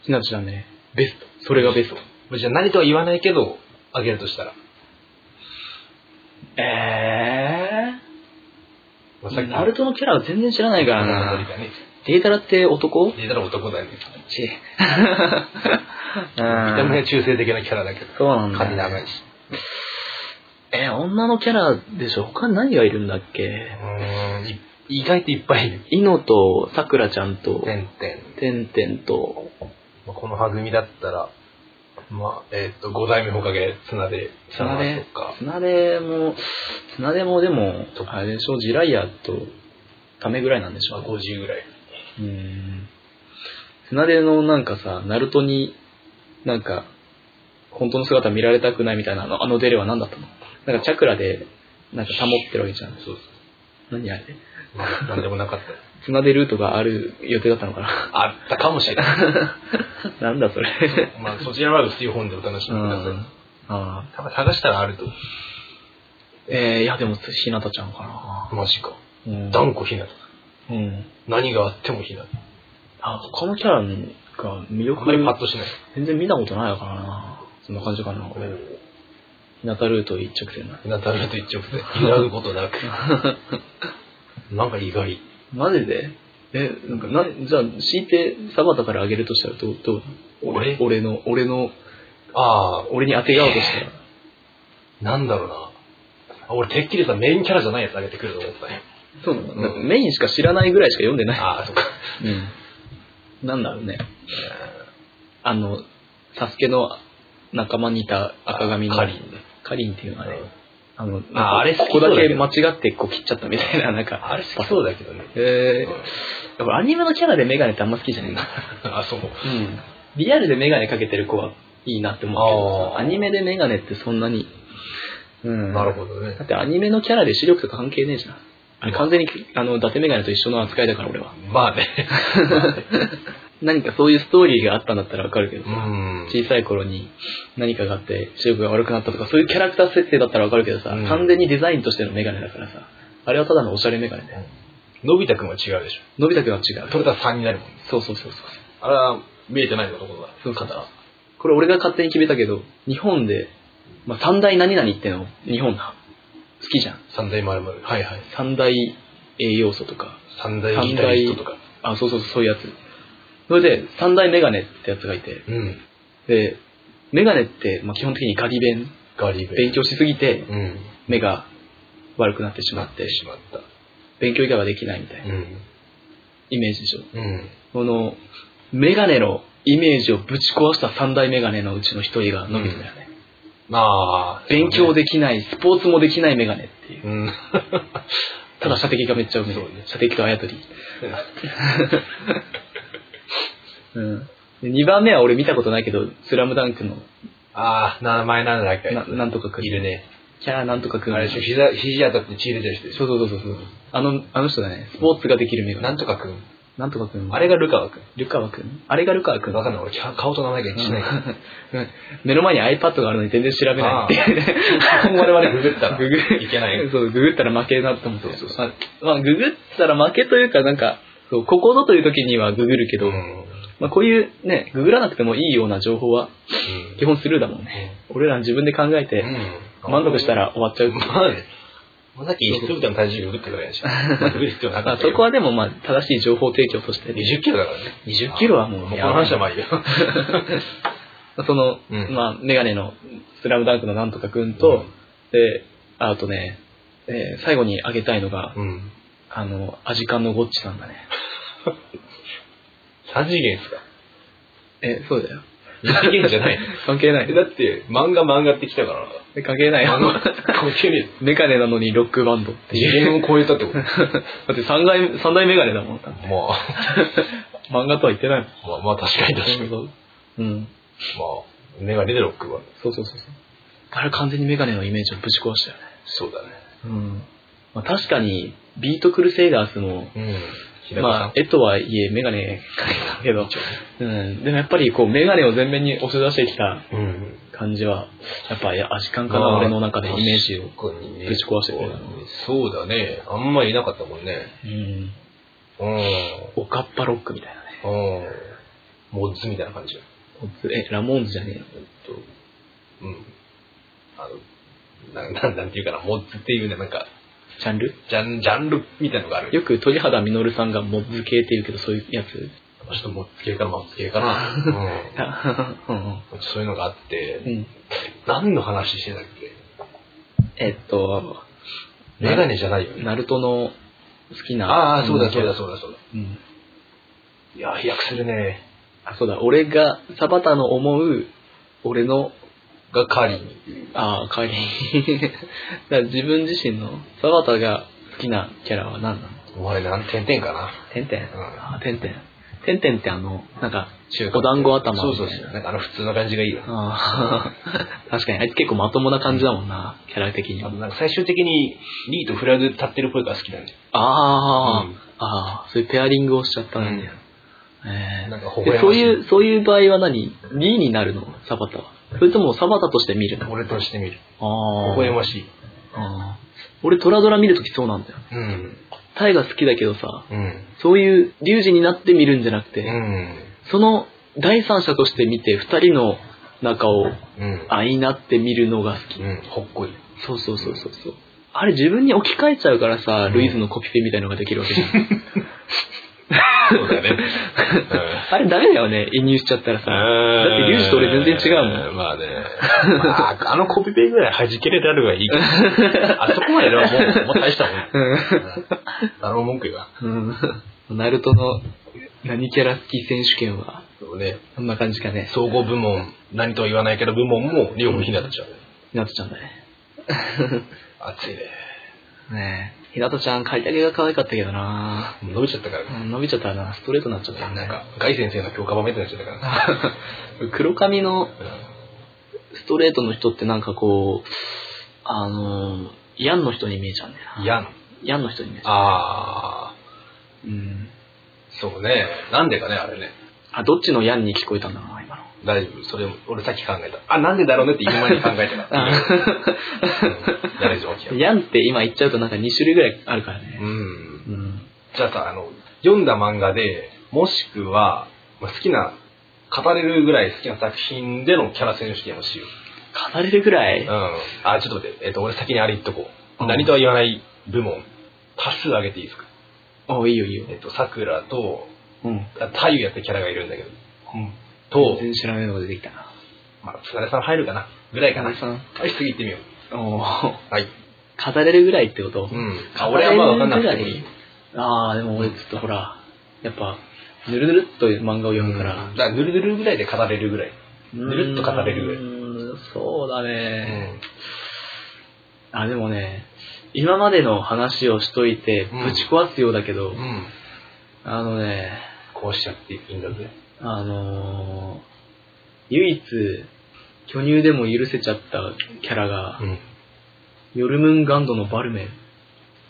Speaker 2: ひなちゃんね、ベスト。それがベスト。
Speaker 1: じゃあ何とは言わないけど、あげるとしたら。
Speaker 2: え
Speaker 1: まあ
Speaker 2: ー、ナルトのキャラは全然知らないから
Speaker 1: ナルト
Speaker 2: な。
Speaker 1: だね。
Speaker 2: データラって男
Speaker 1: データの男だよね。
Speaker 2: ち。見
Speaker 1: 見
Speaker 2: た
Speaker 1: た目は中性的なキャラだけど。
Speaker 2: そうなんだ、
Speaker 1: 髪長いし。
Speaker 2: え、女のキャラでしょ他に何がいるんだっけ
Speaker 1: うん、い意外といっぱいいる。
Speaker 2: イノとさくらちゃんと
Speaker 1: てんてん。
Speaker 2: てんてんと
Speaker 1: まあこのは組だったら、まあ、えっ、と、五代目ほかげ、綱で、
Speaker 2: つなで
Speaker 1: とか、
Speaker 2: つなでもつなでもでもあれでしょジライアとためぐらいなんでし
Speaker 1: ま
Speaker 2: ょ
Speaker 1: あ、50ぐらい。
Speaker 2: うーんつなでのなんかさナルトになんか本当の姿見られたくないみたいなあのあのデレは何だったのなんかチャクラでなんか保ってるわけじゃん
Speaker 1: そう
Speaker 2: 何あれ
Speaker 1: そう。まあ、なんでもなかった。 [LAUGHS]
Speaker 2: つなでルートがある予定だったのかな [LAUGHS]
Speaker 1: あったかもしれない。
Speaker 2: なんだそれ。
Speaker 1: まあ、そちらは薄い本でお楽しみください。
Speaker 2: あ
Speaker 1: 多分探したらあると思
Speaker 2: えー、いやでも、ひなたちゃんかな。
Speaker 1: う。マジか。
Speaker 2: うん
Speaker 1: 断固ひなた。
Speaker 2: うん。
Speaker 1: 何があってもひなた。
Speaker 2: あ、他のキャラが魅
Speaker 1: あんまりパッ
Speaker 2: 力、
Speaker 1: としない。
Speaker 2: 全然見たことないからな。そんな感じかな。ひなたルート一直線な。
Speaker 1: ひなたルート一直で、ひなうことなく。
Speaker 2: [LAUGHS]
Speaker 1: なんか意外。
Speaker 2: マジでえ、なんか、な、じゃあ、敷いて、サバタからあげるとしたらどう、どう
Speaker 1: 俺
Speaker 2: 俺の、俺の、
Speaker 1: ああ、
Speaker 2: 俺に当てがうとしたら。
Speaker 1: なんだろうな。あ俺、てっきりさ、メインキャラじゃないやつあげてくると思った
Speaker 2: [LAUGHS]
Speaker 1: ね。
Speaker 2: そうなの、
Speaker 1: うん
Speaker 2: なんかメインしか知らないぐらいしか読んでない。
Speaker 1: ああ、そっか。
Speaker 2: うん。なんだろうね。あの、サスケの仲間にいた赤髪の
Speaker 1: カリンね。
Speaker 2: カリンっていうのはね、あの、なん
Speaker 1: あ
Speaker 2: か
Speaker 1: あれ好
Speaker 2: こ
Speaker 1: き
Speaker 2: こ
Speaker 1: そうだ
Speaker 2: だ
Speaker 1: け
Speaker 2: け
Speaker 1: ど
Speaker 2: 間違ってこう切っちゃったみたいな、なんか、
Speaker 1: あれ好きそうだけどね。
Speaker 2: えー、俺アニメのキャラでメガネってあんま好きじゃないんだ。
Speaker 1: あ、そう。
Speaker 2: うん。リアルでメガネかけてる子はいいなって思うけどさ、
Speaker 1: あー
Speaker 2: アニメでメガネってそんなに、うん。
Speaker 1: なるほどね
Speaker 2: だ。ってアニメのキャラで視力とか関係ねえじゃん。あれ完全に、あの、伊達メガネと一緒の扱いだから俺は。
Speaker 1: まあね。
Speaker 2: 何かそういうストーリーがあったんだったらわかるけど
Speaker 1: う
Speaker 2: さ、
Speaker 1: ん。
Speaker 2: 小さい頃に何かがあって視力が悪くなったとかそういうキャラクター設定だったらわかるけどさ、
Speaker 1: うん
Speaker 2: 完全にデザインとしてのメガネだからさあれはただのおしゃれメガネだよ
Speaker 1: のび太くんは違うでしょ。
Speaker 2: のび太くんは違う
Speaker 1: それとは3になるもんね。
Speaker 2: そうそうそうそう
Speaker 1: あれは見えてないのところだ。
Speaker 2: そうそう
Speaker 1: 肩は
Speaker 2: ここれ俺が勝手に決めたけど、日本で、まあ、三大何々っての、日本好きじゃん。
Speaker 1: 三大丸々。はいはい。
Speaker 2: 三大栄養素とか、
Speaker 1: 三大ギタリストとか。
Speaker 2: あ、そうそうそう、そういうやつ。それで、三大メガネってやつがいて、
Speaker 1: うん。
Speaker 2: で、メガネって、まあ、基本的にガリ勉、
Speaker 1: ガリベ。
Speaker 2: 勉強しすぎて、
Speaker 1: うん。
Speaker 2: 目が悪くなってしま
Speaker 1: なっ
Speaker 2: って
Speaker 1: て、しまった。。
Speaker 2: 勉強以外はできないみたいうなんイメージでしょ。
Speaker 1: うん。
Speaker 2: この、メガネのイメージをぶち壊した三大メガネのうちの一人がのび太だよね。
Speaker 1: まあ、
Speaker 2: 勉強
Speaker 1: で。
Speaker 2: できない、スポーツもできないメガネっていう。
Speaker 1: うん。
Speaker 2: ただ射的がめっちゃうめえ。
Speaker 1: そうね
Speaker 2: 射的とあやとり。うん。で2番目は俺見たことないけど、スラムダンクの、
Speaker 1: ああ、名前なんだっけ
Speaker 2: ななんとかくん。
Speaker 1: いる。ね。
Speaker 2: キャーなんとかくん。
Speaker 1: あれでしょ、膝、肘当たって血出てる人でし
Speaker 2: そ
Speaker 1: ょ。
Speaker 2: うそうそうそう。あの、あの人だね。スポーツができるメガネ。
Speaker 1: なんとかくん。
Speaker 2: なんとかくん。
Speaker 1: あれがルカワくん。
Speaker 2: ルカワくん。あれがルカワくん。
Speaker 1: わかんない。俺、ちゃ顔と名前が一致しないから。
Speaker 2: うん目の前に iPad があるのに全然調べないっていうね。
Speaker 1: [LAUGHS] 我々ググったら
Speaker 2: ググ
Speaker 1: いけない
Speaker 2: そう、ググったら負けだと思って。まあまあ、ググったら負けというか、なんか、そう、ここぞという時にはググるけど、
Speaker 1: ん。
Speaker 2: まあこういうね、ググらなくてもいいような情報は
Speaker 1: うん
Speaker 2: 基本スルーだもんね。俺ら自分で考えて、
Speaker 1: うん
Speaker 2: 満足した。ら終わっちゃう。
Speaker 1: まあね。まあさっき1キロの体重量ググってるわけでしょ。
Speaker 2: [LAUGHS]
Speaker 1: まあググる必要なかっ
Speaker 2: まあ
Speaker 1: たけ
Speaker 2: そ
Speaker 1: ど。
Speaker 2: こはでもまあ正しい情報提供として、
Speaker 1: 20キロだからね。
Speaker 2: 20キロはもう
Speaker 1: この話はまあいいよ。
Speaker 2: その、
Speaker 1: うん
Speaker 2: まあメガネのスラムダンクのなんとかくんと、
Speaker 1: うん
Speaker 2: で、あとね、えー最後にあげたいのが、
Speaker 1: うん。
Speaker 2: あの、アジカンのゴッチさんだね。
Speaker 1: 3次元っすか
Speaker 2: え、そうだよ。
Speaker 1: ?2 次元じゃ
Speaker 2: [LAUGHS]
Speaker 1: ない。
Speaker 2: 関係ない。
Speaker 1: だって、漫画漫画って来たから。
Speaker 2: 関係ない
Speaker 1: あの、
Speaker 2: よ。 [LAUGHS]
Speaker 1: 関係ね
Speaker 2: メガネなのにロックバンド。
Speaker 1: え。次元を超えたって
Speaker 2: [LAUGHS]
Speaker 1: こと。
Speaker 2: だって三大、三大メガネだもん。
Speaker 1: まあ、
Speaker 2: 漫画とは言ってないもん。
Speaker 1: まあ、まあ確かに確かに。ま
Speaker 2: うん。
Speaker 1: あ、メガネでロックは。
Speaker 2: そうそうそうそう。あれ完全にメガネのイメージをぶち壊したよね。
Speaker 1: そうだね。
Speaker 2: うん。まあ確かに、ビートクルセイダースも、
Speaker 1: うん。平子さ
Speaker 2: まあ
Speaker 1: ん、。
Speaker 2: 絵とはいえメガネかけたけど、うん。でもやっぱりこうメガネを前面に押し出してきた
Speaker 1: うん。
Speaker 2: 感じは、やっぱいやアシカン
Speaker 1: ま
Speaker 2: かな、
Speaker 1: あ
Speaker 2: 俺の中でイメージを。
Speaker 1: 確かにね
Speaker 2: ぶち壊してくれたの
Speaker 1: そうだね。あんまいなかったもんね。
Speaker 2: うん。
Speaker 1: うん。
Speaker 2: おかっぱロックみたいなね。
Speaker 1: うん。モッズみたいな感じだ
Speaker 2: え、ラモーンズじゃねえよ。
Speaker 1: えっと、うん。あの、ななんなんていうかな、モッズっていうね、なんか、
Speaker 2: ジャンル
Speaker 1: ジャン、ジャンルみたいなのがある。
Speaker 2: よく鳥肌実さんがモッズ系って言うけど、そういうやつ。
Speaker 1: ちょっとモッツ系かな、モッツ系かな。う
Speaker 2: うん
Speaker 1: ん。そういうのがあっ
Speaker 2: う
Speaker 1: て、
Speaker 2: ん。
Speaker 1: 何の話してたっけ
Speaker 2: えっと、
Speaker 1: メガネじゃないよね。
Speaker 2: ナルトの好きな。
Speaker 1: ああ、そうだそうだ
Speaker 2: う。
Speaker 1: そうだそうだ。
Speaker 2: うん。
Speaker 1: いや、飛躍するね。
Speaker 2: あ、そうだ、俺が、サバタの思う、俺の、
Speaker 1: がカーリーに。
Speaker 2: ああ、帰り。 [LAUGHS] だから自分自身の、サバタが好きなキャラは何なの
Speaker 1: お前なん、てんてんかな。
Speaker 2: てんてん。
Speaker 1: うん
Speaker 2: ああ、てんてん。てんてんってあの、なんか、
Speaker 1: 中
Speaker 2: お団子頭
Speaker 1: そう
Speaker 2: みた
Speaker 1: そ
Speaker 2: いうな
Speaker 1: そう。なんかあの普通の感じがいいよ。
Speaker 2: ああ、 [LAUGHS] 確かに、あいつ結構まともな感じだもんな、キャラ的に。
Speaker 1: あと
Speaker 2: あ
Speaker 1: なんか最終的に、リーとフラグ立ってる声が好きなんだよ。
Speaker 2: あ、
Speaker 1: うん
Speaker 2: ああ、そういうペアリングをしちゃったんだよ。ええ
Speaker 1: なんか微笑ましい
Speaker 2: でそういう、そういう場合は何 ?D になるのサバタは。それともサバタとして見るの
Speaker 1: 俺としてみる。微
Speaker 2: あ
Speaker 1: 笑ましい。
Speaker 2: あー俺トラドラ見るときそうなんだよ。
Speaker 1: うん。
Speaker 2: タイが好きだけどさ、
Speaker 1: うん。
Speaker 2: そういうリュウジになって見るんじゃなくて、
Speaker 1: うん。
Speaker 2: その第三者として見て二人の仲を
Speaker 1: うん。
Speaker 2: 愛なって見るのが好き。
Speaker 1: うん。ほっこり。
Speaker 2: そうそうそうそうそう。あれ自分に置き換えちゃうからさ、ルイズのコピペみたいのができるわけじ
Speaker 1: [LAUGHS]
Speaker 2: ゃん。
Speaker 1: そうだね。
Speaker 2: [LAUGHS] あれダメだよね、移入しちゃったらさ。だってリュウジと俺全然違うもん。
Speaker 1: ん。まあ
Speaker 2: [LAUGHS]
Speaker 1: ね。まあ、あのコピペぐらい弾けれてあるがいいけど。あそこまでではもう、もう大したもん。うん誰も文句言わん。
Speaker 2: うん。ナルトの何キャラ好き選手権は、
Speaker 1: そうね。
Speaker 2: そんな感じかね。
Speaker 1: 総合部門、何とは言わないけど部門も、両方ひなたちゃうね。
Speaker 2: ひなとちゃんだね。
Speaker 1: 熱いね。
Speaker 2: ねえ。ひなとちゃん、刈り上げが可愛かったけどな
Speaker 1: もう伸びちゃったから
Speaker 2: う
Speaker 1: ね。
Speaker 2: ん伸びちゃったな、ストレートになっちゃったね。
Speaker 1: なんか、ガイ先生の教科場みたいになっちゃったからね。
Speaker 2: 黒髪のストレートの人ってなんかこう、あのー、ヤンの人に見えちゃうんだよな。
Speaker 1: 嫌な。
Speaker 2: ヤンの人に見えちゃ
Speaker 1: あ
Speaker 2: う。うん。
Speaker 1: ー、そうね。なんでかね、あれね。
Speaker 2: あ、どっちのヤンに聞こえたんだろうな、今の。 [LAUGHS]
Speaker 1: 大丈夫。それ、俺さっき考えた。あ、なんでだろうねって言う前に考えてた。
Speaker 2: [LAUGHS]
Speaker 1: うん大丈夫。起き上がる
Speaker 2: ヤンって今言っちゃうとなんか2種類ぐらいあるから
Speaker 1: う
Speaker 2: ね。
Speaker 1: ん。
Speaker 2: うん。
Speaker 1: じゃあさ、あの、読んだ漫画で、もしくは、まあ、好きな語れるぐらい好きな作品でのキャラ選手権をしよ
Speaker 2: 語れるぐら
Speaker 1: う。う
Speaker 2: い
Speaker 1: ん。あ、ちょっと待って、えっ、と、俺先にあれ言っとこう。
Speaker 2: うん
Speaker 1: 何とは言わない部門、多数挙げていいですか
Speaker 2: ああ、いいよいいよ。
Speaker 1: えっ、と、桜と、
Speaker 2: うん。
Speaker 1: あ太陽やってキャラがいるんだけど、
Speaker 2: 全
Speaker 1: と、
Speaker 2: 然知らないのが出てきたな。
Speaker 1: まあ、つがれさん入るかなぐらいかな。
Speaker 2: さん。
Speaker 1: はい、次行ってみよう。
Speaker 2: おー
Speaker 1: はい。
Speaker 2: 語れるぐらいってこと、
Speaker 1: うん。あ、俺はまあわかんなくてもいい。
Speaker 2: ああ、でも俺ちょっとほら、やっぱ、ぬるぬるっという漫画を読むから
Speaker 1: だ、から、ぬるぬるぐらいで語れるぐらい。
Speaker 2: ぬ
Speaker 1: ぬるっと語れるぐらい
Speaker 2: そうだ
Speaker 1: う
Speaker 2: ね、
Speaker 1: ん。
Speaker 2: あ、でもね、今までの話をしといて、
Speaker 1: うん
Speaker 2: ぶち壊すようだけど、
Speaker 1: うん。
Speaker 2: あのね、
Speaker 1: こうしちゃっていいんだぜ。
Speaker 2: あのー、唯一、巨乳でも許せちゃったキャラが、
Speaker 1: うん。
Speaker 2: ヨルムンガンドのバルメン。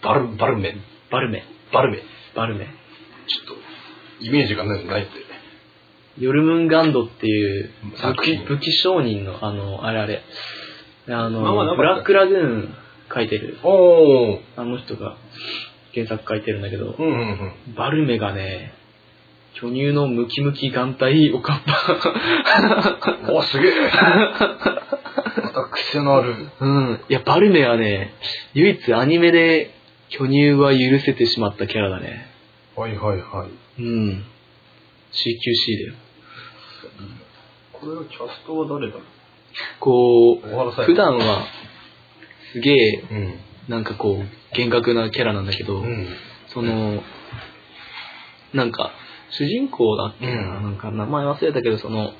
Speaker 1: バル、バルメ。
Speaker 2: バルメン。
Speaker 1: バルメ。ち
Speaker 2: バルメン。
Speaker 1: ょっと、イメージがないないって。
Speaker 2: ヨルムンガンドっていう
Speaker 1: 作
Speaker 2: 武器
Speaker 1: 品
Speaker 2: 武器商人の、あの、あれあれ、あの、
Speaker 1: まあまあなんか
Speaker 2: ブラックラグーン書いてる、
Speaker 1: おー。
Speaker 2: あの人が原作書いてるんだけど、
Speaker 1: うんうんうん。
Speaker 2: バルメがね、巨乳のムキムキ眼帯おかっぱ。
Speaker 1: おす [LAUGHS] げえまた癖のある。
Speaker 2: うん。いや、バルメはね、唯一アニメで巨乳は許せてしまったキャラだね。
Speaker 1: はいはいはい。
Speaker 2: うん。CQC だよ。
Speaker 1: これはキャストは誰だ
Speaker 2: こ
Speaker 1: 小原
Speaker 2: う、
Speaker 1: さ
Speaker 2: 普段は、すげえ、
Speaker 1: うん。
Speaker 2: なんかこう、厳格なキャラなんだけど、
Speaker 1: うん。
Speaker 2: その、なんか、主人公だってな、
Speaker 1: うん
Speaker 2: なんか名前忘れたけど、その、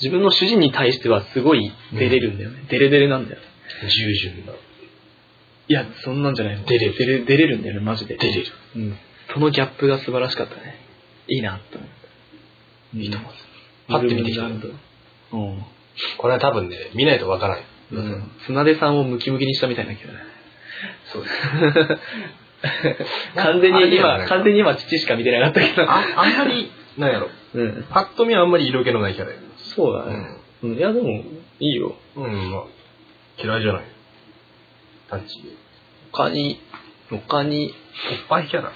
Speaker 2: 自分の主人に対してはすごいデレるんだよね。デレデレなんだよ。
Speaker 1: 従順だ。
Speaker 2: いや、そんなんじゃないの。
Speaker 1: デレる
Speaker 2: デレ、デレるんだよね、マジで。
Speaker 1: 出れる。
Speaker 2: うん。そのギャップが素晴らしかったね。いいな、と思った。
Speaker 1: いいと思
Speaker 2: う。
Speaker 1: パッて見てきた。
Speaker 2: うん。
Speaker 1: これは多分ね、見ないとわからない。
Speaker 2: うん。砂出さんをムキムキにしたみたいなけどね。
Speaker 1: そうです。
Speaker 2: [LAUGHS] 完全に
Speaker 1: あれだよ
Speaker 2: 今、
Speaker 1: ね
Speaker 2: 完全に今父しか見てなかったけど。
Speaker 1: あ、あんまり、なんやろ。
Speaker 2: うん。
Speaker 1: パッと見はあんまり色気のないキャラや
Speaker 2: そうだね。うん、いや、でも、いいよ。
Speaker 1: うん。うん、まあ、嫌いじゃない。タッチで。
Speaker 2: 他に、他に、
Speaker 1: いっぱいキャラ。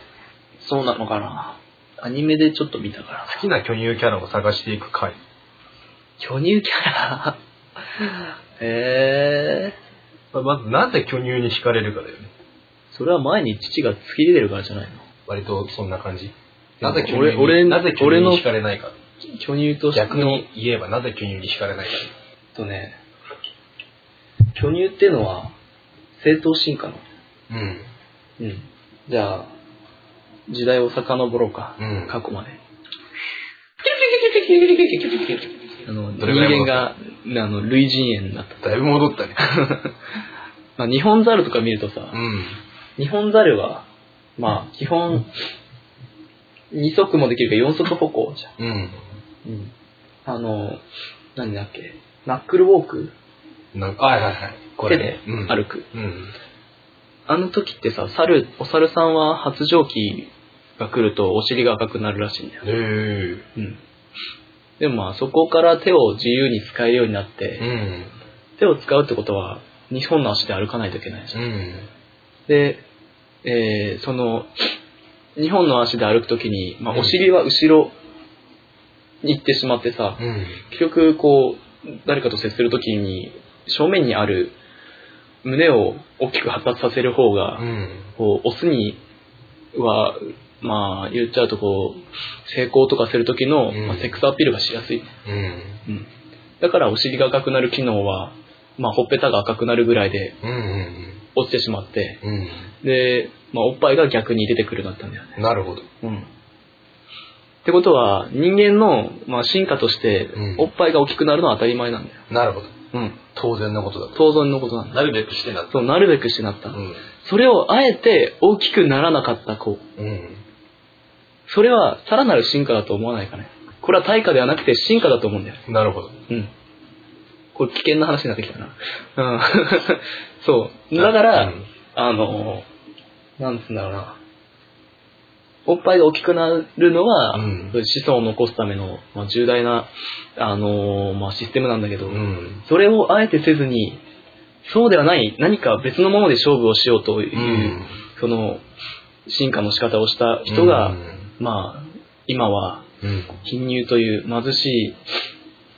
Speaker 2: そうなのかな。アニメでちょっと見たから。
Speaker 1: 好きな巨乳キャラを探していく回。
Speaker 2: 巨乳キャラへえ
Speaker 1: まあまず、なぜ巨乳に惹かれるかだよね。
Speaker 2: ー。それは前に父が突き出てるからじゃないの
Speaker 1: 割とそんな感じ。なぜ巨乳
Speaker 2: 俺
Speaker 1: に
Speaker 2: 俺
Speaker 1: なぜ巨乳
Speaker 2: 俺の
Speaker 1: に惹かれないか。
Speaker 2: 巨乳として
Speaker 1: 逆
Speaker 2: の
Speaker 1: に、言えばなぜ巨乳に惹かれないか。
Speaker 2: とね、巨乳ってのは、正当進化の。
Speaker 1: うん。
Speaker 2: うん。じゃあ、時代を遡ろうか。
Speaker 1: うん
Speaker 2: 過去まで。あの、人
Speaker 1: どれぐらい戻
Speaker 2: 間
Speaker 1: っ
Speaker 2: が、あの、類人猿になった。
Speaker 1: だいぶ戻ったね。
Speaker 2: まあ、日本猿とか見るとさ
Speaker 1: う、ん。
Speaker 2: 日本猿は、まあ、基本、2足もできるから4足歩行じゃん。
Speaker 1: うん。
Speaker 2: うん。あの、何だっけ、ナックルウォーク
Speaker 1: なんか、はいはいはい。こ
Speaker 2: 手
Speaker 1: れ
Speaker 2: で
Speaker 1: ね。うん。
Speaker 2: 歩く。
Speaker 1: うん。
Speaker 2: あの時ってさ、猿、お猿さんは発情期が来るとお尻が赤くなるらしいんだよ。
Speaker 1: へ
Speaker 2: うん。でもまあ、そこから手を自由に使えるようになっ
Speaker 1: え。
Speaker 2: て、
Speaker 1: うん。
Speaker 2: 手を使うってことは、日本の足で歩かないといけないじゃん。
Speaker 1: うん。
Speaker 2: で、えーその、日本の足で歩くときに、まあ、
Speaker 1: うん
Speaker 2: お尻は後ろに行ってしまってさ、
Speaker 1: うん。
Speaker 2: 結局、こう、誰かと接するときに、正面にある胸を大きく発達させる方
Speaker 1: う
Speaker 2: が、
Speaker 1: ん。
Speaker 2: こう、オスには、まあ、言っちゃうと、こう、成功とかするときの、
Speaker 1: うん
Speaker 2: まあ、セックスアピールがしやすい。
Speaker 1: うん。
Speaker 2: だから、お尻が赤くなる機能は、まあ、ほっぺたが赤くなるぐらいで
Speaker 1: うんうん
Speaker 2: 落ちてしまって、
Speaker 1: うん。
Speaker 2: で、まあ、おっぱいが逆に出てくるようになったんだよね。
Speaker 1: うん。なるほど。
Speaker 2: うん。ってことは、人間の、まあ、進化として
Speaker 1: う、ん
Speaker 2: おっぱいが大きくなるのは当たり前なんだよ。
Speaker 1: なるほど。
Speaker 2: うん。
Speaker 1: 当然のことだと。
Speaker 2: 当然のことなんだ。
Speaker 1: なるべくしてなと。
Speaker 2: そう、なるべくしてなった。
Speaker 1: うん。
Speaker 2: それをあえて大きくならなかった子。
Speaker 1: うん。
Speaker 2: それはさらなる進化だと思わないかね。これは対価ではなくて進化だと思うんだよ。
Speaker 1: なるほど。
Speaker 2: うん。これ危険な話になってきたな。うん。 [LAUGHS] そう。だから、
Speaker 1: うん
Speaker 2: あの、なんつうんだろうな。おっぱいが大きくなるのは、
Speaker 1: うん
Speaker 2: 子孫を残すための、まあ、重大な、あのまあ、システムなんだけど、
Speaker 1: うん。
Speaker 2: それをあえてせずに、そうではない、何か別のもので勝負をしようという、
Speaker 1: うん。
Speaker 2: その、進化の仕方をした人が、
Speaker 1: うん
Speaker 2: まあ、今は
Speaker 1: うん。
Speaker 2: 貧乳という貧しい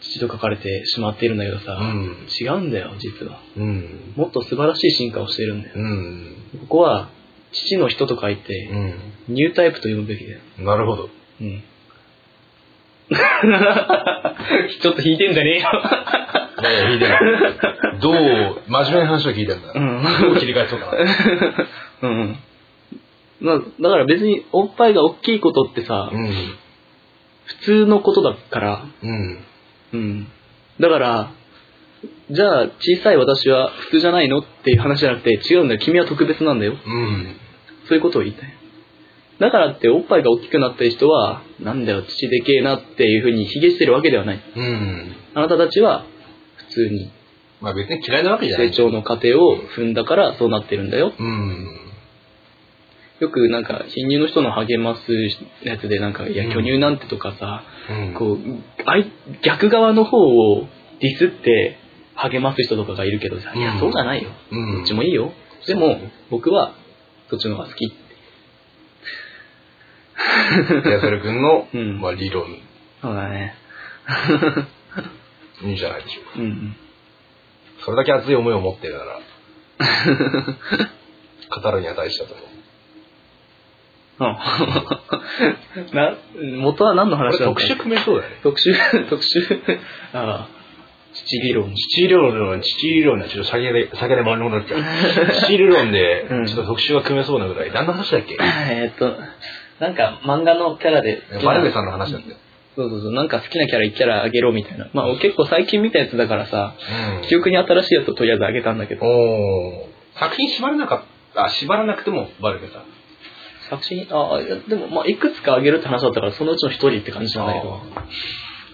Speaker 2: 父と書かれてしまっているんだけどさ、
Speaker 1: うん。
Speaker 2: 違うんだよ、実は。
Speaker 1: うん。
Speaker 2: もっと素晴らしい進化をしているんだよ。
Speaker 1: うん。
Speaker 2: ここは、父の人と書いて、
Speaker 1: う
Speaker 2: ニュータイプと読むべきだよ。
Speaker 1: ん。なるほど。
Speaker 2: うん。 [LAUGHS] ちょっと引いてんじゃねえよ。
Speaker 1: いやいや、聞いて [LAUGHS] ない。どう、真面目な話を聞いてんだ。
Speaker 2: うん。
Speaker 1: どう切り替えそうかな。
Speaker 2: うん。まあ、だから別におっぱいが大きいことってさ、
Speaker 1: うん。
Speaker 2: 普通のことだから、
Speaker 1: うん。
Speaker 2: うん。だから、じゃあ小さい私は普通じゃないのっていう話じゃなくて、違うんだよ、君は特別なんだよ。
Speaker 1: うん。
Speaker 2: そういうことを言いたい。だからっておっぱいが大きくなった人は、なんだよ、父でけえなっていうふうに卑下してるわけではない。
Speaker 1: うん。
Speaker 2: あなたたちは普通に
Speaker 1: まあ別に嫌いなわけじゃない。
Speaker 2: 成長の過程を踏んだからそうなってるんだよ。
Speaker 1: うん。
Speaker 2: よくなんか、貧乳の人の励ますやつでなんか、いや、
Speaker 1: うん
Speaker 2: 巨乳なんてとかさ、
Speaker 1: うん。
Speaker 2: こう、あい逆側の方をディスって励ます人とかがいるけどさ、
Speaker 1: うん
Speaker 2: いや、そうじゃないよ。
Speaker 1: う
Speaker 2: ど
Speaker 1: ん。
Speaker 2: っちもいいよ。でも、僕は、そっちの方が好き。
Speaker 1: やそれくんの、
Speaker 2: うん
Speaker 1: まあ理論、
Speaker 2: そうだね。
Speaker 1: いいんじゃないでしょうか。
Speaker 2: うん。
Speaker 1: それだけ熱い思いを持ってるな [LAUGHS] ら、語るには大事だと思う。
Speaker 2: うん [LAUGHS] な、元は何の
Speaker 1: これ
Speaker 2: 話だった
Speaker 1: 特殊組めそうだよね。
Speaker 2: 特殊、 [LAUGHS] 特殊、ああ、七理論。
Speaker 1: 父理論、父理論でちょっと下げで、下げで丸物になっちゃう。 [LAUGHS] 父理論で
Speaker 2: う、ん
Speaker 1: ちょっと特集が組めそうなぐらい。何の話だっけ
Speaker 2: えーっと、なんか漫画のキャラで好き
Speaker 1: 丸
Speaker 2: な
Speaker 1: 部、さんの話だったよ。
Speaker 2: そうそうそう、なんか好きなキャラ1キャラあげろみたいな。まあ俺結構最近見たやつだからさ、
Speaker 1: うん
Speaker 2: 記憶に新しいやつをとりあえずあげたんだけど、
Speaker 1: おー作品縛らなかった、あ、縛らなくてもバルベさん。
Speaker 2: 作品、ああ、いやでもまあいくつかあげるって話だったから、そのうちの一人って感じなんだけど、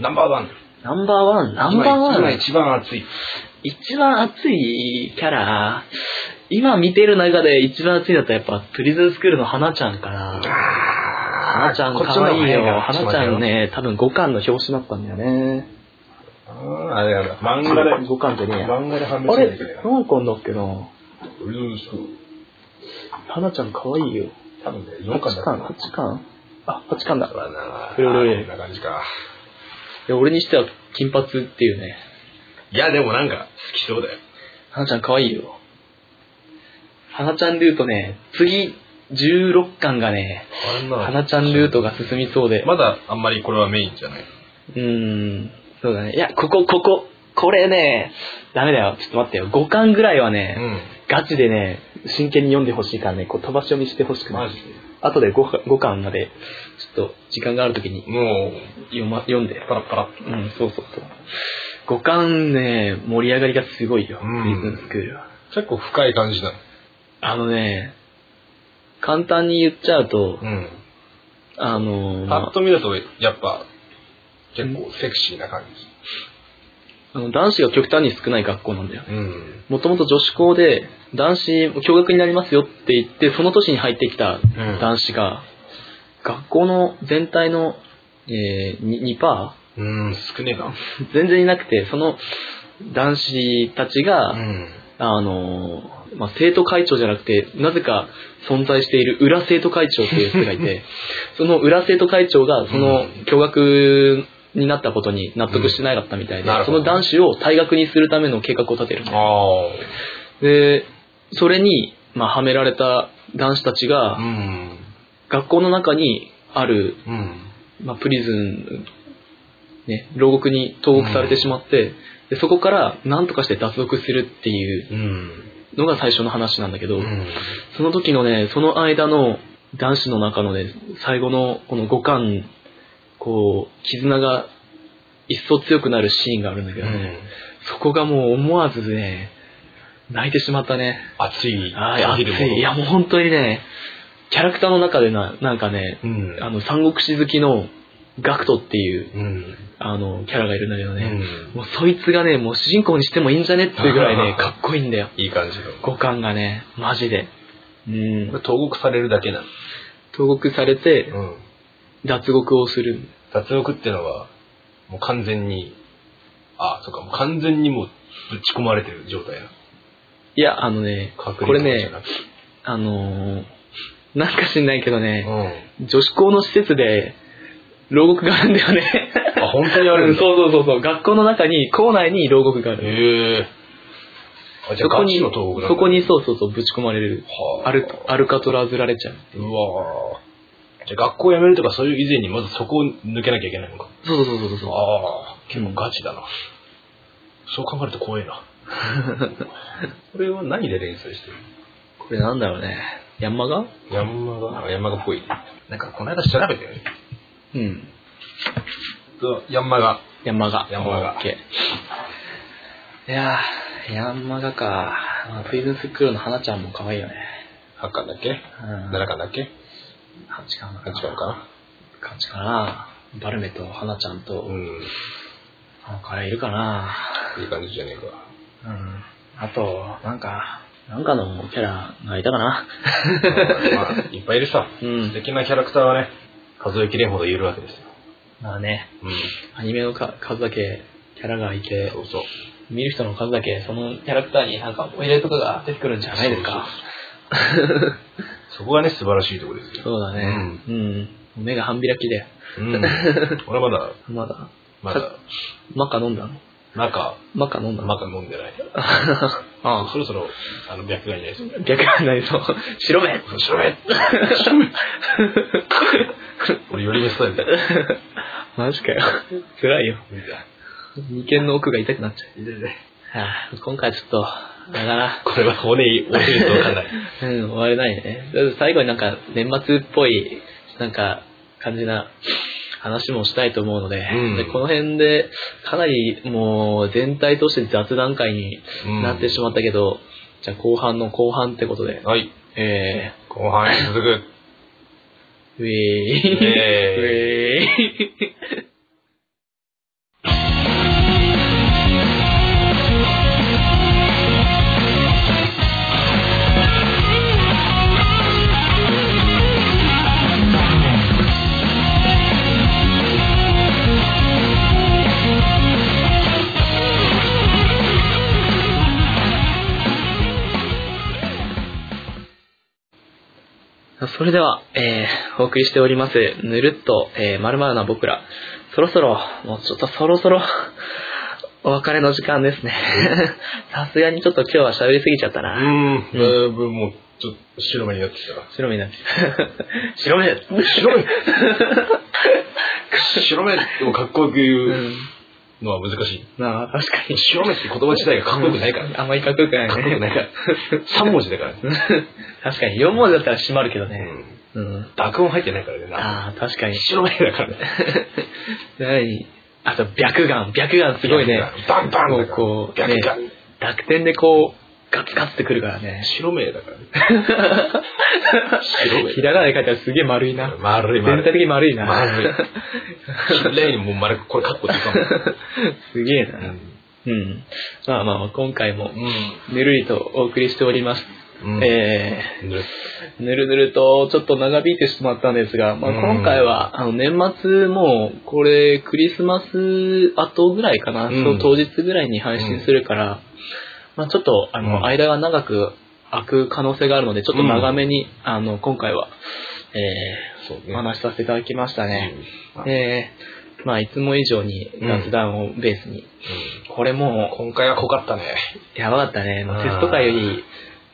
Speaker 1: ナンバーワン。
Speaker 2: ナンバーワン、ナンバーワ
Speaker 1: 今
Speaker 2: ン、
Speaker 1: 一番熱い。
Speaker 2: 一番熱いキャラ、今見てる中で一番熱いだったらやっぱプリズンスクールの花ちゃんかな。
Speaker 1: あ
Speaker 2: 花ちゃんかわいいよ。花ちゃん
Speaker 1: ね。
Speaker 2: ね、多分5巻の表紙だったんだよね。
Speaker 1: あーあれやだ。漫画で、
Speaker 2: 5巻ってねえや。
Speaker 1: 漫画で判
Speaker 2: あ
Speaker 1: 別しな
Speaker 2: れ
Speaker 1: いといけない、な。
Speaker 2: 何巻だっけな
Speaker 1: ブルース
Speaker 2: 花ちゃん可愛いよ。
Speaker 1: 多分ね、4
Speaker 2: 8
Speaker 1: 巻だ
Speaker 2: 巻、8巻あ、8巻だ。
Speaker 1: そうだな
Speaker 2: フレフレ
Speaker 1: こんな感じか。
Speaker 2: いや、俺にしては金髪っていうね。
Speaker 1: いや、でもなんか、好きそうだよ。
Speaker 2: 花ちゃん可愛いよ。花ちゃんルートね、次、16巻がね、
Speaker 1: あんな
Speaker 2: 花ちゃんルートが進みそうで。
Speaker 1: まだあんまりこれはメインじゃない。
Speaker 2: うーん、そうだね。いや、ここ、ここ、これね、ダメだよ。ちょっと待ってよ。5巻ぐらいはね、
Speaker 1: う
Speaker 2: ガチでね、真剣に読んでほしいからね、こう飛ばし読みしてほしく
Speaker 1: ん。
Speaker 2: な
Speaker 1: マ
Speaker 2: い。
Speaker 1: ジで。
Speaker 2: あとで 5, 5巻まで、ちょっと時間があるときに
Speaker 1: もう、
Speaker 2: 読,、ま、読んで。
Speaker 1: パラッパラッと。
Speaker 2: うん、そうそうそう。5巻ね、盛り上がりがすごいよ、
Speaker 1: うん
Speaker 2: プリズンスクールは。
Speaker 1: 結構深い感じだ。
Speaker 2: あのね、簡単に言っちゃうと
Speaker 1: う、ん。
Speaker 2: あのー
Speaker 1: パッと見ると、やっぱ、結構セクシーな感じ。
Speaker 2: あの男子が極端に少ない学校なんだよ。
Speaker 1: うん。
Speaker 2: もともと女子校で、男子、共学になりますよって言って、その年に入ってきた
Speaker 1: うん。
Speaker 2: 男子が、学校の全体の、えー、に 2%?
Speaker 1: うん、少ねえな。
Speaker 2: 全然いなくて、その男子たちが、
Speaker 1: ん。
Speaker 2: あのーまあ、生徒会長じゃなくて、なぜか存在している裏生徒会長っていう人が
Speaker 1: [LAUGHS]
Speaker 2: いて、その裏生徒会長が、その
Speaker 1: うん、
Speaker 2: 共学になったことに納得してなかったみたいで、
Speaker 1: うんなる
Speaker 2: そ
Speaker 1: ほど
Speaker 2: の男子を退学にするための計画を立てる。
Speaker 1: あ
Speaker 2: で、それに、まあ、はめられた男子たち
Speaker 1: あ。う
Speaker 2: が、
Speaker 1: ん。
Speaker 2: 学校の中にある、
Speaker 1: うん。
Speaker 2: まあ、プリズン、ね、牢獄に投獄されてしまって、でそこから何とかして脱獄するっていう
Speaker 1: うん。
Speaker 2: のが最初の話なんだけど、
Speaker 1: うん。
Speaker 2: その時のね、その間の男子の中のね、最後のこの五感、こう、絆が一層強くなるシーンがあるんだけどね、そこがもう思わずね、泣いてしまったね。
Speaker 1: 熱い。
Speaker 2: はい、熱
Speaker 1: 感じるもの
Speaker 2: い。いや、もう本当にね、キャラクターの中でな、なんかね、
Speaker 1: うん。
Speaker 2: あの、三国志好きのガクトっていう、
Speaker 1: うん。
Speaker 2: あの、キャラがいるんだけど
Speaker 1: う
Speaker 2: ね、
Speaker 1: ん。
Speaker 2: もうそいつがね、もう主人公にしてもいいんじゃねっていうぐら
Speaker 1: [LAUGHS]
Speaker 2: いね、かっこいいんだよ。
Speaker 1: いい感じの。
Speaker 2: 五感がね、マジで。うん
Speaker 1: これ。投獄されるだけな
Speaker 2: 投獄されて
Speaker 1: の。うん。
Speaker 2: 脱獄をする
Speaker 1: 脱獄ってのは、もう完全に、あ、そうか、もう完全にもうぶち込まれてる状態な。
Speaker 2: いやあのね
Speaker 1: 隔離
Speaker 2: これ
Speaker 1: とかじゃ
Speaker 2: ね
Speaker 1: なくて
Speaker 2: あのー、なんか知んないけどね、
Speaker 1: う
Speaker 2: 女子校の施設で牢獄があるんだよね。
Speaker 1: あ、本当にあ
Speaker 2: う
Speaker 1: るん
Speaker 2: ん
Speaker 1: だ。
Speaker 2: [LAUGHS] そうそうそうそう。学校の中に、校内に牢獄がある。
Speaker 1: へえ。あ、じゃあ
Speaker 2: そこ
Speaker 1: ガ
Speaker 2: に
Speaker 1: チの東北だ、
Speaker 2: そこにそうそうそう、ぶち込まれる。
Speaker 1: はあ、
Speaker 2: アルアルカトラズられちゃう。
Speaker 1: うわぁ。じゃあ学校辞めるとかそういう以前にまずそこを抜けなきゃいけないのか。
Speaker 2: そうそうそうそうそう。
Speaker 1: ああ、結構ガチだな。そう考えると怖い [LAUGHS] な。これは何で連載してる
Speaker 2: これなんだろうね。ヤンマガ
Speaker 1: ヤンマガ、ヤンマガっぽい。なんかこの間調べてよね。
Speaker 2: うん。
Speaker 1: そうヤンマガ。
Speaker 2: ヤンマガ。
Speaker 1: ヤンマガ
Speaker 2: オッケーいやー、ヤンマガか。まあプリズンスクールの花ちゃんも可愛いよね。
Speaker 1: 8巻だっけ
Speaker 2: うん。
Speaker 1: ?7 巻だっけ
Speaker 2: 八巻
Speaker 1: ?8 巻かな
Speaker 2: 感じかな。バルメと花ちゃんと、
Speaker 1: うん。
Speaker 2: あのカレーいるかな。
Speaker 1: いい感じじゃねえか。
Speaker 2: [LAUGHS] うん。あと、なんか、なんかのキャラがいたかな。
Speaker 1: まあ、いっぱいいるさ。
Speaker 2: う
Speaker 1: 素
Speaker 2: ん。
Speaker 1: 敵なキャラクターはね、数えきれんほどいるわけですよ。
Speaker 2: まあね、
Speaker 1: うん。
Speaker 2: アニメのか数だけキャラがいて、
Speaker 1: そうそう。
Speaker 2: 見る人の数だけそのキャラクターになんか思い入れとかが出てくるんじゃないですか。
Speaker 1: そこがね、素晴らしいところですよ。
Speaker 2: そうだね。うん。目が半開きで。 [LAUGHS]
Speaker 1: うん。俺まだ、
Speaker 2: まだ、
Speaker 1: まだ、
Speaker 2: マカ飲んだの
Speaker 1: マカ、
Speaker 2: マカ飲んだの
Speaker 1: マカ飲んでない。
Speaker 2: あ
Speaker 1: そろそろ、あの、白眼にないですよ。
Speaker 2: あ。逆になりそう。白目
Speaker 1: 面白い [LAUGHS] 俺、寄り目スタ
Speaker 2: [LAUGHS]
Speaker 1: イルだ。
Speaker 2: マジかよ。辛いよ。眉間の奥が痛くなっちゃう。はあ、今回ちょっと、だから、
Speaker 1: これは骨、折れるとわかんない。
Speaker 2: [LAUGHS] うん、終われないね。だって最後になんか、年末っぽい、なんか、感じな話もしたいと思うので、
Speaker 1: うん
Speaker 2: でこの辺で、かなりもう、全体として雑談会に
Speaker 1: うん
Speaker 2: なってしまったけど、じゃあ後半の後半ってことで、
Speaker 1: はい。
Speaker 2: え
Speaker 1: 後半へ続く。
Speaker 2: ー、ウェーイ。ウ
Speaker 1: えー
Speaker 2: ェーイ。 [LAUGHS] それでは、えー、お送りしております、ぬるっと、えー、まるまるな僕ら、そろそろ、もうちょっとそろそろ、 [LAUGHS] お別れの時間ですね。さすがにちょっと今日は喋りすぎちゃった
Speaker 1: う
Speaker 2: な。
Speaker 1: ん。だいぶもう、ちょっと白目になってきたな。
Speaker 2: 白目になって。白目
Speaker 1: 白目 [LAUGHS] 白目でもかっこよく
Speaker 2: う。
Speaker 1: 言うんのは難しい。
Speaker 2: まあ、確かに。
Speaker 1: 白目って言葉自体がかっこよくないからね。
Speaker 2: あんまりかっこよくないね。
Speaker 1: かっこよくないから。3文字だからね。
Speaker 2: [LAUGHS] 確かに、4文字だったら閉まるけど
Speaker 1: う
Speaker 2: ね。
Speaker 1: ん。
Speaker 2: うん。
Speaker 1: 濁音入ってないからね。な
Speaker 2: ああ、確かに。
Speaker 1: 白目だからね。
Speaker 2: 何あと、白眼。白眼すごいね。。
Speaker 1: バンバン
Speaker 2: もう
Speaker 1: だから
Speaker 2: こう、
Speaker 1: 逆
Speaker 2: ね
Speaker 1: が、
Speaker 2: 濁点でこう、ガツガツってくるからね。
Speaker 1: 白目だから [LAUGHS] ね。白目。
Speaker 2: ひらがなで書いたらすげえ丸いな。
Speaker 1: 丸い
Speaker 2: 全体
Speaker 1: 丸い。
Speaker 2: 的に丸い
Speaker 1: [LAUGHS]
Speaker 2: な。
Speaker 1: 丸い。綺麗にもう丸く、これカッコつか
Speaker 2: すげえ
Speaker 1: [LAUGHS] も
Speaker 2: な。
Speaker 1: ん。
Speaker 2: うん。まあまあまあ、今回も、
Speaker 1: うん。
Speaker 2: ぬるりとお送りしております。
Speaker 1: うん。
Speaker 2: え
Speaker 1: ぬ
Speaker 2: ー、ぬるぬるとちょっと長引いてしまったんですが、まあ
Speaker 1: うん
Speaker 2: 今回は、あの、年末もう、これ、クリスマス後ぐらいかな、
Speaker 1: うん
Speaker 2: その当日ぐらいに配信するから、まあちょっと、あ
Speaker 1: うん
Speaker 2: の、間が長く開く可能性があるので、ちょっと長めに、あの、今回は、え
Speaker 1: そう
Speaker 2: ー、お
Speaker 1: ね。
Speaker 2: 話しさせていただきましたね。
Speaker 1: うん
Speaker 2: えーまあ、いつも以上に雑談をベースに。
Speaker 1: う
Speaker 2: これ
Speaker 1: ん
Speaker 2: も
Speaker 1: 今回は濃かったね。
Speaker 2: う、やばかったね。もう
Speaker 1: あー
Speaker 2: テスト会より、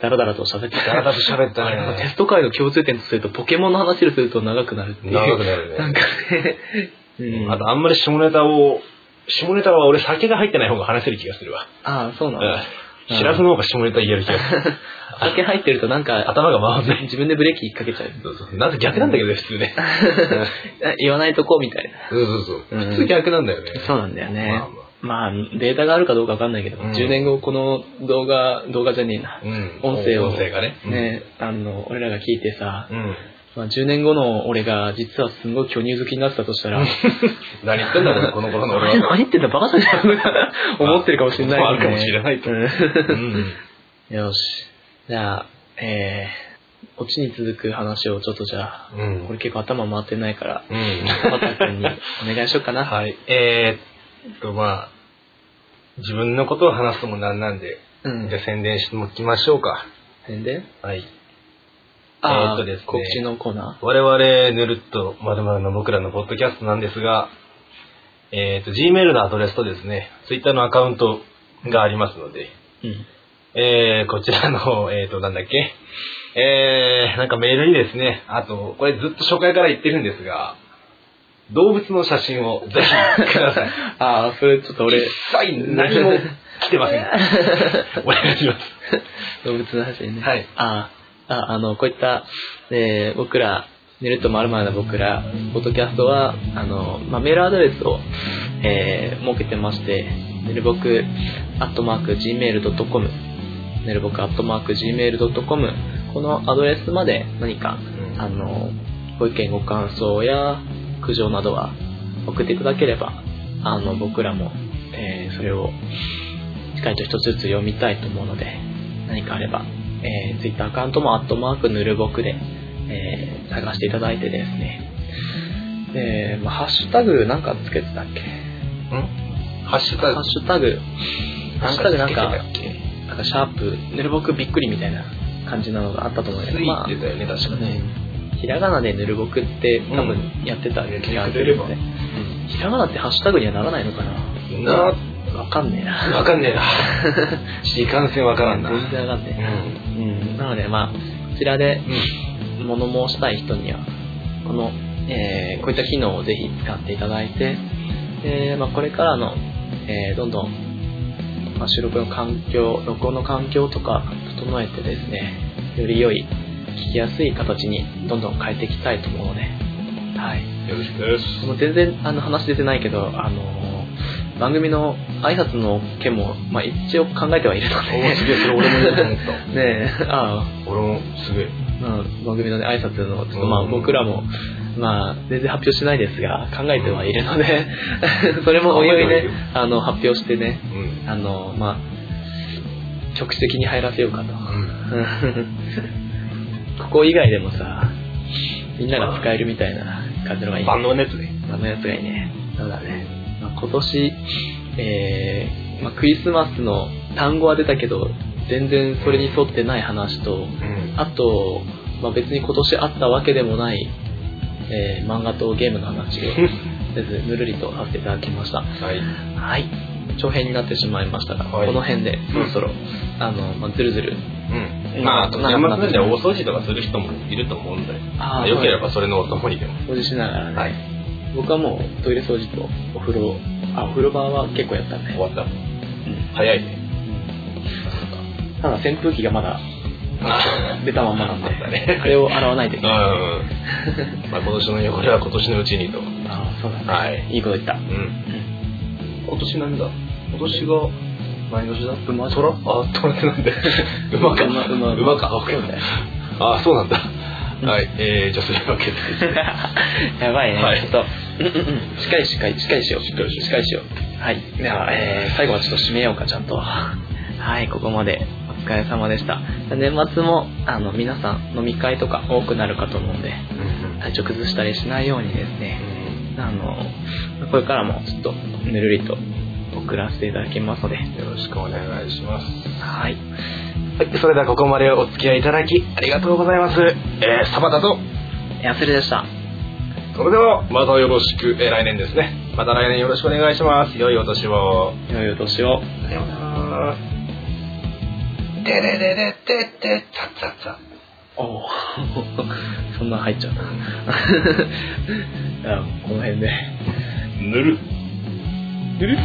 Speaker 2: ダラダラと喋って
Speaker 1: だらだら喋 [LAUGHS] った
Speaker 2: あれもテ
Speaker 1: ね。
Speaker 2: スト会の共通点とすると、ポケモンの話をすると長くなるっていう。
Speaker 1: 長くなるね。
Speaker 2: なんかね、うん。
Speaker 1: あと、あんまり下ネタを、下ネタは俺酒が入ってない方が話せる気がするわ。
Speaker 2: ああ、そうなんだ。
Speaker 1: うん。シラスの方が下ネタ言える気がする。
Speaker 2: 酒入ってるとなんか、
Speaker 1: 頭が回んない。
Speaker 2: 自分でブレーキかけちゃう。
Speaker 1: そうそう。なんか逆なんだけどね、普通ね。 [LAUGHS]
Speaker 2: あ言わないとこみたいな。
Speaker 1: そうそうそう。
Speaker 2: うん
Speaker 1: 普通逆なんだよね。
Speaker 2: そうなんだよね。
Speaker 1: まあまあ
Speaker 2: まあ、データがあるかどうかわかんないけど、
Speaker 1: うん
Speaker 2: 10年後この動画、動画じゃねえな。
Speaker 1: うん。
Speaker 2: 音声を
Speaker 1: 音声がね。
Speaker 2: ね、あの、俺らが聞いてさ、
Speaker 1: うん。
Speaker 2: まあ、10年後の俺が実はすごい巨乳好きになってたとしたら、
Speaker 1: [LAUGHS] 何言ってんだろうね、この頃の俺は。
Speaker 2: [LAUGHS] 何言ってんだバカじゃねえの思ってるかもしれない、
Speaker 1: まああるかもしれないとうん。
Speaker 2: うん [LAUGHS] よし。じゃあ、えー、オチに続く話をちょっとじゃあ、
Speaker 1: うん。
Speaker 2: 俺結構頭回ってないから、
Speaker 1: うん。
Speaker 2: パタ君にお願いしようかな。
Speaker 1: はい。えーっと、まあ、自分のことを話すのもなんなんで、
Speaker 2: う
Speaker 1: じ
Speaker 2: ん
Speaker 1: ゃあ。宣伝しておきましょうか。
Speaker 2: 宣伝
Speaker 1: はい。ー
Speaker 2: あ
Speaker 1: っ
Speaker 2: あ、
Speaker 1: とですね
Speaker 2: 告知のコーナ
Speaker 1: 我々、ぬるっとまるの僕らのポッドキャストなんですが、えっ、と、Gmail のアドレスとですね、Twitter のアカウントがありますので、
Speaker 2: ー。うん。
Speaker 1: えー、こちらの、えっ、と、なんだっけ、えー、なんかメールにですね、あと、これずっと初回から言ってるんですが、動物の写真をぜひください。 [LAUGHS]
Speaker 2: ああ、それちょっと俺、
Speaker 1: 一切何も来てま [LAUGHS] せん。お願いします。
Speaker 2: 動物の話ね。
Speaker 1: はい。
Speaker 2: ああ、ああの、こういった、えー僕ら、寝るとまるまるな僕ら、ポッドキャストは、あの、まあ、メールアドレスを、えー設けてまして、寝るぼく、アットマーク、gmail.com、寝るぼく、アットマーク、gmail.com、このアドレスまで何か、あの、ご意見、ご感想や、苦情などは送っていただければ、あの、僕らも、えーそれを、しっかりと一つずつ読みたいと思うので、何かあれば、えー、ツイッターアカウントも、アットマーク、ぬるぼくで、えー探していただいてですね。えーまあ、ハッシュタグなんかつけてたっけ
Speaker 1: ハッシュタ
Speaker 2: ハ
Speaker 1: グ
Speaker 2: ッ、シュタグ、ハッシュタグなんか、
Speaker 1: つけてたっ
Speaker 2: なんかシャープ、ぬるぼくびっくりみたいな感じなのがあったと思うん
Speaker 1: け
Speaker 2: だ
Speaker 1: つ
Speaker 2: けど、まあ
Speaker 1: いてたよね、確かに。
Speaker 2: ひらがなでぬるぼくって多分やってた気がするよね、ひらがなってハッシュタグにはならないのか
Speaker 1: な
Speaker 2: なわかんねえな
Speaker 1: [LAUGHS] わかんねえな。いかんせんわからんな。
Speaker 2: 全然わか
Speaker 1: う
Speaker 2: んねえ、
Speaker 1: ん。
Speaker 2: うん、なのでまあこちらで物申したい人にはこの、えーこういった機能をぜひ使っていただいて、えーまあ、これからの、えーどんどん、まあ、収録の環境録音の環境とか整えてですねより良い聞きやすい形にどんどん変えていきたいと思うのではい
Speaker 1: よろしくです。
Speaker 2: もう全然あの話出てないけど、あのー番組の挨拶の件も、まあ、一応考えてはいるの
Speaker 1: お
Speaker 2: で、
Speaker 1: ーすげえ、それ俺も言おうと思っ
Speaker 2: ねえ [LAUGHS] あ
Speaker 1: た。俺も、すげえ。
Speaker 2: あ、まあ、番組の、ね、挨拶のちょっと、ま
Speaker 1: う
Speaker 2: あ、
Speaker 1: ん
Speaker 2: 僕らも、まあ、全然発表しないですが考えてはいるので [LAUGHS] それもおいおい
Speaker 1: 考えてはいる
Speaker 2: ねあの発表してね
Speaker 1: うん。
Speaker 2: あの、まあ、直的に入らせようかと。
Speaker 1: うん。
Speaker 2: ここ以外でもさみんなが使えるみたいな感じのがいいね
Speaker 1: 万能なやつね。
Speaker 2: あのやつがいいね。そうだね。まあ今年、えーまあ、クリスマスの単語は出たけど、全然それに沿ってない話と、
Speaker 1: うん。
Speaker 2: あと、まあ、別に今年あったわけでもない、えー漫画とゲームの話を、
Speaker 1: [LAUGHS]
Speaker 2: とりあえずぬるりとさせていただきました。
Speaker 1: はい。
Speaker 2: はい。長編になってしまいましたが、
Speaker 1: はい
Speaker 2: この辺でそろそろ、あの、まあ、ずるずる。
Speaker 1: うん。
Speaker 2: ん
Speaker 1: まあ、あと、
Speaker 2: な
Speaker 1: 年末年始は大掃除とかする人もいると思うんだよ。
Speaker 2: あー
Speaker 1: よければそれのお供にでも。
Speaker 2: 掃除しながらね、
Speaker 1: はい。
Speaker 2: 僕はもうトイレ掃除とお風呂、あ、お風呂場は結構やった
Speaker 1: 終
Speaker 2: ね。
Speaker 1: わった。
Speaker 2: うん
Speaker 1: 早いね。
Speaker 2: ただ扇風機がまだ
Speaker 1: あ
Speaker 2: 出たまんまなんで、
Speaker 1: あったね
Speaker 2: [LAUGHS] あれを洗わないとい
Speaker 1: ー
Speaker 2: けない。
Speaker 1: うん。まあ、今年の汚れは今年のうちにと。
Speaker 2: ああ、そうだね。
Speaker 1: はい。
Speaker 2: いいこと言った。
Speaker 1: うん。
Speaker 2: うん
Speaker 1: 今年なんだ今年が、毎年だ
Speaker 2: 馬
Speaker 1: トラあ、トラって [LAUGHS] なんで馬か。
Speaker 2: 馬馬
Speaker 1: 馬か。
Speaker 2: そうだよ
Speaker 1: あ、そうなんだ。
Speaker 2: うん
Speaker 1: はい。えー、じゃあ、そういうわけで。
Speaker 2: [LAUGHS] やばいね、
Speaker 1: はい
Speaker 2: ちょっと、うんうんうんしっかりしっかり、しっかりしよう。しっかりしよう。はい。では、えー最後はちょっと締めようか、ちゃん [LAUGHS] と。はい、ここまでお疲れ様でした。年末も、あの、皆さん飲み会とか多くなるかと思うんで、体調崩したりしないようにですね、あの、これからもちょっとぬるりと送らせていただきますので、
Speaker 1: よろしくお願いします。
Speaker 2: はい。
Speaker 1: はい、それではここまでお付き合いいただきありがとうございます。えー、サバタと、
Speaker 2: やすりでした。
Speaker 1: それではまたよろしく、えー来年ですね。また来年よろしくお願いします。良いお年を。
Speaker 2: 良いお年を。
Speaker 1: さようなら。てれれれてって、たっつっ
Speaker 2: おお [LAUGHS] そんなん入っちゃう。 [LAUGHS] あこの辺で。
Speaker 1: つ。ぬる。
Speaker 2: ぬるっ